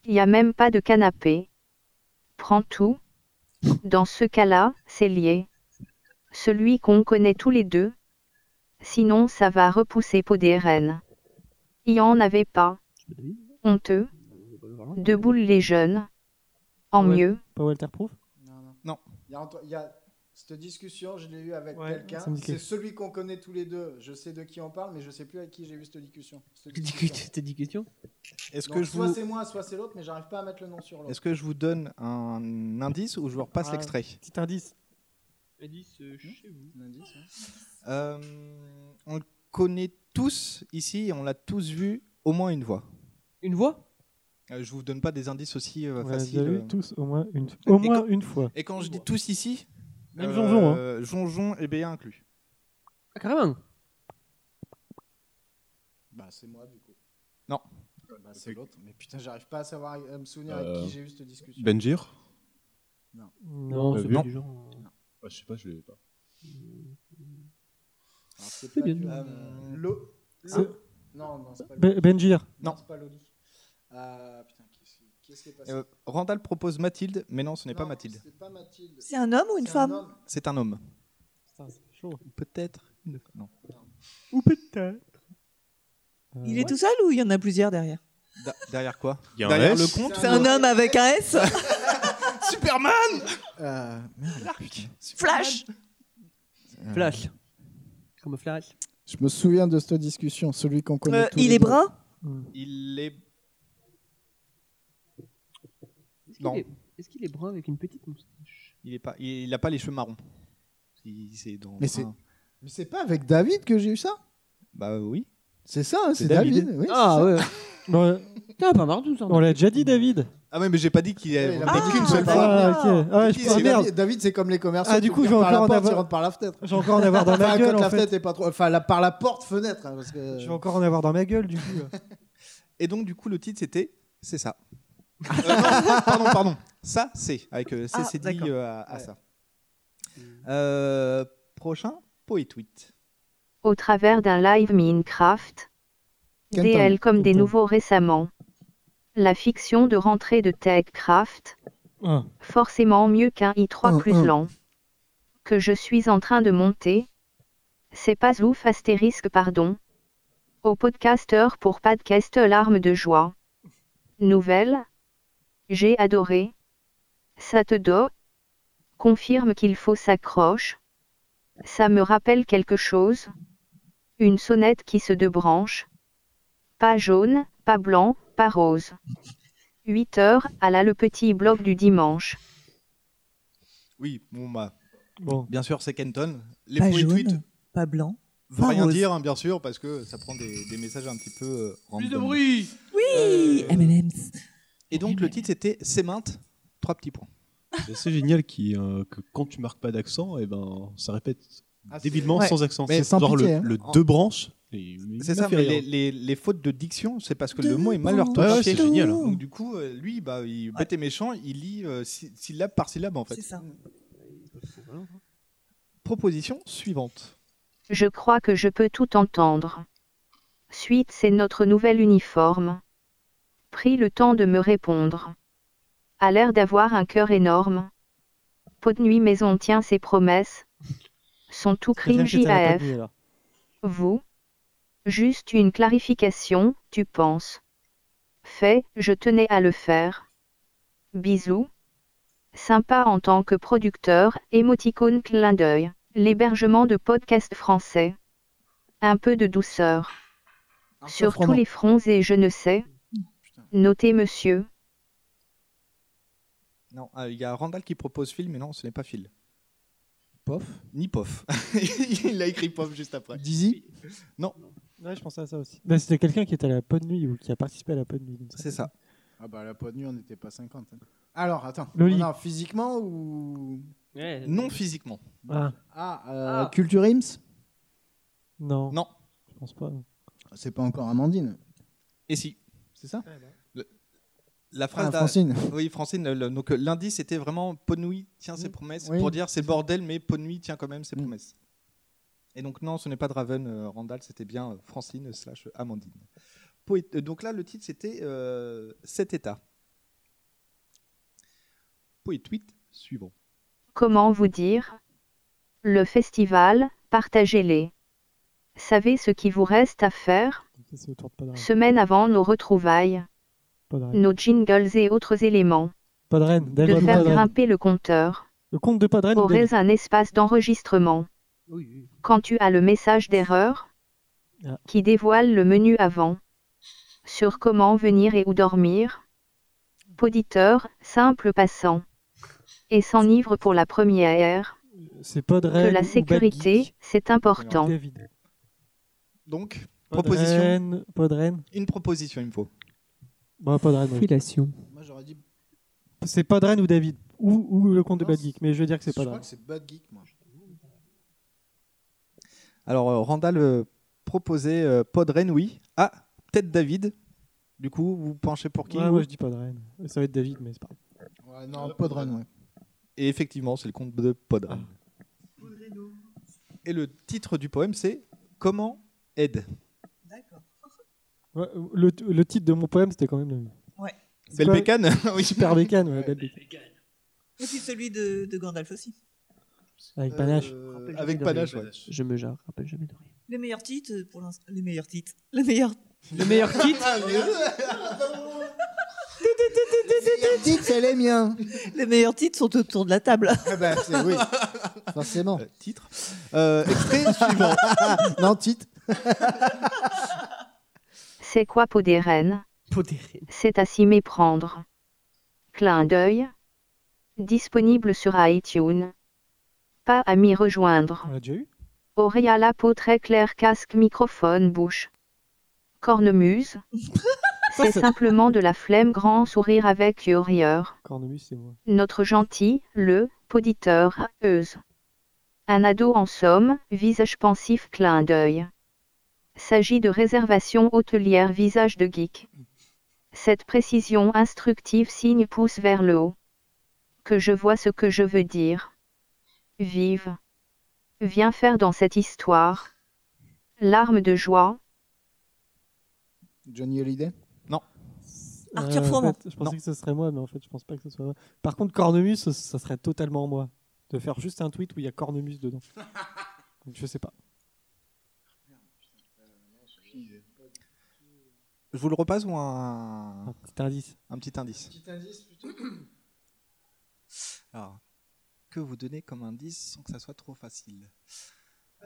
S: il n'y a même pas de canapé. Prends tout. Dans ce cas-là, c'est lié. Celui qu'on connaît tous les deux. Sinon, ça va repousser pour des rennes. Il n'y en avait pas. Honteux. Debout les jeunes. En
H: Ouais.
S: mieux.
H: Euh, Pas Walterproof
O: Non.
J: Il y a Anto- il y a cette discussion, je l'ai eue avec quelqu'un.
H: ça me dit
J: C'est
H: quelque-
J: celui qu'on connaît tous les deux. Je sais de qui on parle, mais je sais plus avec qui j'ai eu cette discussion. Cette discussion.
N: T'as dit question
O: Est-ce
J: Donc,
O: que, je
J: soit
O: vous...
J: c'est moi, soit c'est l'autre, mais j'arrive pas à mettre le nom sur l'autre.
O: Est-ce que je vous donne un indice ou je vous repasse
J: Ah,
O: l'extrait
H: Petit indice.
J: chez vous.
O: Euh, on le connaît tous ici et on l'a tous vu au moins une fois. Euh,
N: Une voix
O: Je vous donne pas des indices aussi euh,
H: On l'a
O: faciles.
H: déjà vu
O: euh.
H: tous au moins une, au
O: Et
H: moins
O: quand-
H: une fois.
O: Et quand je dis tous ici,
H: Même Jonjon, hein.
O: euh, Jonjon et Béa inclus.
N: Ah, carrément.
J: Bah, c'est moi du coup.
O: Non.
J: Bah, c'est l'autre. Mais putain, j'arrive pas à savoir à me souvenir avec
M: Euh,
J: qui j'ai eu cette discussion.
M: Benjir
J: Non.
H: Non,
M: T'as
H: c'est
M: vu
H: pas du genre.
M: Ah, je sais pas, je l'ai pas.
J: Alors, c'est
H: C'est
J: pas
H: bien. Hein Ben-
J: du- euh, Lo-
H: C'est-
J: Lo- Non, non, c'est pas
H: Be-
J: Loli.
H: Benjir.
J: Non, c'est pas Loli. Euh, putain, qu'est-ce qui- qu'est-ce qui est passé
O: Euh, Randall propose Mathilde, mais non, ce n'est pas
J: Non,
O: Mathilde.
J: C'est pas Mathilde.
K: C'est un homme ou une
J: C'est un
K: femme
J: homme.
O: C'est un homme. Peut-être. une- Non.
K: Ou peut-être. Il est
O: ouais.
K: tout seul ou il y en a plusieurs derrière
O: Da- derrière quoi
M: Il y a un
O: Derrière
M: S
O: le compte
K: C'est un homme avec un S
O: Superman
J: Euh, merde.
K: Flash
O: Ah.
N: Flash. Comme Flash.
U: Je me souviens de cette discussion, celui qu'on connaît.
K: Euh,
U: tous
K: il
U: les
K: est
U: deux.
K: brun
O: Il est.
N: Est-ce
O: Non.
N: qu'il est... est-ce qu'il est brun avec une petite moustache
O: Il est pas. Il n'a pas les cheveux marrons. Il- c'est dans
U: Mais c'est-
J: Ah.
O: un-
U: Mais c'est pas avec David que j'ai eu ça
O: Bah oui.
U: C'est ça, hein, c'est
O: C'est
U: David.
O: David.
U: oui,
N: Ah
U: c'est ça.
N: ouais.
H: Bon,
K: Ah,
N: T'as pas marre tout ça
H: on l'a déjà dit, David.
O: Ah ouais, mais j'ai pas dit qu'il
J: Ouais,
O: avait
J: il a
O: on a
J: pas
O: dit
J: dit
O: qu'une
J: qu'il
O: seule
J: avait-
O: fois.
H: Ah, ok. Ah, ouais, je
J: Qui,
H: pense-
J: c'est
H: merde.
J: David, David, c'est comme les commerçants.
H: Ah, du
J: tu
H: coup,
J: viens
H: je vais
J: par la
H: encore en
J: porte, tu
H: avoir-
J: rentres par la fenêtre.
H: Je vais encore en avoir dans
J: Enfin,
H: ma gueule,
J: quand la
H: en fait.
J: fenêtre est pas trop. Enfin, la- par la porte-fenêtre. hein, parce que...
H: Je vais encore en avoir dans ma gueule, du coup.
O: Et donc, du coup, le titre c'était C'est ça.
J: Ah.
O: Euh, non, pardon, pardon. Ça, c'est. Avec euh, c'est
N: Ah,
O: c'est dit
N: d'accord.
O: euh, à, à ça. Euh, prochain, Poetweet.
S: Au travers d'un live Minecraft.
O: Kenton.
S: DL comme des
O: Kenton.
S: nouveaux récemment. La fiction de rentrée de TechCraft.
N: Ah.
S: Forcément mieux qu'un i3
I: Un,
S: plus
I: un.
S: lent. Que je suis en train de monter. C'est pas ouf astérisque pardon. Au podcasteur pour podcast larmes de joie. Nouvelle. J'ai adoré. Ça te do. Confirme qu'il faut s'accroche. Ça me rappelle quelque chose. Une sonnette qui se débranche. Pas jaune, pas blanc, pas rose. 8 heures, à la le petit blog du dimanche.
O: Oui, bon, bah.
H: Bon.
O: Bien sûr, c'est Kenton. Les
K: Pas
O: Poetweet
K: jaune, pas blanc.
O: veut
K: pas
O: rien
K: rose.
O: dire, hein, bien sûr, parce que ça prend des, des messages un petit peu. euh,
K: Plus de
O: random. Euh,
K: bruit Oui M&M's.
O: Et donc, le titre c'était C'est mainte, trois petits points.
M: C'est assez génial qui, euh, que quand tu marques pas d'accent, et ben, ça répète
O: Ah, c'est-
M: débilement
O: Ouais.
M: sans accent.
O: Mais sans
M: genre
O: pitié,
M: le,
O: hein.
M: le
O: En-
M: deux branches.
O: C'est ça, mais les, les- les fautes de diction, c'est parce que le mot est mal
M: branches.
O: orthographié.
M: Ouais, ouais, c'est génial.
O: Donc du coup, euh, lui, bah, il bête et méchant, il lit euh, sy- syllabe par syllabe en fait.
K: C'est ça.
O: Proposition suivante.
S: Je crois que je peux tout entendre. Suite, c'est notre nouvel uniforme. Pris le temps de me répondre. A l'air d'avoir un cœur énorme. Pot de nuit maison tient ses promesses. Son tout crime JAF. Vous Juste une clarification, tu penses. Fait, je tenais à le faire. Bisous. Sympa en tant que producteur, émoticône clin d'œil. L'hébergement de podcasts français. Un peu de douceur. Sur tous
I: froment.
S: les fronts et je ne sais. Notez monsieur.
O: Non, euh, il y a Randall qui propose Phil, mais non, ce n'est pas Phil. Pof Ni Pof. il a écrit Pof juste après. Dizzy Non.
H: Ouais, je pensais à ça aussi. Bah, C'était quelqu'un qui était à la peau de nuit ou qui a participé à la peau de nuit. il me semble.
O: C'est ça.
I: Ah bah, à la peau de nuit, on n'était pas 50. hein. Alors, attends.
H: Loli.
I: Non, physiquement ou.
O: Non physiquement.
H: Ah.
I: Ah,
J: Euh,
I: euh,
J: Culture Ims
H: Non.
O: Non.
H: Je pense pas.
J: C'est pas encore Amandine.
O: Et si. C'est ça La
J: Ah,
O: phrase d'a-
J: Francine.
O: Oui, Francine. le- donc euh, l'indice c'était vraiment Ponouille tient ses promesses
J: Oui. Mm.
O: pour dire c'est le bordel, mais Ponouille tient quand même ses promesses. Et donc non, ce n'est pas Draven euh, Randall, c'était bien euh, Francine slash Amandine. Poé- euh, donc là, le titre c'était euh, Cet état. Poétuit suivant.
S: Comment vous dire Le festival, partagez-les. Savez ce qui vous reste à faire
H: C'est autour de Podren.
S: Semaine avant nos retrouvailles,
H: Podren.
S: nos jingles et autres éléments.
H: Podren.
S: De
H: David
S: faire
H: Podren.
S: grimper le compteur.
H: Le compte de Podren.
S: Aurais
H: David.
S: un espace d'enregistrement. Quand tu as le message d'erreur
H: Ah.
S: qui dévoile le menu avant. Sur comment venir et où dormir. Poditeur, simple passant. Et s'enivre pour la première.
H: C'est
S: Que
H: Podren.
S: la
H: ou
S: sécurité, c'est important.
O: Donc,
H: Podren,
O: proposition.
H: Podren.
O: Une proposition, il me faut.
H: Bon, Podren. oui.
N: Filation.
I: Moi, j'aurais dit.
H: C'est Podren ou David ou, ou le compte de Bad Geek, mais je veux dire que c'est
I: Je crois
H: Podren.
I: que c'est Bad Geek, moi.
O: Alors, euh, Randall euh, proposait euh, Podren, oui. Ah, peut-être David. Du coup, vous penchez pour qui
H: Ouais,
O: vous
H: moi je dis Podren. Ça va être David, mais c'est pas grave.
I: Ouais, non, Podren, ouais.
O: Et effectivement, c'est le compte de Podren. Et le titre du poème, c'est Comment aide
H: Ouais, le, le titre de mon poème, c'était quand même le.
K: Ouais.
H: C'est
O: Belle
H: quoi
O: bécane Oui.
H: Super bécane, ouais, belle bécane.
K: Et puis celui de, de Gandalf aussi.
H: Avec panache.
O: Euh, Avec panache, ouais.
D: Je me jarre, rappelle jamais de rien.
K: Les meilleurs titres euh, pour l'instant. Les meilleurs titres. Les meilleurs. Ah,
N: Le meilleur titre
J: Les titres, c'est les miens. Ah bah,
K: Les meilleurs titres sont autour de la table.
J: c'est- oui. Forcément.
O: titre. Euh, extrait suivant.
J: non, titre.
S: C'est quoi Poderen C'est à s'y méprendre. Clin d'œil. Disponible sur iTunes. Pas à m'y rejoindre.
H: On l'a déjà eu
S: Auréala peau très claire casque microphone bouche. Cornemuse. C'est simplement de la flemme grand sourire avec rieur.
H: Cornemuse, c'est moi.
S: Notre gentil, le, poditeur, euse. Un ado en somme, visage pensif clin d'œil. S'agit de réservation hôtelière visage de geek. Cette précision instructive signe pouce vers le haut. Que je vois ce que je veux dire. Vive. Viens faire dans cette histoire. Larmes de joie.
J: Johnny Holiday
O: Non.
K: Arthur
H: Euh, en
K: Froment.
H: fait, je pensais que ce serait moi, mais en fait, je pense pas que ce soit moi. Par contre, Cornemuse, ça- ça serait totalement moi. De faire juste un tweet où il y a Cornemuse dedans. Donc, je sais pas.
O: Je vous le repasse ou un...
H: Un petit indice
O: Un petit indice.
I: Petit indice plutôt.
O: Alors, que vous donnez comme indice sans que ça soit trop facile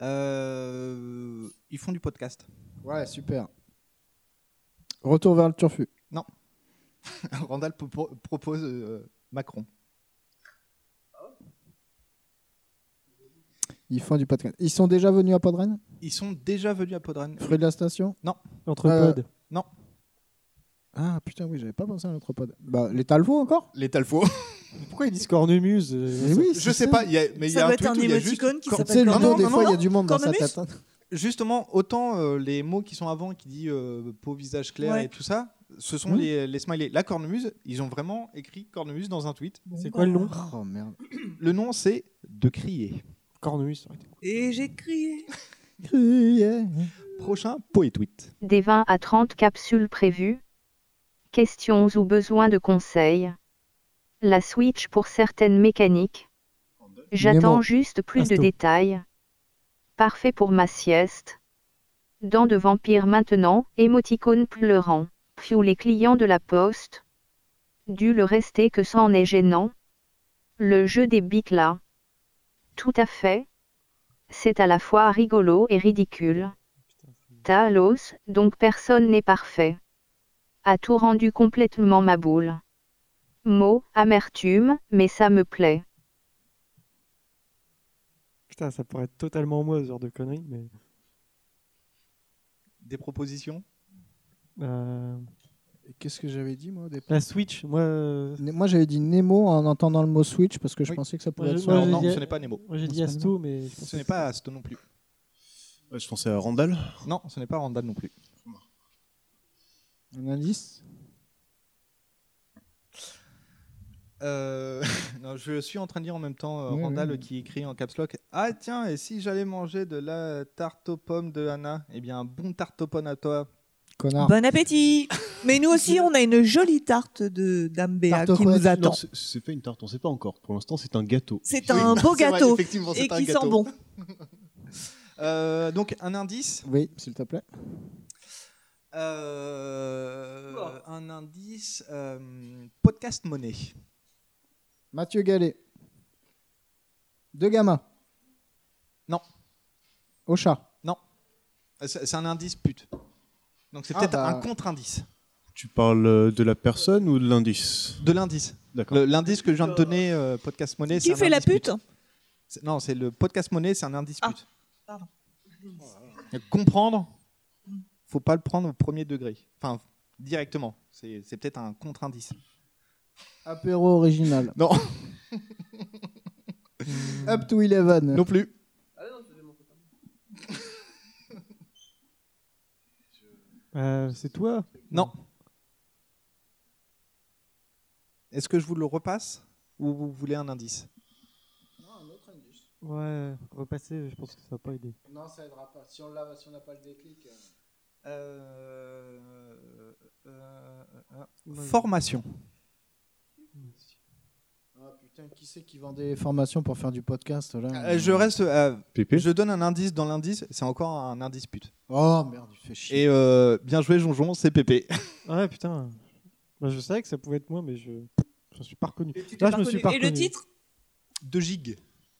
O: Euh, Ils font du podcast.
J: Ouais, super. Retour vers le turfu.
O: Non. Randall propo- propose euh, Macron.
J: Ils font du podcast. Ils sont déjà venus à Podren
O: Ils sont déjà venus à Podren.
J: Fruit de la station
O: Non.
J: Euh,
O: Non.
J: Ah putain, oui, j'avais pas pensé à l'anthropode. Bah, les Talvo encore
O: Les Talfo.
H: Pourquoi ils disent Cornemuse euh,
J: Mais oui,
O: Je sais pas, il y a- mais il y a un tweet où il y a juste
J: Tu sais,
O: Non,
J: Ludo,
O: non,
J: des
O: non,
J: fois, il y a
O: non.
J: du monde dans sa
O: Cornemuse
J: tête. hein.
O: Justement, autant euh, les mots qui sont avant, qui dit euh, peau, visage clair
J: Ouais.
O: et tout ça, ce sont
J: Mhm.
O: les, les smileys. La cornemuse, ils ont vraiment écrit cornemuse dans un tweet.
H: C'est quoi le nom
J: Oh merde.
O: Le nom, c'est De crier.
H: Cornemuse.
K: Et j'ai crié.
O: Prochain poétweet.
S: Des 20 à 30 capsules prévues. Questions ou besoin de conseils. La Switch pour certaines mécaniques. J'attends
K: Nemo.
S: juste plus de
K: Asto.
S: détails. Parfait pour ma sieste. Dents de vampire maintenant, émoticône pleurant. Pfiou les clients de la poste. Dû le rester que ça en est gênant. Le jeu des bics là. Tout à fait. C'est à la fois rigolo et ridicule. Talos, donc personne n'est parfait. A tout rendu complètement ma boule. Mot, amertume, mais ça me plaît.
H: Putain, ça pourrait être totalement moi, ce genre de conneries, mais.
O: Des propositions
H: euh,
O: Qu'est-ce que j'avais dit, moi au départ
H: La Switch, moi. euh,
J: Né- Moi, j'avais dit Nemo en entendant le mot Switch parce que je
H: Oui.
J: pensais que ça
H: Moi,
J: pouvait être
H: je-
J: soit-
H: moi, j'ai
O: non,
H: dit-
O: ce n'est pas Nemo.
H: Moi, j'ai
J: Non,
H: dit
J: c'est pas
H: Asto, mais. je
O: Ce
H: pensais
O: n'est
H: que
O: pas Aston non plus.
P: Ouais, je pensais à Randall.
O: Non, ce n'est pas Randall non plus.
J: Un indice
O: Euh, non, je suis en train de dire en même temps euh,
J: Oui,
O: Randall
J: oui.
O: qui écrit en caps lock Ah tiens, et si j'allais manger de la tarte aux pommes de Anna Eh bien, un bon tarte aux pommes à toi.
J: Connard.
K: Bon appétit Mais nous aussi, on a une jolie tarte de Dame Béa qui nous attend.
P: Non, c'est- c'est pas une tarte, on sait pas encore. Pour l'instant, c'est un gâteau.
K: C'est un beau
O: c'est vrai,
K: gâteau
O: effectivement, c'est
K: et
O: un
K: qui sent
O: gâteau.
K: bon.
O: Euh, donc, un indice
J: Oui, s'il te plaît.
O: Euh, Un indice euh, Podcast Monnaie.
J: Mathieu Gallet. De Gama.
O: Non.
J: Ocha.
O: Non. Euh, C'est c'est un indice pute. Donc, c'est
J: Ah,
O: peut-être
J: bah.
O: un contre-indice.
P: Tu parles euh, de la personne ou de l'indice
O: De l'indice.
P: D'accord.
O: Le- L'indice que je viens de donner, euh, Podcast Monnaie, c'est
K: Qui
O: un
K: fait la
O: indice
K: pute Ah.
O: C'est- Non, c'est le Podcast Monnaie, c'est un indice pute.
K: Pardon.
O: Comprendre, faut pas le prendre au premier degré. Enfin, directement. C'est c'est peut-être un contre-indice.
J: Apéro original.
O: Non.
J: Up to 11.
O: Non plus.
H: Euh, c'est toi
O: Non. Est-ce que je vous le repasse ou vous voulez un indice
H: Ouais, repasser, je pense que ça va pas aider.
J: Non, ça aidera pas. Si on l'a, si on n'a pas le déclic. euh. euh,
H: Ah,
O: Formation.
J: Ah putain, qui c'est qui vend des formations pour faire du podcast là
O: Euh, je reste. euh, je donne un indice dans l'indice. C'est encore un indice pute.
J: Oh merde, il fait chier.
O: Et euh, bien joué, Jonjon, c'est Pépé.
H: Ouais, putain. Bah, je savais que ça pouvait être moi, mais je. Je suis pas reconnu.
K: tu t'es
H: Là,
K: pas
H: je me suis
K: reconnu. Et
H: pas
K: le
H: reconnu.
K: titre
O: 2 gigs.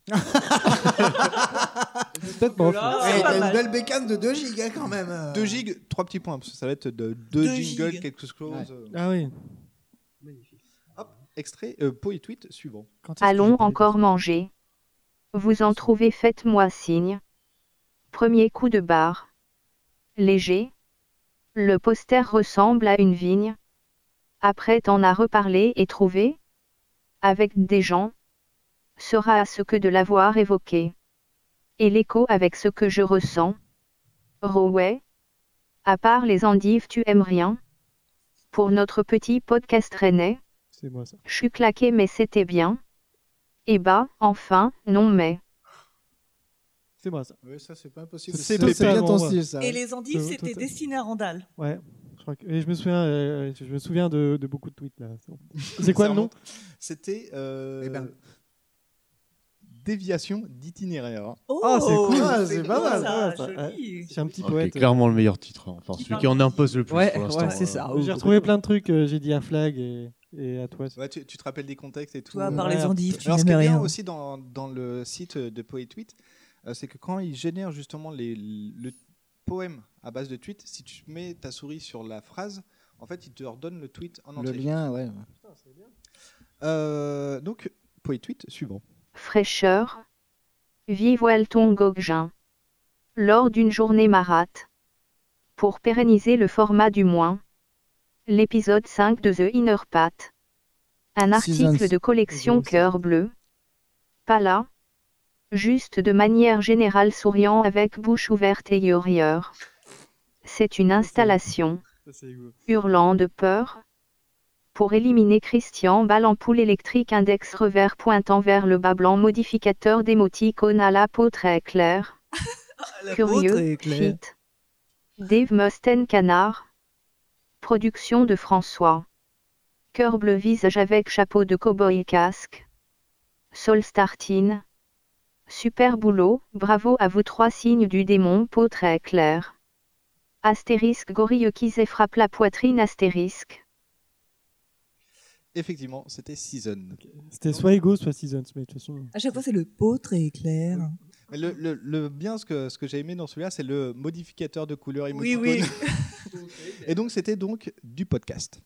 J: Peut-être
O: pas.
K: Ah, c'est
I: Eh,
K: pas
I: t'as
K: mal.
I: une belle bécane de 2 gigas quand même. euh.
O: 2 gigs, 3 petits points, parce que ça va être de 2
I: Deux
O: jingles,
I: gigs.
O: quelque chose.
I: Ouais.
O: euh,
H: Ah oui.
O: Extrait, euh, po et tweet suivant.
S: Allons encore manger. Vous en trouvez, faites-moi signe. Premier coup de barre. Léger. Le poster ressemble à une vigne. Après t'en as reparlé et trouvé. Avec des gens. Sera à ce que de l'avoir évoqué. Et l'écho avec ce que je ressens. Roway. À part les endives, tu aimes rien. Pour notre petit podcast rennais.
H: C'est moi ça.
S: Je suis claqué mais c'était bien. Et bah, enfin, non mais.
H: C'est moi ça.
J: Oui, ça c'est pas impossible.
H: C'est
J: Ça,
H: Pépé
J: bien
H: avant
J: ton
H: moi.
J: style ça.
K: Et les endives,
H: Tout-
K: c'était
H: tout-
K: destiné à Randall.
H: Ouais. Je, crois que- et je me souviens, euh, je me souviens de, de beaucoup de tweets là. C'est bon. C'est quoi
O: Ça
H: le nom
O: remonte. C'était.
I: Eh
O: euh,
I: ben.
O: Déviation d'itinéraire.
H: Ah, c'est cool.
I: Ah, c'est pas mal.
H: Ouais. Je suis un petit
P: Ok,
H: poète.
P: clairement le meilleur titre. hein. Enfin, celui qui en impose le plus
N: Ouais,
P: pour l'instant. euh,
N: ouais, c'est ça.
H: J'ai retrouvé plein de trucs. euh, J'ai dit à Flag et, et à toi.
O: Ouais, tu, tu te rappelles des contextes et tout.
K: Toi, par
H: les Ouais.
K: endives, tu
O: Alors, ce qui est
K: n'aimes
O: bien
K: rien.
O: aussi dans, dans le site de Poetweet, euh, c'est que quand ils génèrent justement les, le poème à base de tweets, si tu mets ta souris sur la phrase, en fait, ils te redonnent le tweet en
J: Le
O: entier.
J: lien, ouais.
O: Euh, donc, Poetweet suivant.
S: Fraîcheur. Vivoile ton gogin. Lors d'une journée marate. Pour pérenniser le format du moins. L'épisode 5 de The Inner Path. Un
J: Seasons.
S: article de collection Cœur Bleu. Pas là. Juste de manière générale souriant avec bouche ouverte et yorieur. C'est une installation. Hurlant de peur. Pour éliminer Christian, balle en poule électrique index revers pointant vers le bas blanc modificateur d'émoticône à la peau très claire. Curieux,
K: très claire.
S: fit. Dave Mustaine Canard. Production de François. Cœur bleu visage avec chapeau de cow-boy et casque. Sol Startine. Super boulot, bravo à vous trois signes du démon peau très claire. Astérisque gorille qui se frappe la poitrine astérisque.
O: Effectivement, c'était Season.
H: C'était soit Ego, soit Seasons, mais de toute façon.
K: À chaque fois, c'est le pot très clair.
O: Mais le, le- le bien, ce que, ce que j'ai aimé dans celui-là, c'est le modificateur de couleur
K: Oui,
O: émoticône.
K: oui.
O: Et donc, c'était donc du podcast.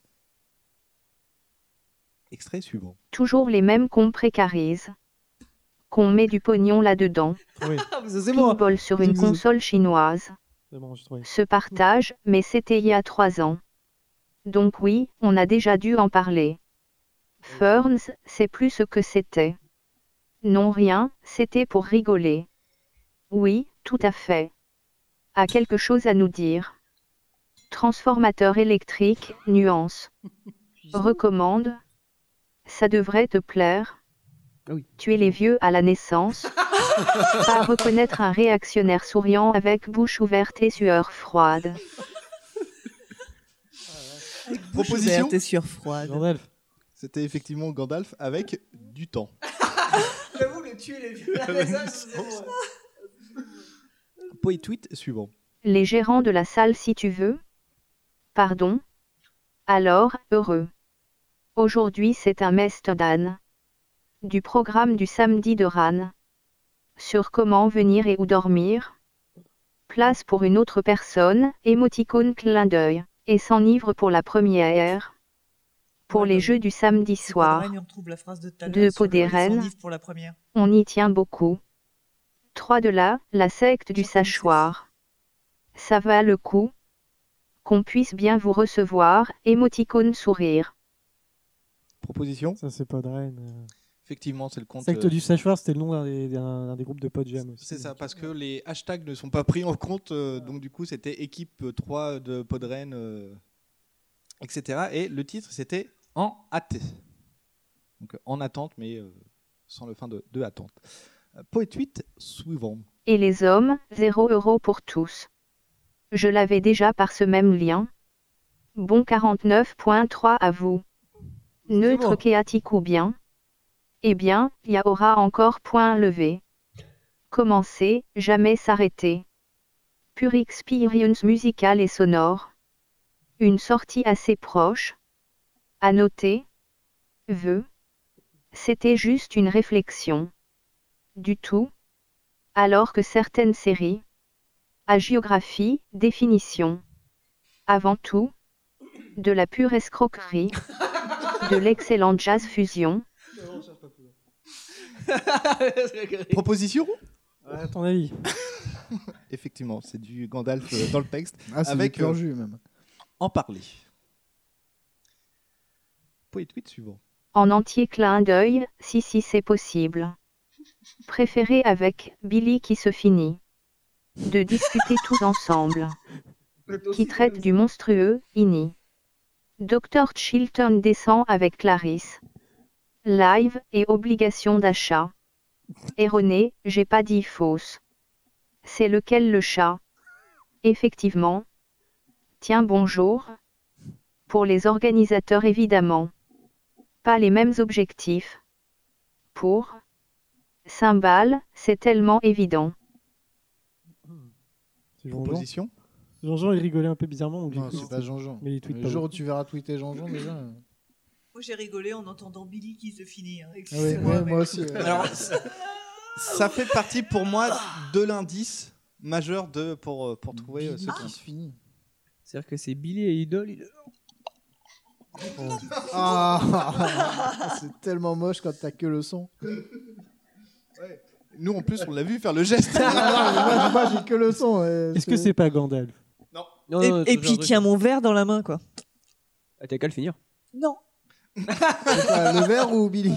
O: Extrait suivant.
S: toujours les mêmes qu'on précarise. qu'on met du pognon là-dedans.
H: Oui.
S: Pinball sur une
H: Zigzag.
S: console chinoise.
H: C'est bon, j'ai trouvé.
S: se partage, mais c'était il y a trois ans. Donc oui, on a déjà dû en parler. Ferns, c'est plus ce que c'était. Non rien, c'était pour rigoler. Oui, tout à fait. A quelque chose à nous dire. Transformateur électrique, nuance. Recommande. Ça devrait te plaire. Tuer les vieux à la naissance. Pas reconnaître un réactionnaire souriant avec bouche ouverte et sueur froide.
O: Proposition
K: T'es sur froide.
H: Gandalf.
O: C'était effectivement Gandalf avec du temps.
K: J'avoue, le tuer les vieux.
O: la naissance, Poet tweet suivant.
S: Les gérants de la salle si tu veux. Pardon. Alors, heureux. Aujourd'hui c'est un mest d'âne. Du programme du samedi de Rannes. Sur comment venir et où dormir. Place pour une autre personne, émoticône clin d'œil, et s'enivre pour la première. Pour les jeux du samedi soir.
K: on retrouve la phrase de Thanos.
S: Deux
K: sur
S: pots
K: le-
S: des
K: ils sont
S: reines.
K: vifs pour la première.
S: On y tient beaucoup. 3 de là, la secte du sachoir. Ça va le coup Qu'on puisse bien vous recevoir, émoticône sourire.
O: Proposition
H: Ça, c'est pas Drain. euh.
O: Effectivement, c'est le compte.
H: Secte
O: euh,
H: du Sachoir, c'était le nom d'un des, d'un- d'un des groupes de Podjam aussi.
O: C'est ça, parce
J: euh,
O: que les hashtags ne sont pas pris en compte, euh, donc du coup c'était équipe euh, 3 de Podren, euh, etc. Et le titre c'était En hâte. Donc euh, en attente, mais euh, sans le fin de, de attente. Euh, Poet 8 suivant.
S: Et les hommes, 0 euros pour tous. Je l'avais déjà par ce même lien. Bon 49.3 à vous. Neutre kéatique ou bien Eh bien, il y aura encore point levé. Commencer, jamais s'arrêter. Pure experience musicale et sonore. Une sortie assez proche. À noter. Vœu. C'était juste une réflexion. Du tout alors que certaines séries. À géographie, définition. Avant tout, de la pure escroquerie, de l'excellente jazz fusion,
O: Proposition
H: À ton avis
O: Effectivement, c'est du Gandalf euh, dans le texte.
J: Ah, c'est
O: avec
J: du pur
O: euh,
J: jus, même.
O: En parler. Poet 8 suivant.
S: en entier clin d'œil, si si c'est possible. Préféré avec Billy qui se finit. De discuter tous ensemble. Qui traite du monstrueux, ini. Dr. Chilton descend avec Clarisse. Live et obligation d'achat. Erroné, j'ai pas dit fausse. C'est lequel le chat Effectivement. Tiens bonjour. Pour les organisateurs évidemment. Pas les mêmes objectifs. Pour. Cymbale, c'est tellement évident.
H: C'est Jean-Jean.
J: Proposition
H: Jean-Jean, il rigolait un peu bizarrement. donc du
J: Non,
H: coup,
J: c'est pas Jean-Jean.
H: Mais il tweet
J: Le
H: pas
J: jour où
H: beaucoup.
J: tu verras tweeter Jean-Jean, déjà. euh,
K: Moi, j'ai rigolé en entendant Billy qui se finit. hein.
J: ouais,
K: Excusez-moi, mais-
J: Ah moi aussi, ouais.
O: Alors, ça, ça fait partie pour moi de l'indice majeur de, pour, euh, pour trouver euh, ce
J: qui
O: qui
J: se finit.
N: C'est-à-dire que c'est Billy et Idol. il-
O: Oh.
J: Ah, c'est tellement moche quand t'as que le son.
O: Nous, en plus, on l'a vu faire le geste.
J: Ah, moi, j'ai que le son.
H: Est-ce que c'est pas Gandalf
N: Non,
K: et
N: non,
K: et
N: ce genre
K: puis,
N: de
K: tiens
N: truc.
K: mon verre dans la main, quoi.
N: Ah, T'as qu'à le finir.
K: Non.
J: C'est quoi, le verre ou Billy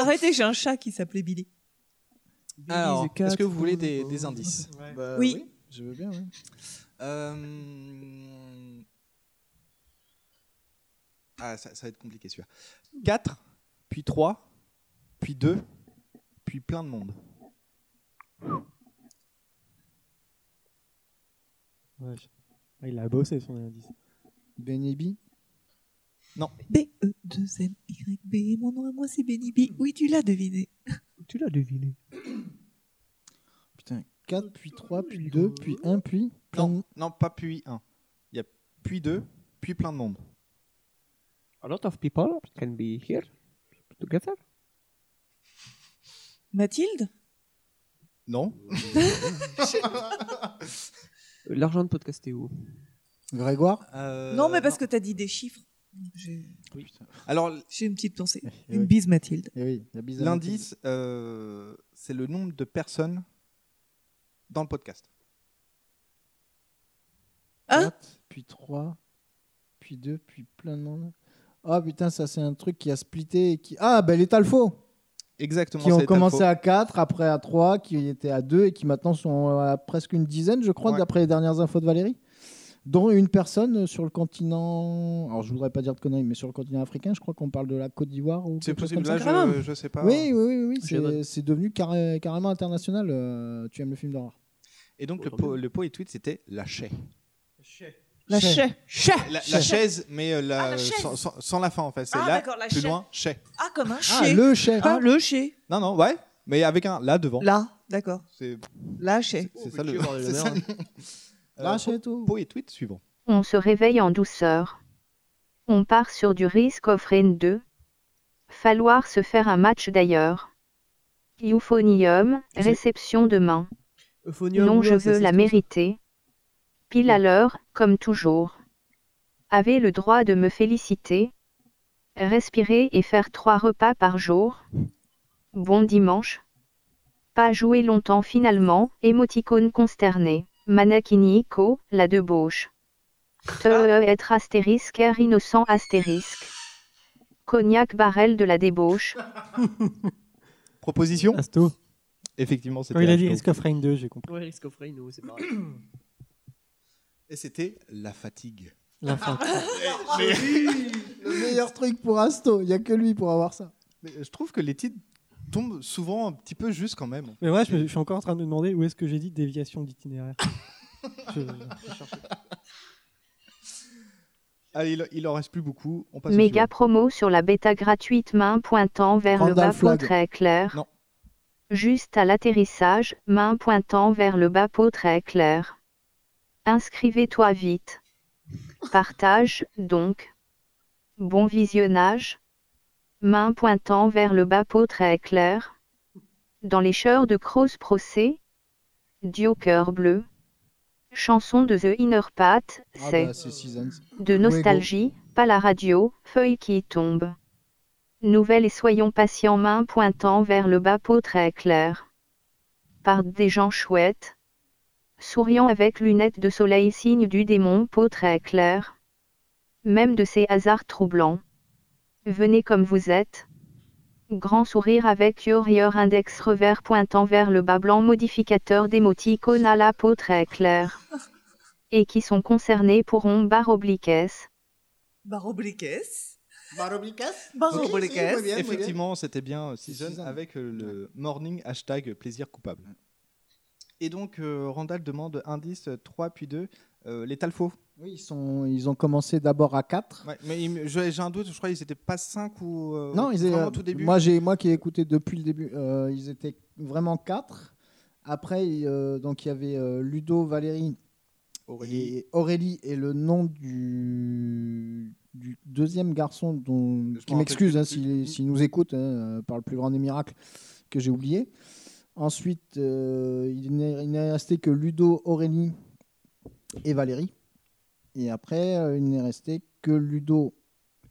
K: Arrêtez, j'ai un chat qui s'appelait Billy.
O: Alors,
N: the Cat,
O: est-ce que vous voulez des, des indices
J: Bah
K: Oui.
J: Je veux bien, oui.
O: Euh, Ah, ça, ça va être compliqué celui-là. 4, puis 3, puis 2, puis plein de monde.
H: Ouais, je- Ah, Il a bossé son indice.
J: Benny B.
K: E B-E-2-M-Y-B, mon nom à moi c'est Benny B. Oui, tu l'as deviné.
N: Tu l'as deviné.
J: Putain, 4, puis 3, puis 2, puis 1, puis. plein de-
O: Non, pas puis 1. Il y a puis 2, puis plein de monde.
N: A lot of people can be here together.
K: Mathilde
O: Non
N: Euh, L'argent de podcast est où
J: Grégoire
K: Euh, Non, mais parce que t'as dit des chiffres. J'ai
O: Alors,
K: j'ai une petite pensée.
O: Eh
K: Une
O: oui.
K: bise, Mathilde. à
O: L'indice, euh, c'est le nombre de personnes dans le podcast. Hein
J: puis 3, puis 2, puis plein de monde. Ah putain, ça c'est un truc qui a splitté. et Qui... Ah, ben les Talfo
O: Exactement.
J: Qui
O: c'est
J: ont
O: le
J: commencé
O: Talfo.
J: à 4, après à 3, qui étaient à 2 et qui maintenant sont à presque une dizaine, je crois, d'après les dernières infos de Valérie. Dont une personne sur le continent. Alors je voudrais pas dire de conneries, mais sur le continent africain, je crois qu'on parle de la Côte d'Ivoire ou
O: C'est
J: quelque chose
O: possible,
J: comme
O: là,
J: ça.
O: je- je sais pas.
J: Oui, oui, oui, oui,
O: Je
J: c'est-
O: viendrai.
J: c'est devenu carré- carrément international. euh, tu aimes le film d'horreur
O: Et donc, le, po- le poet tweet, c'était la chaise.
J: La chaise.
K: Ah,
J: Chaise.
O: La,
J: Chaise.
O: la chaise, mais euh, la, sans, sans- sans la fin en fait. C'est
K: Ah,
O: là,
K: d'accord, la
O: plus
K: chaise.
O: loin, chais.
K: Ah, comme un
O: Ah,
K: chais.
O: le chais.
K: Ah, le chais.
O: Non, non, ouais, mais avec un là devant.
K: Là, d'accord.
O: C'est
K: Là, chais.
O: c'est ça le. C'est ça le. Euh,
J: Là, chais tout.
O: Poet tweet suivant.
S: On se réveille en douceur. On part sur du risque of Rain 2. Falloir se faire un match d'ailleurs. Euphonium, réception demain.
K: Euphonium,
S: non,
K: ouais,
S: je
K: ça,
S: veux
K: c'est
S: la
K: tout ça.
S: mériter. Pile à l'heure, comme toujours. Avez le droit de me féliciter. Respirer et faire trois repas par jour. Bon dimanche. Pas jouer longtemps finalement, émoticône consterné. Manakini Iko, la débauche. Te
K: Ah.
S: euh, être astérisque, air innocent astérisque. Cognac barrel de la débauche.
O: Proposition
H: Asto.
O: Effectivement, c'était.
H: Quand il a dit
O: Ashton.
H: Risk of Rain 2, j'ai compris.
N: Ouais, Risk of Rain, ouais, c'est pareil.
O: Et c'était la fatigue. Eh,
H: La fatigue.
O: Mais-
J: Le meilleur truc pour Asto, il n'y a que lui pour avoir ça.
O: mais euh, je trouve que les titres tombent souvent un petit peu juste quand même.
H: Mais ouais, je, me- je suis encore en train de me demander où est-ce que j'ai dit déviation d'itinéraire. Je- je cherche.
O: Allez, il, il en reste plus beaucoup. On passe au
S: Méga
O: suivant.
S: promo sur la bêta gratuite main pointant vers le
O: Randall
S: bas
O: Flagg.
S: pot très clair.
O: Non.
S: Juste à l'atterrissage, main pointant vers le bas pot très clair. Inscrivez-toi vite. Partage, donc. Bon visionnage. Main pointant vers le bas pot très clair. Dans les chœurs de Cross Procès. Dio cœur bleu. Chanson de The Inner Path,
J: Ah
S: c'est.
J: bah, c'est Seasons.
S: De nostalgie, pas la radio, feuille qui tombe. Nouvelle et soyons patients, main pointant vers le bas pot très clair. Par des gens chouettes. Souriant avec lunettes de soleil, signe du démon, pot très clair. Même de ces hasards troublants. Venez comme vous êtes. Grand sourire avec your your index revers pointant vers le bas blanc, modificateur d'émoticône à la peau très clair. Et qui sont concernés pourront barre oblique S.
K: Barobliques.
E: Barobliques
O: Effectivement, c'était bien euh, Season avec euh, le morning hashtag plaisir coupable. Et donc, euh, Randall demande indice 3 puis 2, euh, les Talfo.
J: Oui, ils, sont, ils ont commencé d'abord à 4.
O: Ouais, mais il me- j'ai j'ai un doute, je crois qu'ils étaient pas 5 ou. euh,
J: non, ils étaient,
O: vraiment au tout début.
J: Moi, j'ai- moi qui ai écouté depuis le début, euh, ils étaient vraiment 4. Après, il- euh, donc, il y avait euh, Ludo, Valérie
O: Aurélie.
J: et Aurélie et le nom du, du deuxième garçon dont, qui
O: rappelle
J: m'excuse
O: plus.
J: hein, s'il s'il nous écoute hein, euh, par le plus grand des miracles que j'ai oublié. Ensuite, euh, il n'est il n'est resté que Ludo, Aurélie et Valérie. Et après, euh, il n'est resté que Ludo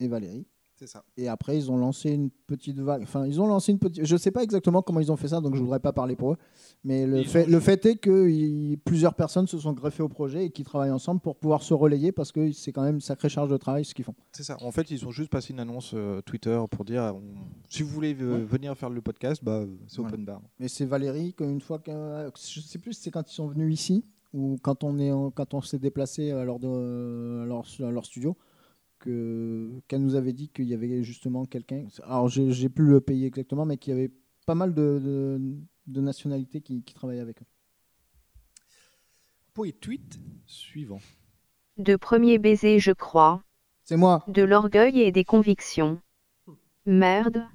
J: et Valérie.
O: C'est ça.
J: Et après, ils ont lancé une petite vague. Enfin, ils ont lancé une petite. Je sais pas exactement comment ils ont fait ça, donc je voudrais pas parler pour eux. Mais le,
O: Ils
J: fait,
O: ont-
J: le fait est que ils- plusieurs personnes se sont greffées au projet et qui travaillent ensemble pour pouvoir se relayer parce que c'est quand même une sacrée charge de travail ce qu'ils font.
O: C'est ça. En fait, ils ont juste passé une annonce euh, Twitter pour dire euh, on- si vous voulez euh, venir faire le podcast, bah, c'est open bar.
J: Mais c'est Valérie qu'une fois que. Je sais plus si c'est quand ils sont venus ici ou quand on est en- quand on s'est déplacé à leur, de- à leur, à leur studio que qu'elle nous avait dit qu'il y avait justement quelqu'un. Alors j'ai j'ai plus le pays exactement, mais qu'il y avait pas mal de, de, de nationalités qui, qui travaillaient avec eux.
O: Poet tweet suivant.
S: De premier baiser, je crois.
J: C'est moi.
S: De l'orgueil et des convictions. Merde.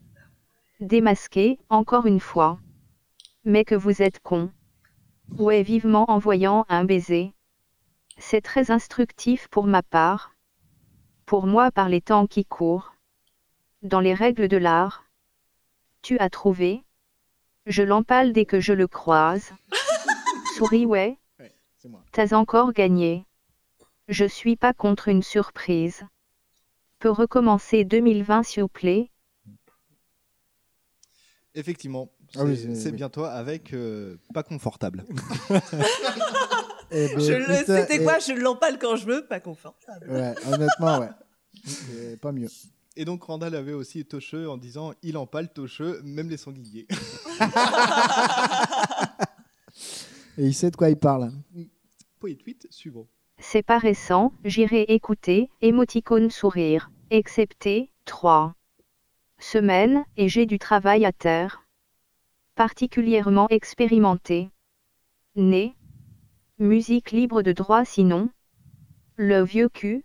S: Démasqué, encore une fois. Mais que vous êtes con. Ouais, vivement en voyant un baiser. C'est très instructif pour ma part. Pour moi, par les temps qui courent. Dans les règles de l'art. Tu as trouvé. Je l'empale dès que je le croise. Souris, ouais. T'as encore gagné. Je suis pas contre une surprise. peux recommencer 2020 s'il vous plaît
O: Effectivement, c'est
J: Ah oui, c'est-
O: c'est
J: oui.
O: bien toi avec euh, pas confortable.
J: Eh ben,
K: Je le
J: putain,
K: c'était
J: eh,
K: quoi Je l'empale quand je veux, pas confortable.
J: Ouais, honnêtement, ouais. C'est pas mieux.
O: Et donc Randall avait aussi Tocheux en disant il empale Tocheux, même les sangliers.
V: Et il sait de quoi il parle.
O: Poet tweet suivant.
S: C'est pas récent, j'irai écouter, émoticône sourire, excepté 3 semaines, et j'ai du travail à terre. Particulièrement expérimenté. Né. Musique libre de droit sinon. Le vieux cul.
O: Ouais,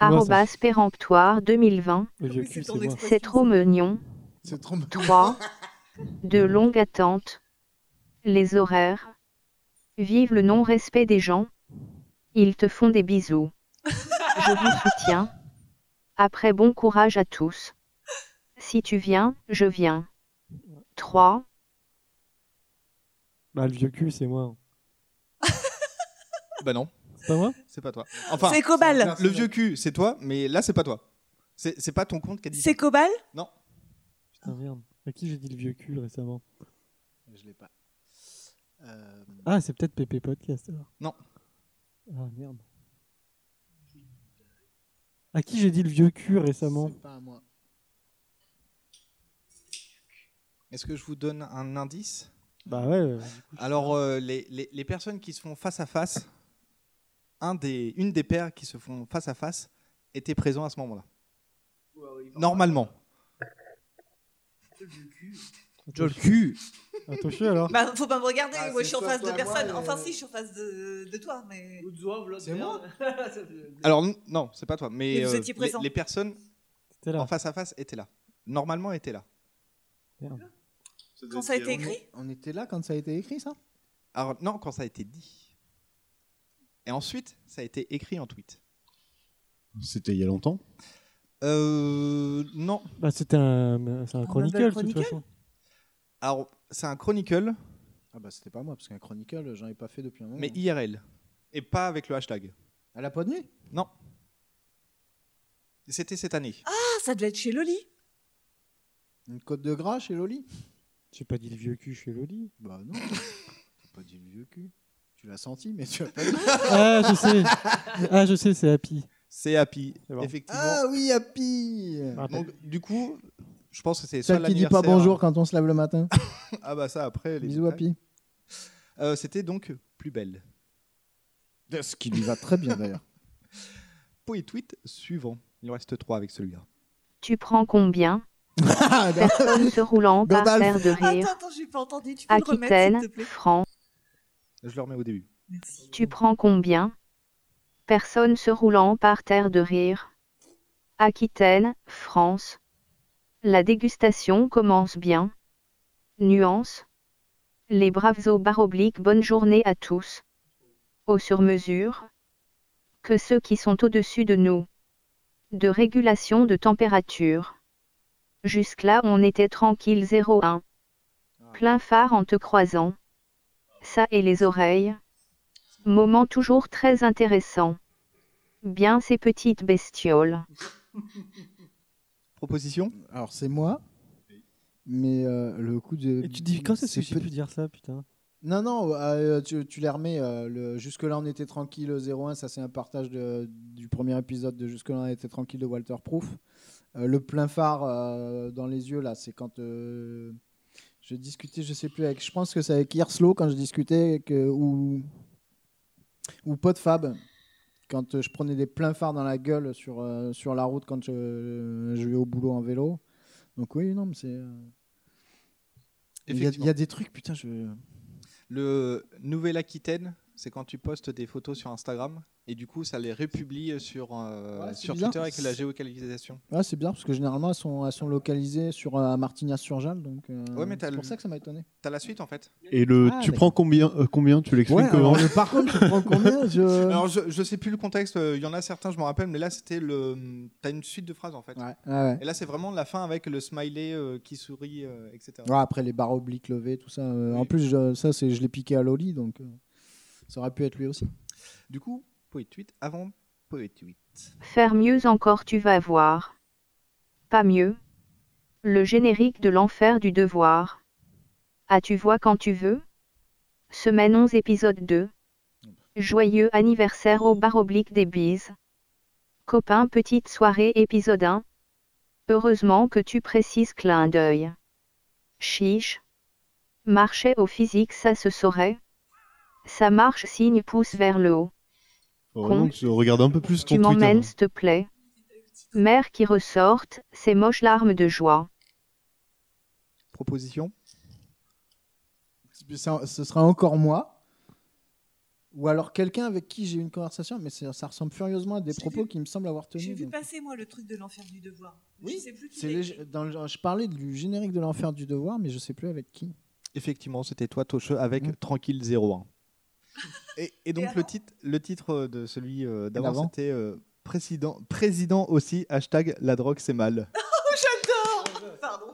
O: ça-
S: Arrobas péremptoire 2020.
O: Le vieux cul, c'est moi.
S: C'est trop mignon.
J: C'est trop
S: 3. De longues attentes. Les horaires. Vive le non-respect des gens. Ils te font des bisous. Je vous soutiens. Après bon courage à tous. Si tu viens, je viens. 3.
H: Bah, le vieux cul, c'est moi.
O: Bah non.
H: C'est pas moi
O: C'est pas toi. Enfin,
K: C'est Cobal.
O: Le vieux cul, c'est toi, mais là c'est pas toi. C'est c'est pas ton compte qui a dit.
K: C'est Cobal
O: Non.
H: Putain, merde. À qui j'ai dit le vieux cul récemment
O: Je l'ai pas. Euh,
H: Ah, c'est peut-être PP Podcast alors.
O: Non.
H: Ah merde. À qui j'ai dit le vieux cul récemment
J: C'est pas à moi.
O: Est-ce que je vous donne un indice
H: Bah ouais. euh,
O: Alors, euh, les, les- les personnes qui se font face à face, un des, une des paires qui se font face à face était présent à ce moment-là. Normalement. Joe le cul.
H: Un tocheux alors
K: Bah, faut pas me regarder,
H: Ah,
K: moi
H: c'est
K: je suis en
H: soit
K: face de
H: toi, moi, euh,
K: personne.
H: et-
K: Enfin, si, je suis en face de, de toi, mais.
H: C'est moi
O: Alors, n- non, c'est pas toi, mais
K: Mais vous
O: euh,
K: étiez
O: les,
K: présent.
O: les personnes
H: là.
O: en face à face étaient là. Normalement étaient là.
K: Quand ça a été écrit
V: On était là quand ça a été écrit, ça
O: Alors, non, quand ça a été dit. Et ensuite, ça a été écrit en tweet.
M: C'était il y a longtemps.
O: Euh, non.
H: Bah, c'est un,
K: Ah,
H: c'est un
K: bah,
H: chronicle, de toute façon.
O: Alors, c'est un chronicle,
J: Ah bah c'était pas moi, parce qu'un chronicle, j'en ai pas fait depuis un moment.
O: mais IRL. Hmm. Et pas avec le hashtag.
J: Elle a pas de nuit
O: Non. C'était cette année.
K: Ah, ça devait être chez Loli.
J: Une côte de gras chez Loli
H: J'ai pas dit le vieux cul chez Loli.
J: Bah non. T'as pas dit le vieux cul. Tu l'as senti, mais tu l'as pas dit.
H: Ah, je sais. Ah, je sais, c'est Happy.
O: C'est Happy,
H: bon. Ah,
O: effectivement.
J: Ah oui, Happy
O: Donc, du coup, je pense que c'est soit
V: Celle qui dit pas
O: l'anniversaire-
V: bonjour quand on se lève le matin.
O: Ah bah ça, après. Les
V: Bisous,
O: détails.
V: Happy.
O: Euh, C'était donc plus belle.
J: Ce qui lui va très bien d'ailleurs.
O: Poet tweet suivant. Il en reste trois avec celui-là.
S: Tu prends combien Personne se roulant par
O: Gandalf.
S: terre de rire.
K: Attends, attends, j'ai pas entendu. Tu peux le remettre,
S: Aquitaine,
K: s'il te plaît
S: franc.
O: Je le remets au début.
S: Tu prends combien Personne se roulant par terre de rire. Aquitaine, France. La dégustation commence bien. Nuance. Les braves au bar oblique bonne journée à tous. Au sur-mesure. Que ceux qui sont au-dessus de nous. De régulation de température. Jusque-là on était tranquille 01. Plein phare en te croisant. Ça et les oreilles. Moment toujours très intéressant. Bien ces petites bestioles.
O: Proposition
J: Alors c'est moi, mais euh, le coup de.
H: Et tu dis, quand est-ce que
J: c'est
H: j'ai
J: peut-
H: pu dire ça, putain
J: Non, non, euh, tu, tu les remets. euh, le... Jusque-là, on était tranquille, 01. Ça, c'est un partage de- du premier épisode de Jusque-là, on était tranquille de Walter Proof. Euh, le plein phare euh, dans les yeux, là, c'est quand euh, je discutais, je sais plus avec. Je pense que c'est avec Hirslo quand je discutais, que, ou, ou Pot Fab, quand euh, je prenais des pleins phares dans la gueule sur, euh, sur la route quand je, je vais au boulot en vélo. Donc, oui, non, mais c'est. euh, Il y, a- il y a des trucs, putain, je.
O: Le Nouvelle-Aquitaine, c'est quand tu postes des photos sur Instagram et du coup, ça les republie sur, euh,
J: Ouais, c'est
O: sur
J: bizarre.
O: Twitter avec la géolocalisation.
J: Ouais, c'est bizarre parce que généralement elles sont, elles sont localisées sur euh, à Martignas-sur-Jalles, donc euh,
O: Ouais, mais t'as
J: c'est
O: le-
J: pour ça que ça m'a étonné.
O: T'as la suite en fait
M: Et le
J: Ah,
M: tu
J: d'accord.
M: prends combien euh, Combien Tu l'expliques
J: Ouais,
M: comment
J: alors, le par contre, tu prends combien je...
O: Alors, je, je sais plus le contexte, euh, il y en a certains, je m'en rappelle, mais là, c'était le. T'as une suite de phrases en fait.
J: Ah ouais.
O: Et là, c'est vraiment la fin avec le smiley euh, qui sourit, euh, etc.
J: Ouais, après les barres obliques levées, tout ça. euh, En plus, je, ça, c'est je l'ai piqué à Loli, donc euh, ça aurait pu être lui aussi.
O: Du coup, Poet Tweet, avant Poétuit.
S: Faire mieux encore, tu vas voir. Pas mieux. Le générique de l'enfer du devoir. Ah, tu vois quand tu veux Semaine 11, épisode 2. Joyeux anniversaire au bar oblique des bises. Copain, petite soirée, épisode 1. Heureusement que tu précises clin d'œil. Chiche. Marchait au physique, ça se saurait. Ça marche, signe, pouce vers le haut.
M: Faut vraiment que je regarde un peu plus ton hein.
S: Tu m'emmènes,
M: Twitter.
S: s'il te plaît. Mère qui ressorte, ses moches larmes de joie.
O: Proposition
J: Ça- ce sera encore moi. Ou alors quelqu'un avec qui j'ai eu une conversation, mais ça, ça ressemble furieusement à des propos qui me semblent avoir
K: J'ai
J: tenus.
K: vu
J: donc.
K: passer, moi, le truc de l'enfer du devoir. je sais plus qui
J: C'est
K: l'a
J: léger- dans le- je parlais du générique de l'enfer du devoir, mais je sais plus avec qui.
O: Effectivement, c'était toi, Tocheux, avec Tranquille 01. Mm. Et, et donc, le, titre, le titre de celui euh, d'avant,
J: D'avant.
O: c'était euh, président, président aussi, hashtag la drogue c'est mal.
K: Oh, j'adore Pardon.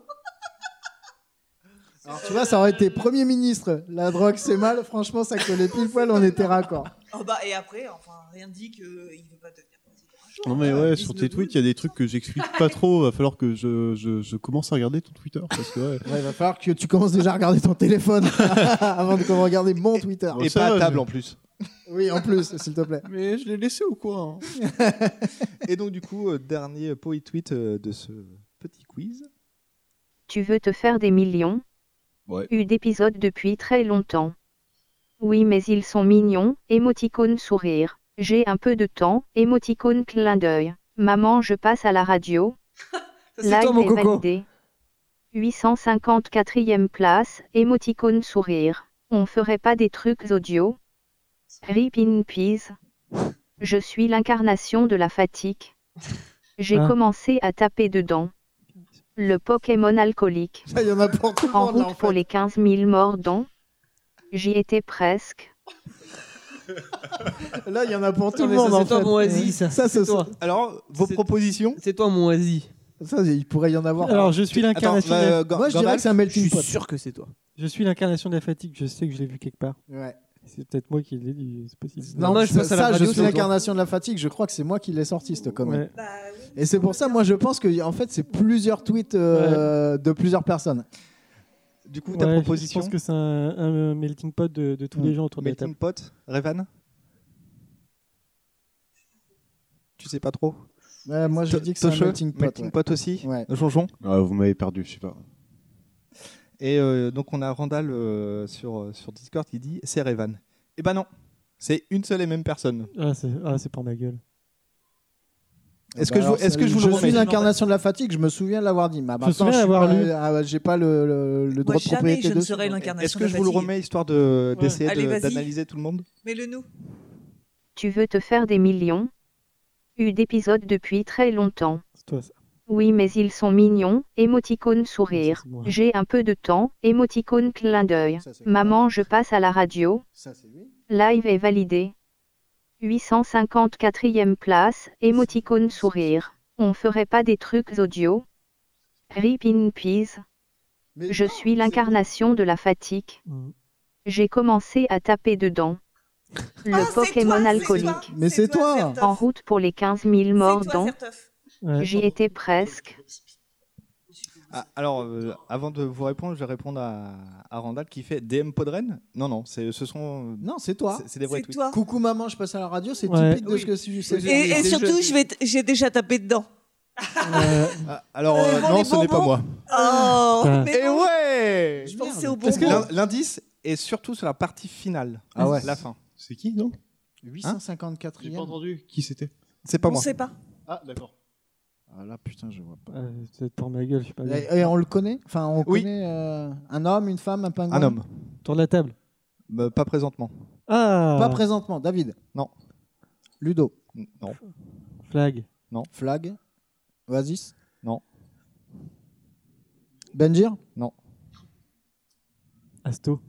J: Alors, tu vois, ça aurait été Premier ministre. La drogue, c'est mal. Franchement, ça collait pile poil, on était raccord.
K: Oh, bah, et après, enfin, rien dit qu'il ne veut pas devenir président un jour.
M: hein. Non mais
K: Euh,
M: ouais, sur tes tweets, il y a des trucs que j'explique pas trop. Va falloir que je, je, je commence à regarder ton Twitter parce que ouais.
J: Ouais, il va falloir que tu commences déjà à regarder ton téléphone avant de commencer à regarder mon Twitter.
O: Et pas à table en plus.
J: Oui, en plus, s'il te plaît.
O: Mais je l'ai laissé ou quoi
M: hein.
O: Et donc, du coup, euh, dernier poet tweet euh, de ce petit quiz.
S: Tu veux te faire des millions
O: Ouais.
S: Eu d'épisodes depuis très longtemps. Oui, mais ils sont mignons, émoticône sourire. J'ai un peu de temps, émoticône clin d'œil. Maman, je passe à la radio.
K: c'est toi, mon
S: est
K: coco.
S: validé. 854e place, émoticône sourire. On ferait pas des trucs audio Rip in peace. Je suis l'incarnation de la fatigue. J'ai
J: Ah.
S: commencé à taper dedans. Le Pokémon alcoolique.
J: Il y en a pour tout le
S: En
J: monde, là,
S: route
J: en
S: pour les 15 000 morts dont j'y étais presque.
J: Là, il y en a pour tout
N: Non,
J: le
N: mais ça,
J: monde. en
N: c'est toi,
J: fait.
N: mon oasis, ça.
J: ça
N: C'est
J: c'est
N: toi.
O: Alors, vos propositions
N: C'est toi, mon Asie.
J: Ça, il pourrait y en avoir.
H: Alors, je suis l'incarnation de la-
O: euh,
J: Moi, je dirais que c'est un melting pot.
N: que c'est toi.
H: Je suis l'incarnation de la fatigue, je sais que je l'ai vu quelque part.
J: Ouais.
H: C'est peut-être moi qui l'ai dit, c'est possible.
J: Non, mais ça, ça, je suis l'incarnation de la fatigue. Je crois que c'est moi qui l'ai sorti, cette connerie.
H: Ouais.
J: Et c'est pour ça, moi, je pense que en fait, c'est plusieurs tweets euh, de plusieurs personnes.
O: Du coup,
H: Ouais, Je pense que c'est un, un melting pot de, de tous les gens autour de la table.
O: Melting pot, Revan Tu sais pas trop
J: Ouais, moi, je
O: To-
J: dis que c'est un
O: Tocheux,
J: melting pot, ouais.
O: aussi
J: Ouais.
O: Jonjon
M: Ah, vous m'avez perdu, je sais pas.
O: Et euh, donc, on a Randall euh, sur, sur Discord qui dit c'est Revan. Eh ben non, c'est une seule et même personne.
H: Ah, c'est ah, c'est pour ma gueule.
O: Est-ce
J: Bah
O: que, je
J: alors,
O: vous- est-ce que je vous le
J: Je suis
O: remets
J: l'incarnation de la fatigue. Je me souviens de l'avoir dit. Mais maintenant,
O: souviens
J: je suis
O: l'avoir
J: pas-
O: lu.
J: ah, J'ai pas le, le- le droit de
K: jamais
J: propriété
K: je ne
J: dessus,
K: serai
J: donc, euh,
K: l'incarnation
O: Est-ce
K: de
O: que
K: la
O: je vous le
K: fatigue.
O: remets histoire de-
K: Ouais.
O: d'essayer
K: Allez,
O: de-
K: vas-y.
O: d'analyser tout le monde
K: Mets-le nous.
S: Tu veux te faire des millions Eu d'épisodes depuis très longtemps.
H: Toi, ça.
S: Oui, mais ils sont mignons, émoticône sourire. J'ai un peu de temps, émoticône clin d'œil. Maman, je passe à la radio.
J: Ça, c'est lui.
S: Live est validé. 854e place, émoticône sourire. On ferait pas des trucs audio Rip in peace. Je suis l'incarnation de la fatigue.
J: Mm.
S: J'ai commencé à taper dedans.
J: Ah,
S: Le Pokémon alcoolique.
J: Mais c'est toi.
S: En route pour les 15 000 morts
K: toi,
S: dont
K: Certeuf.
S: j'y étais presque.
O: Ah, alors, euh, avant de vous répondre, je vais répondre à, à Randall qui fait DM Podren. Non, non, c'est- ce sont.
J: Non, c'est toi.
O: C'est des vrais tweets.
J: Coucou maman, je passe à la radio. C'est
O: Ouais.
J: typique de ce que tu sais.
K: Et, et surtout, je vais t- j'ai déjà tapé dedans.
O: Ah, alors, euh,
K: bon,
O: non,
K: les
O: ce n'est pas
K: bonbons.
O: moi.
K: Oh,
O: Ah.
K: mais
O: Et
K: bon.
O: ouais
K: Je pensais aux
O: Parce que
K: bonbons.
O: l'in- l'indice est surtout sur la partie finale.
J: Ah ouais.
O: La fin.
M: C'est qui, non
J: 854e. J'ai pas entendu.
M: Qui c'était
O: C'est pas
J: On
O: moi.
J: sait
K: pas.
M: Ah, d'accord.
J: Ah là, putain, je vois pas.
H: Ah, c'est peut-être pour ma gueule, je sais pas.
J: Et, et on le connaît Enfin, on connaît euh, un homme, une femme, un pingouin
O: Un homme.
H: Tour de la table.
O: Mais pas présentement.
H: Ah
J: Pas présentement. David
O: Non.
J: Ludo
O: Non.
H: Flag
O: Non.
J: Flag Oasis
O: Non.
J: Benjir
O: Non.
H: Asto.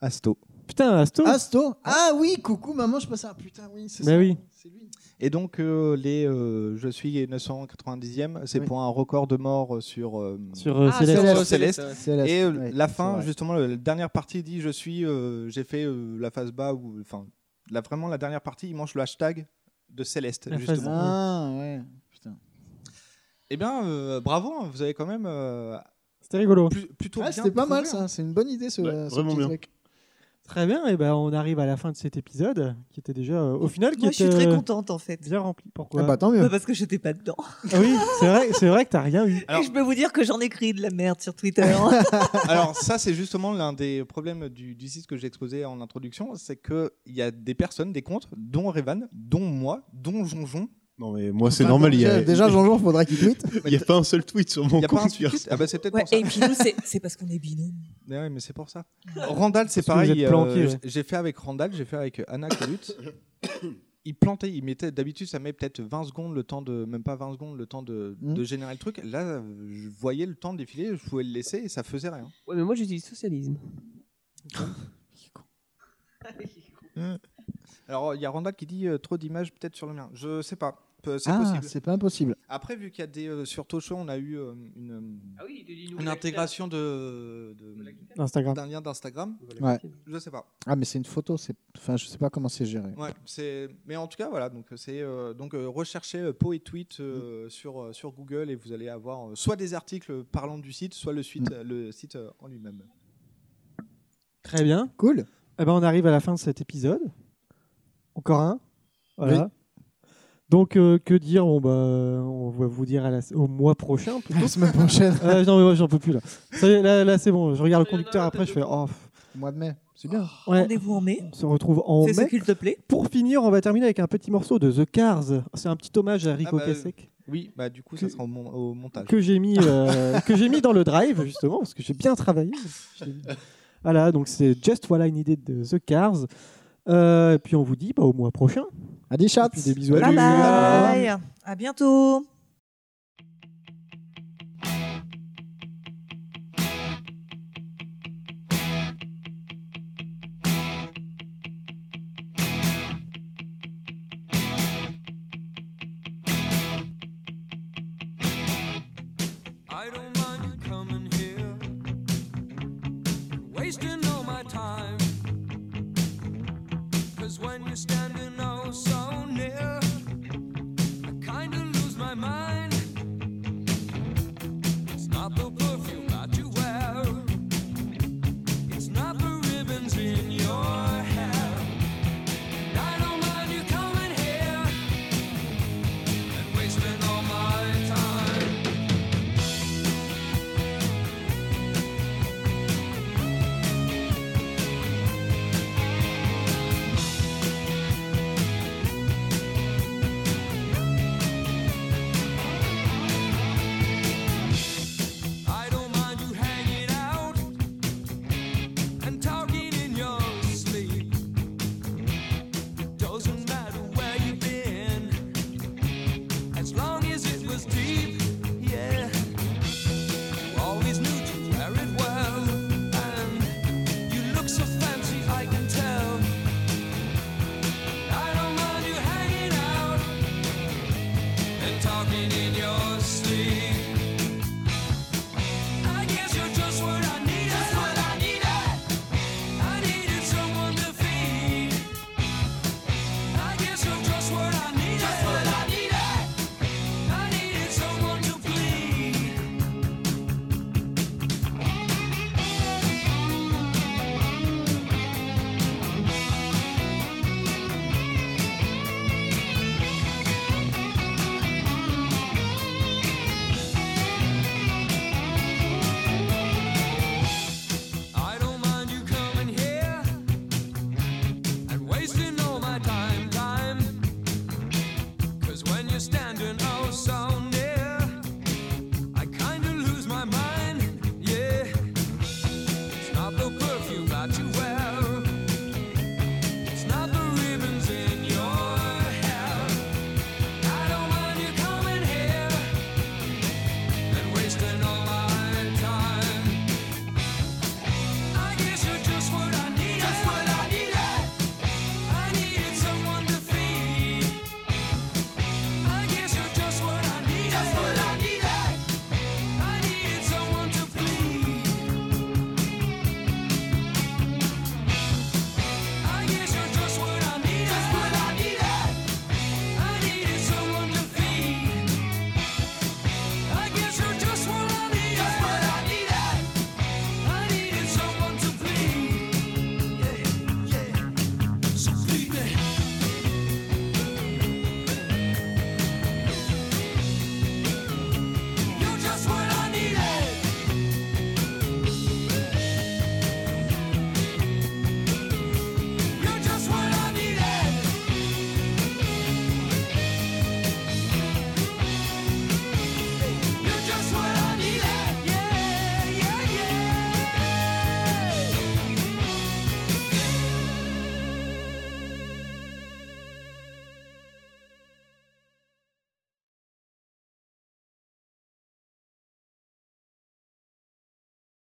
O: Asto.
H: Putain, Asto Ben
J: Asto Ah oui, coucou maman, je passe à... Ah, Putain, oui, c'est
O: Bah
J: ça.
O: oui. Et donc, euh, les, euh, je suis 990e, c'est pour un record de morts sur, euh,
H: Sur, euh, Ah, Céleste.
O: sur, euh,
H: Céleste,
O: Céleste.
H: Céleste,
O: Et euh,
H: ouais,
O: la
H: c'est
O: fin,
H: vrai.
O: justement, le- la dernière partie dit je suis, euh, j'ai fait euh, la phase bas, ou enfin, là, vraiment la dernière partie, il mange le hashtag de Céleste,
J: La phase
O: justement.
J: Ah, ouais. Putain.
O: Eh bien, euh, bravo, hein, vous avez quand même.
H: C'était rigolo.
O: plutôt
J: Ah,
O: bien
J: C'était pas mal
O: trouvé, hein.
J: ça, c'est une bonne idée ce, ce petit truc.
H: Très bien, et ben on arrive à la fin de cet épisode qui était déjà euh, au final qui
K: Moi, je suis
H: était,
K: très
H: euh,
K: contente en fait.
H: Bien rempli. Pourquoi
J: Ah bah, tant mieux.
K: parce que j'étais pas dedans.
H: Ah oui, c'est vrai, c'est vrai que t'as rien eu.
K: Et je peux vous dire que j'en ai écrit de la merde sur Twitter.
O: Alors ça, c'est justement l'un des problèmes du, du site que j'ai exposé en introduction, c'est que il y a des personnes, des comptes, dont Revan, dont moi, dont Jonjon.
M: Non mais moi c'est
O: Enfin,
M: normal. il y
O: déjà-
M: a-
O: déjà, Jean-Jean,
J: Bonjour, faudra qu'il tweet.
M: Il n'y a pas un seul tweet sur mon
O: Il y a pas un
M: compte.
O: seul tweet Ah bah c'est peut-être
K: Ouais,
O: pour ça.
K: et puis nous, c'est- c'est parce qu'on est binôme.
O: Mais ouais, mais c'est pour ça. Randall, c'est
H: Parce que vous
O: pareil.
H: êtes planqués,
O: euh,
H: ouais.
O: J'ai fait avec Randall, j'ai fait avec Anna Colut. Il plantait, il mettait. D'habitude, ça met peut-être 20 secondes le temps de, même pas 20 secondes le temps de,
H: Hmm.
N: Mhm.
O: de générer le truc. Là, euh, je voyais le temps défiler, je pouvais le laisser et ça faisait rien.
N: Ouais, mais moi j'utilise socialisme.
O: Alors, il y a Randall qui dit euh, trop d'images peut-être sur le mien. Je sais pas. Peu- Euh, C'est
J: Ah,
O: possible.
J: c'est pas impossible.
O: Après, vu qu'il y a des. euh, sur Tosho, on a eu euh, une, euh,
N: nouvelle
O: une intégration de, de-
J: Instagram.
O: d'un lien d'Instagram.
J: Ouais.
O: Je sais pas.
J: Ah, mais c'est une photo, c'est... Enfin, je sais pas comment c'est géré.
O: Ouais, c'est. Mais en tout cas, voilà. Donc, c'est euh, donc euh, recherchez euh, Po et Tweet euh,
H: Mm.
O: sur euh, sur Google et vous allez avoir euh, soit des articles parlant du site, soit le site
H: Mm.
O: le site euh, en lui-même.
H: Très bien.
J: Cool.
H: Eh ben, on arrive à la fin de cet épisode. Encore un. Voilà. Donc, euh, que dire bon, bah, On va vous dire à la- au mois prochain. plutôt.
J: La semaine prochaine.
H: Euh, non, mais moi, j'en peux plus là. Ça y est, là, là, c'est bon. Je regarde le conducteur après, je fais. Oh, pff.
J: Mois de mai, c'est bien.
H: Ouais.
K: Rendez-vous en mai.
H: On se retrouve en
K: Fais ce
H: mai.
K: qu'il te plaît.
H: Pour finir, on va terminer avec un petit morceau de The Cars. C'est un petit hommage à Rico
O: Ah bah,
H: Kasek.
O: Oui, bah du coup, ça sera au, mon- au montage.
H: que j'ai mis euh, que j'ai mis dans le drive justement parce que j'ai bien travaillé. J'ai- Voilà, donc c'est Just What I Needed de The Cars. Euh, et puis on vous dit bah, au mois prochain.
J: Allez, chat.
H: Des bisous à
K: Bye
H: tous.
K: bye. À bientôt.
T: I don't mind you coming here, wasting all my time. Cause when you're standing oh so near, I kinda lose my mind. It's not the perfume that you wear, it's not the ribbons in your hair. And I don't mind you coming here and wasting all my time. I don't mind you hanging out and talking in your sleep. Doesn't matter where you've been, as long as it was deep, yeah. You always knew you wear it well, and you look so fancy, I can tell. I don't mind you hanging out and talking in your sleep. oh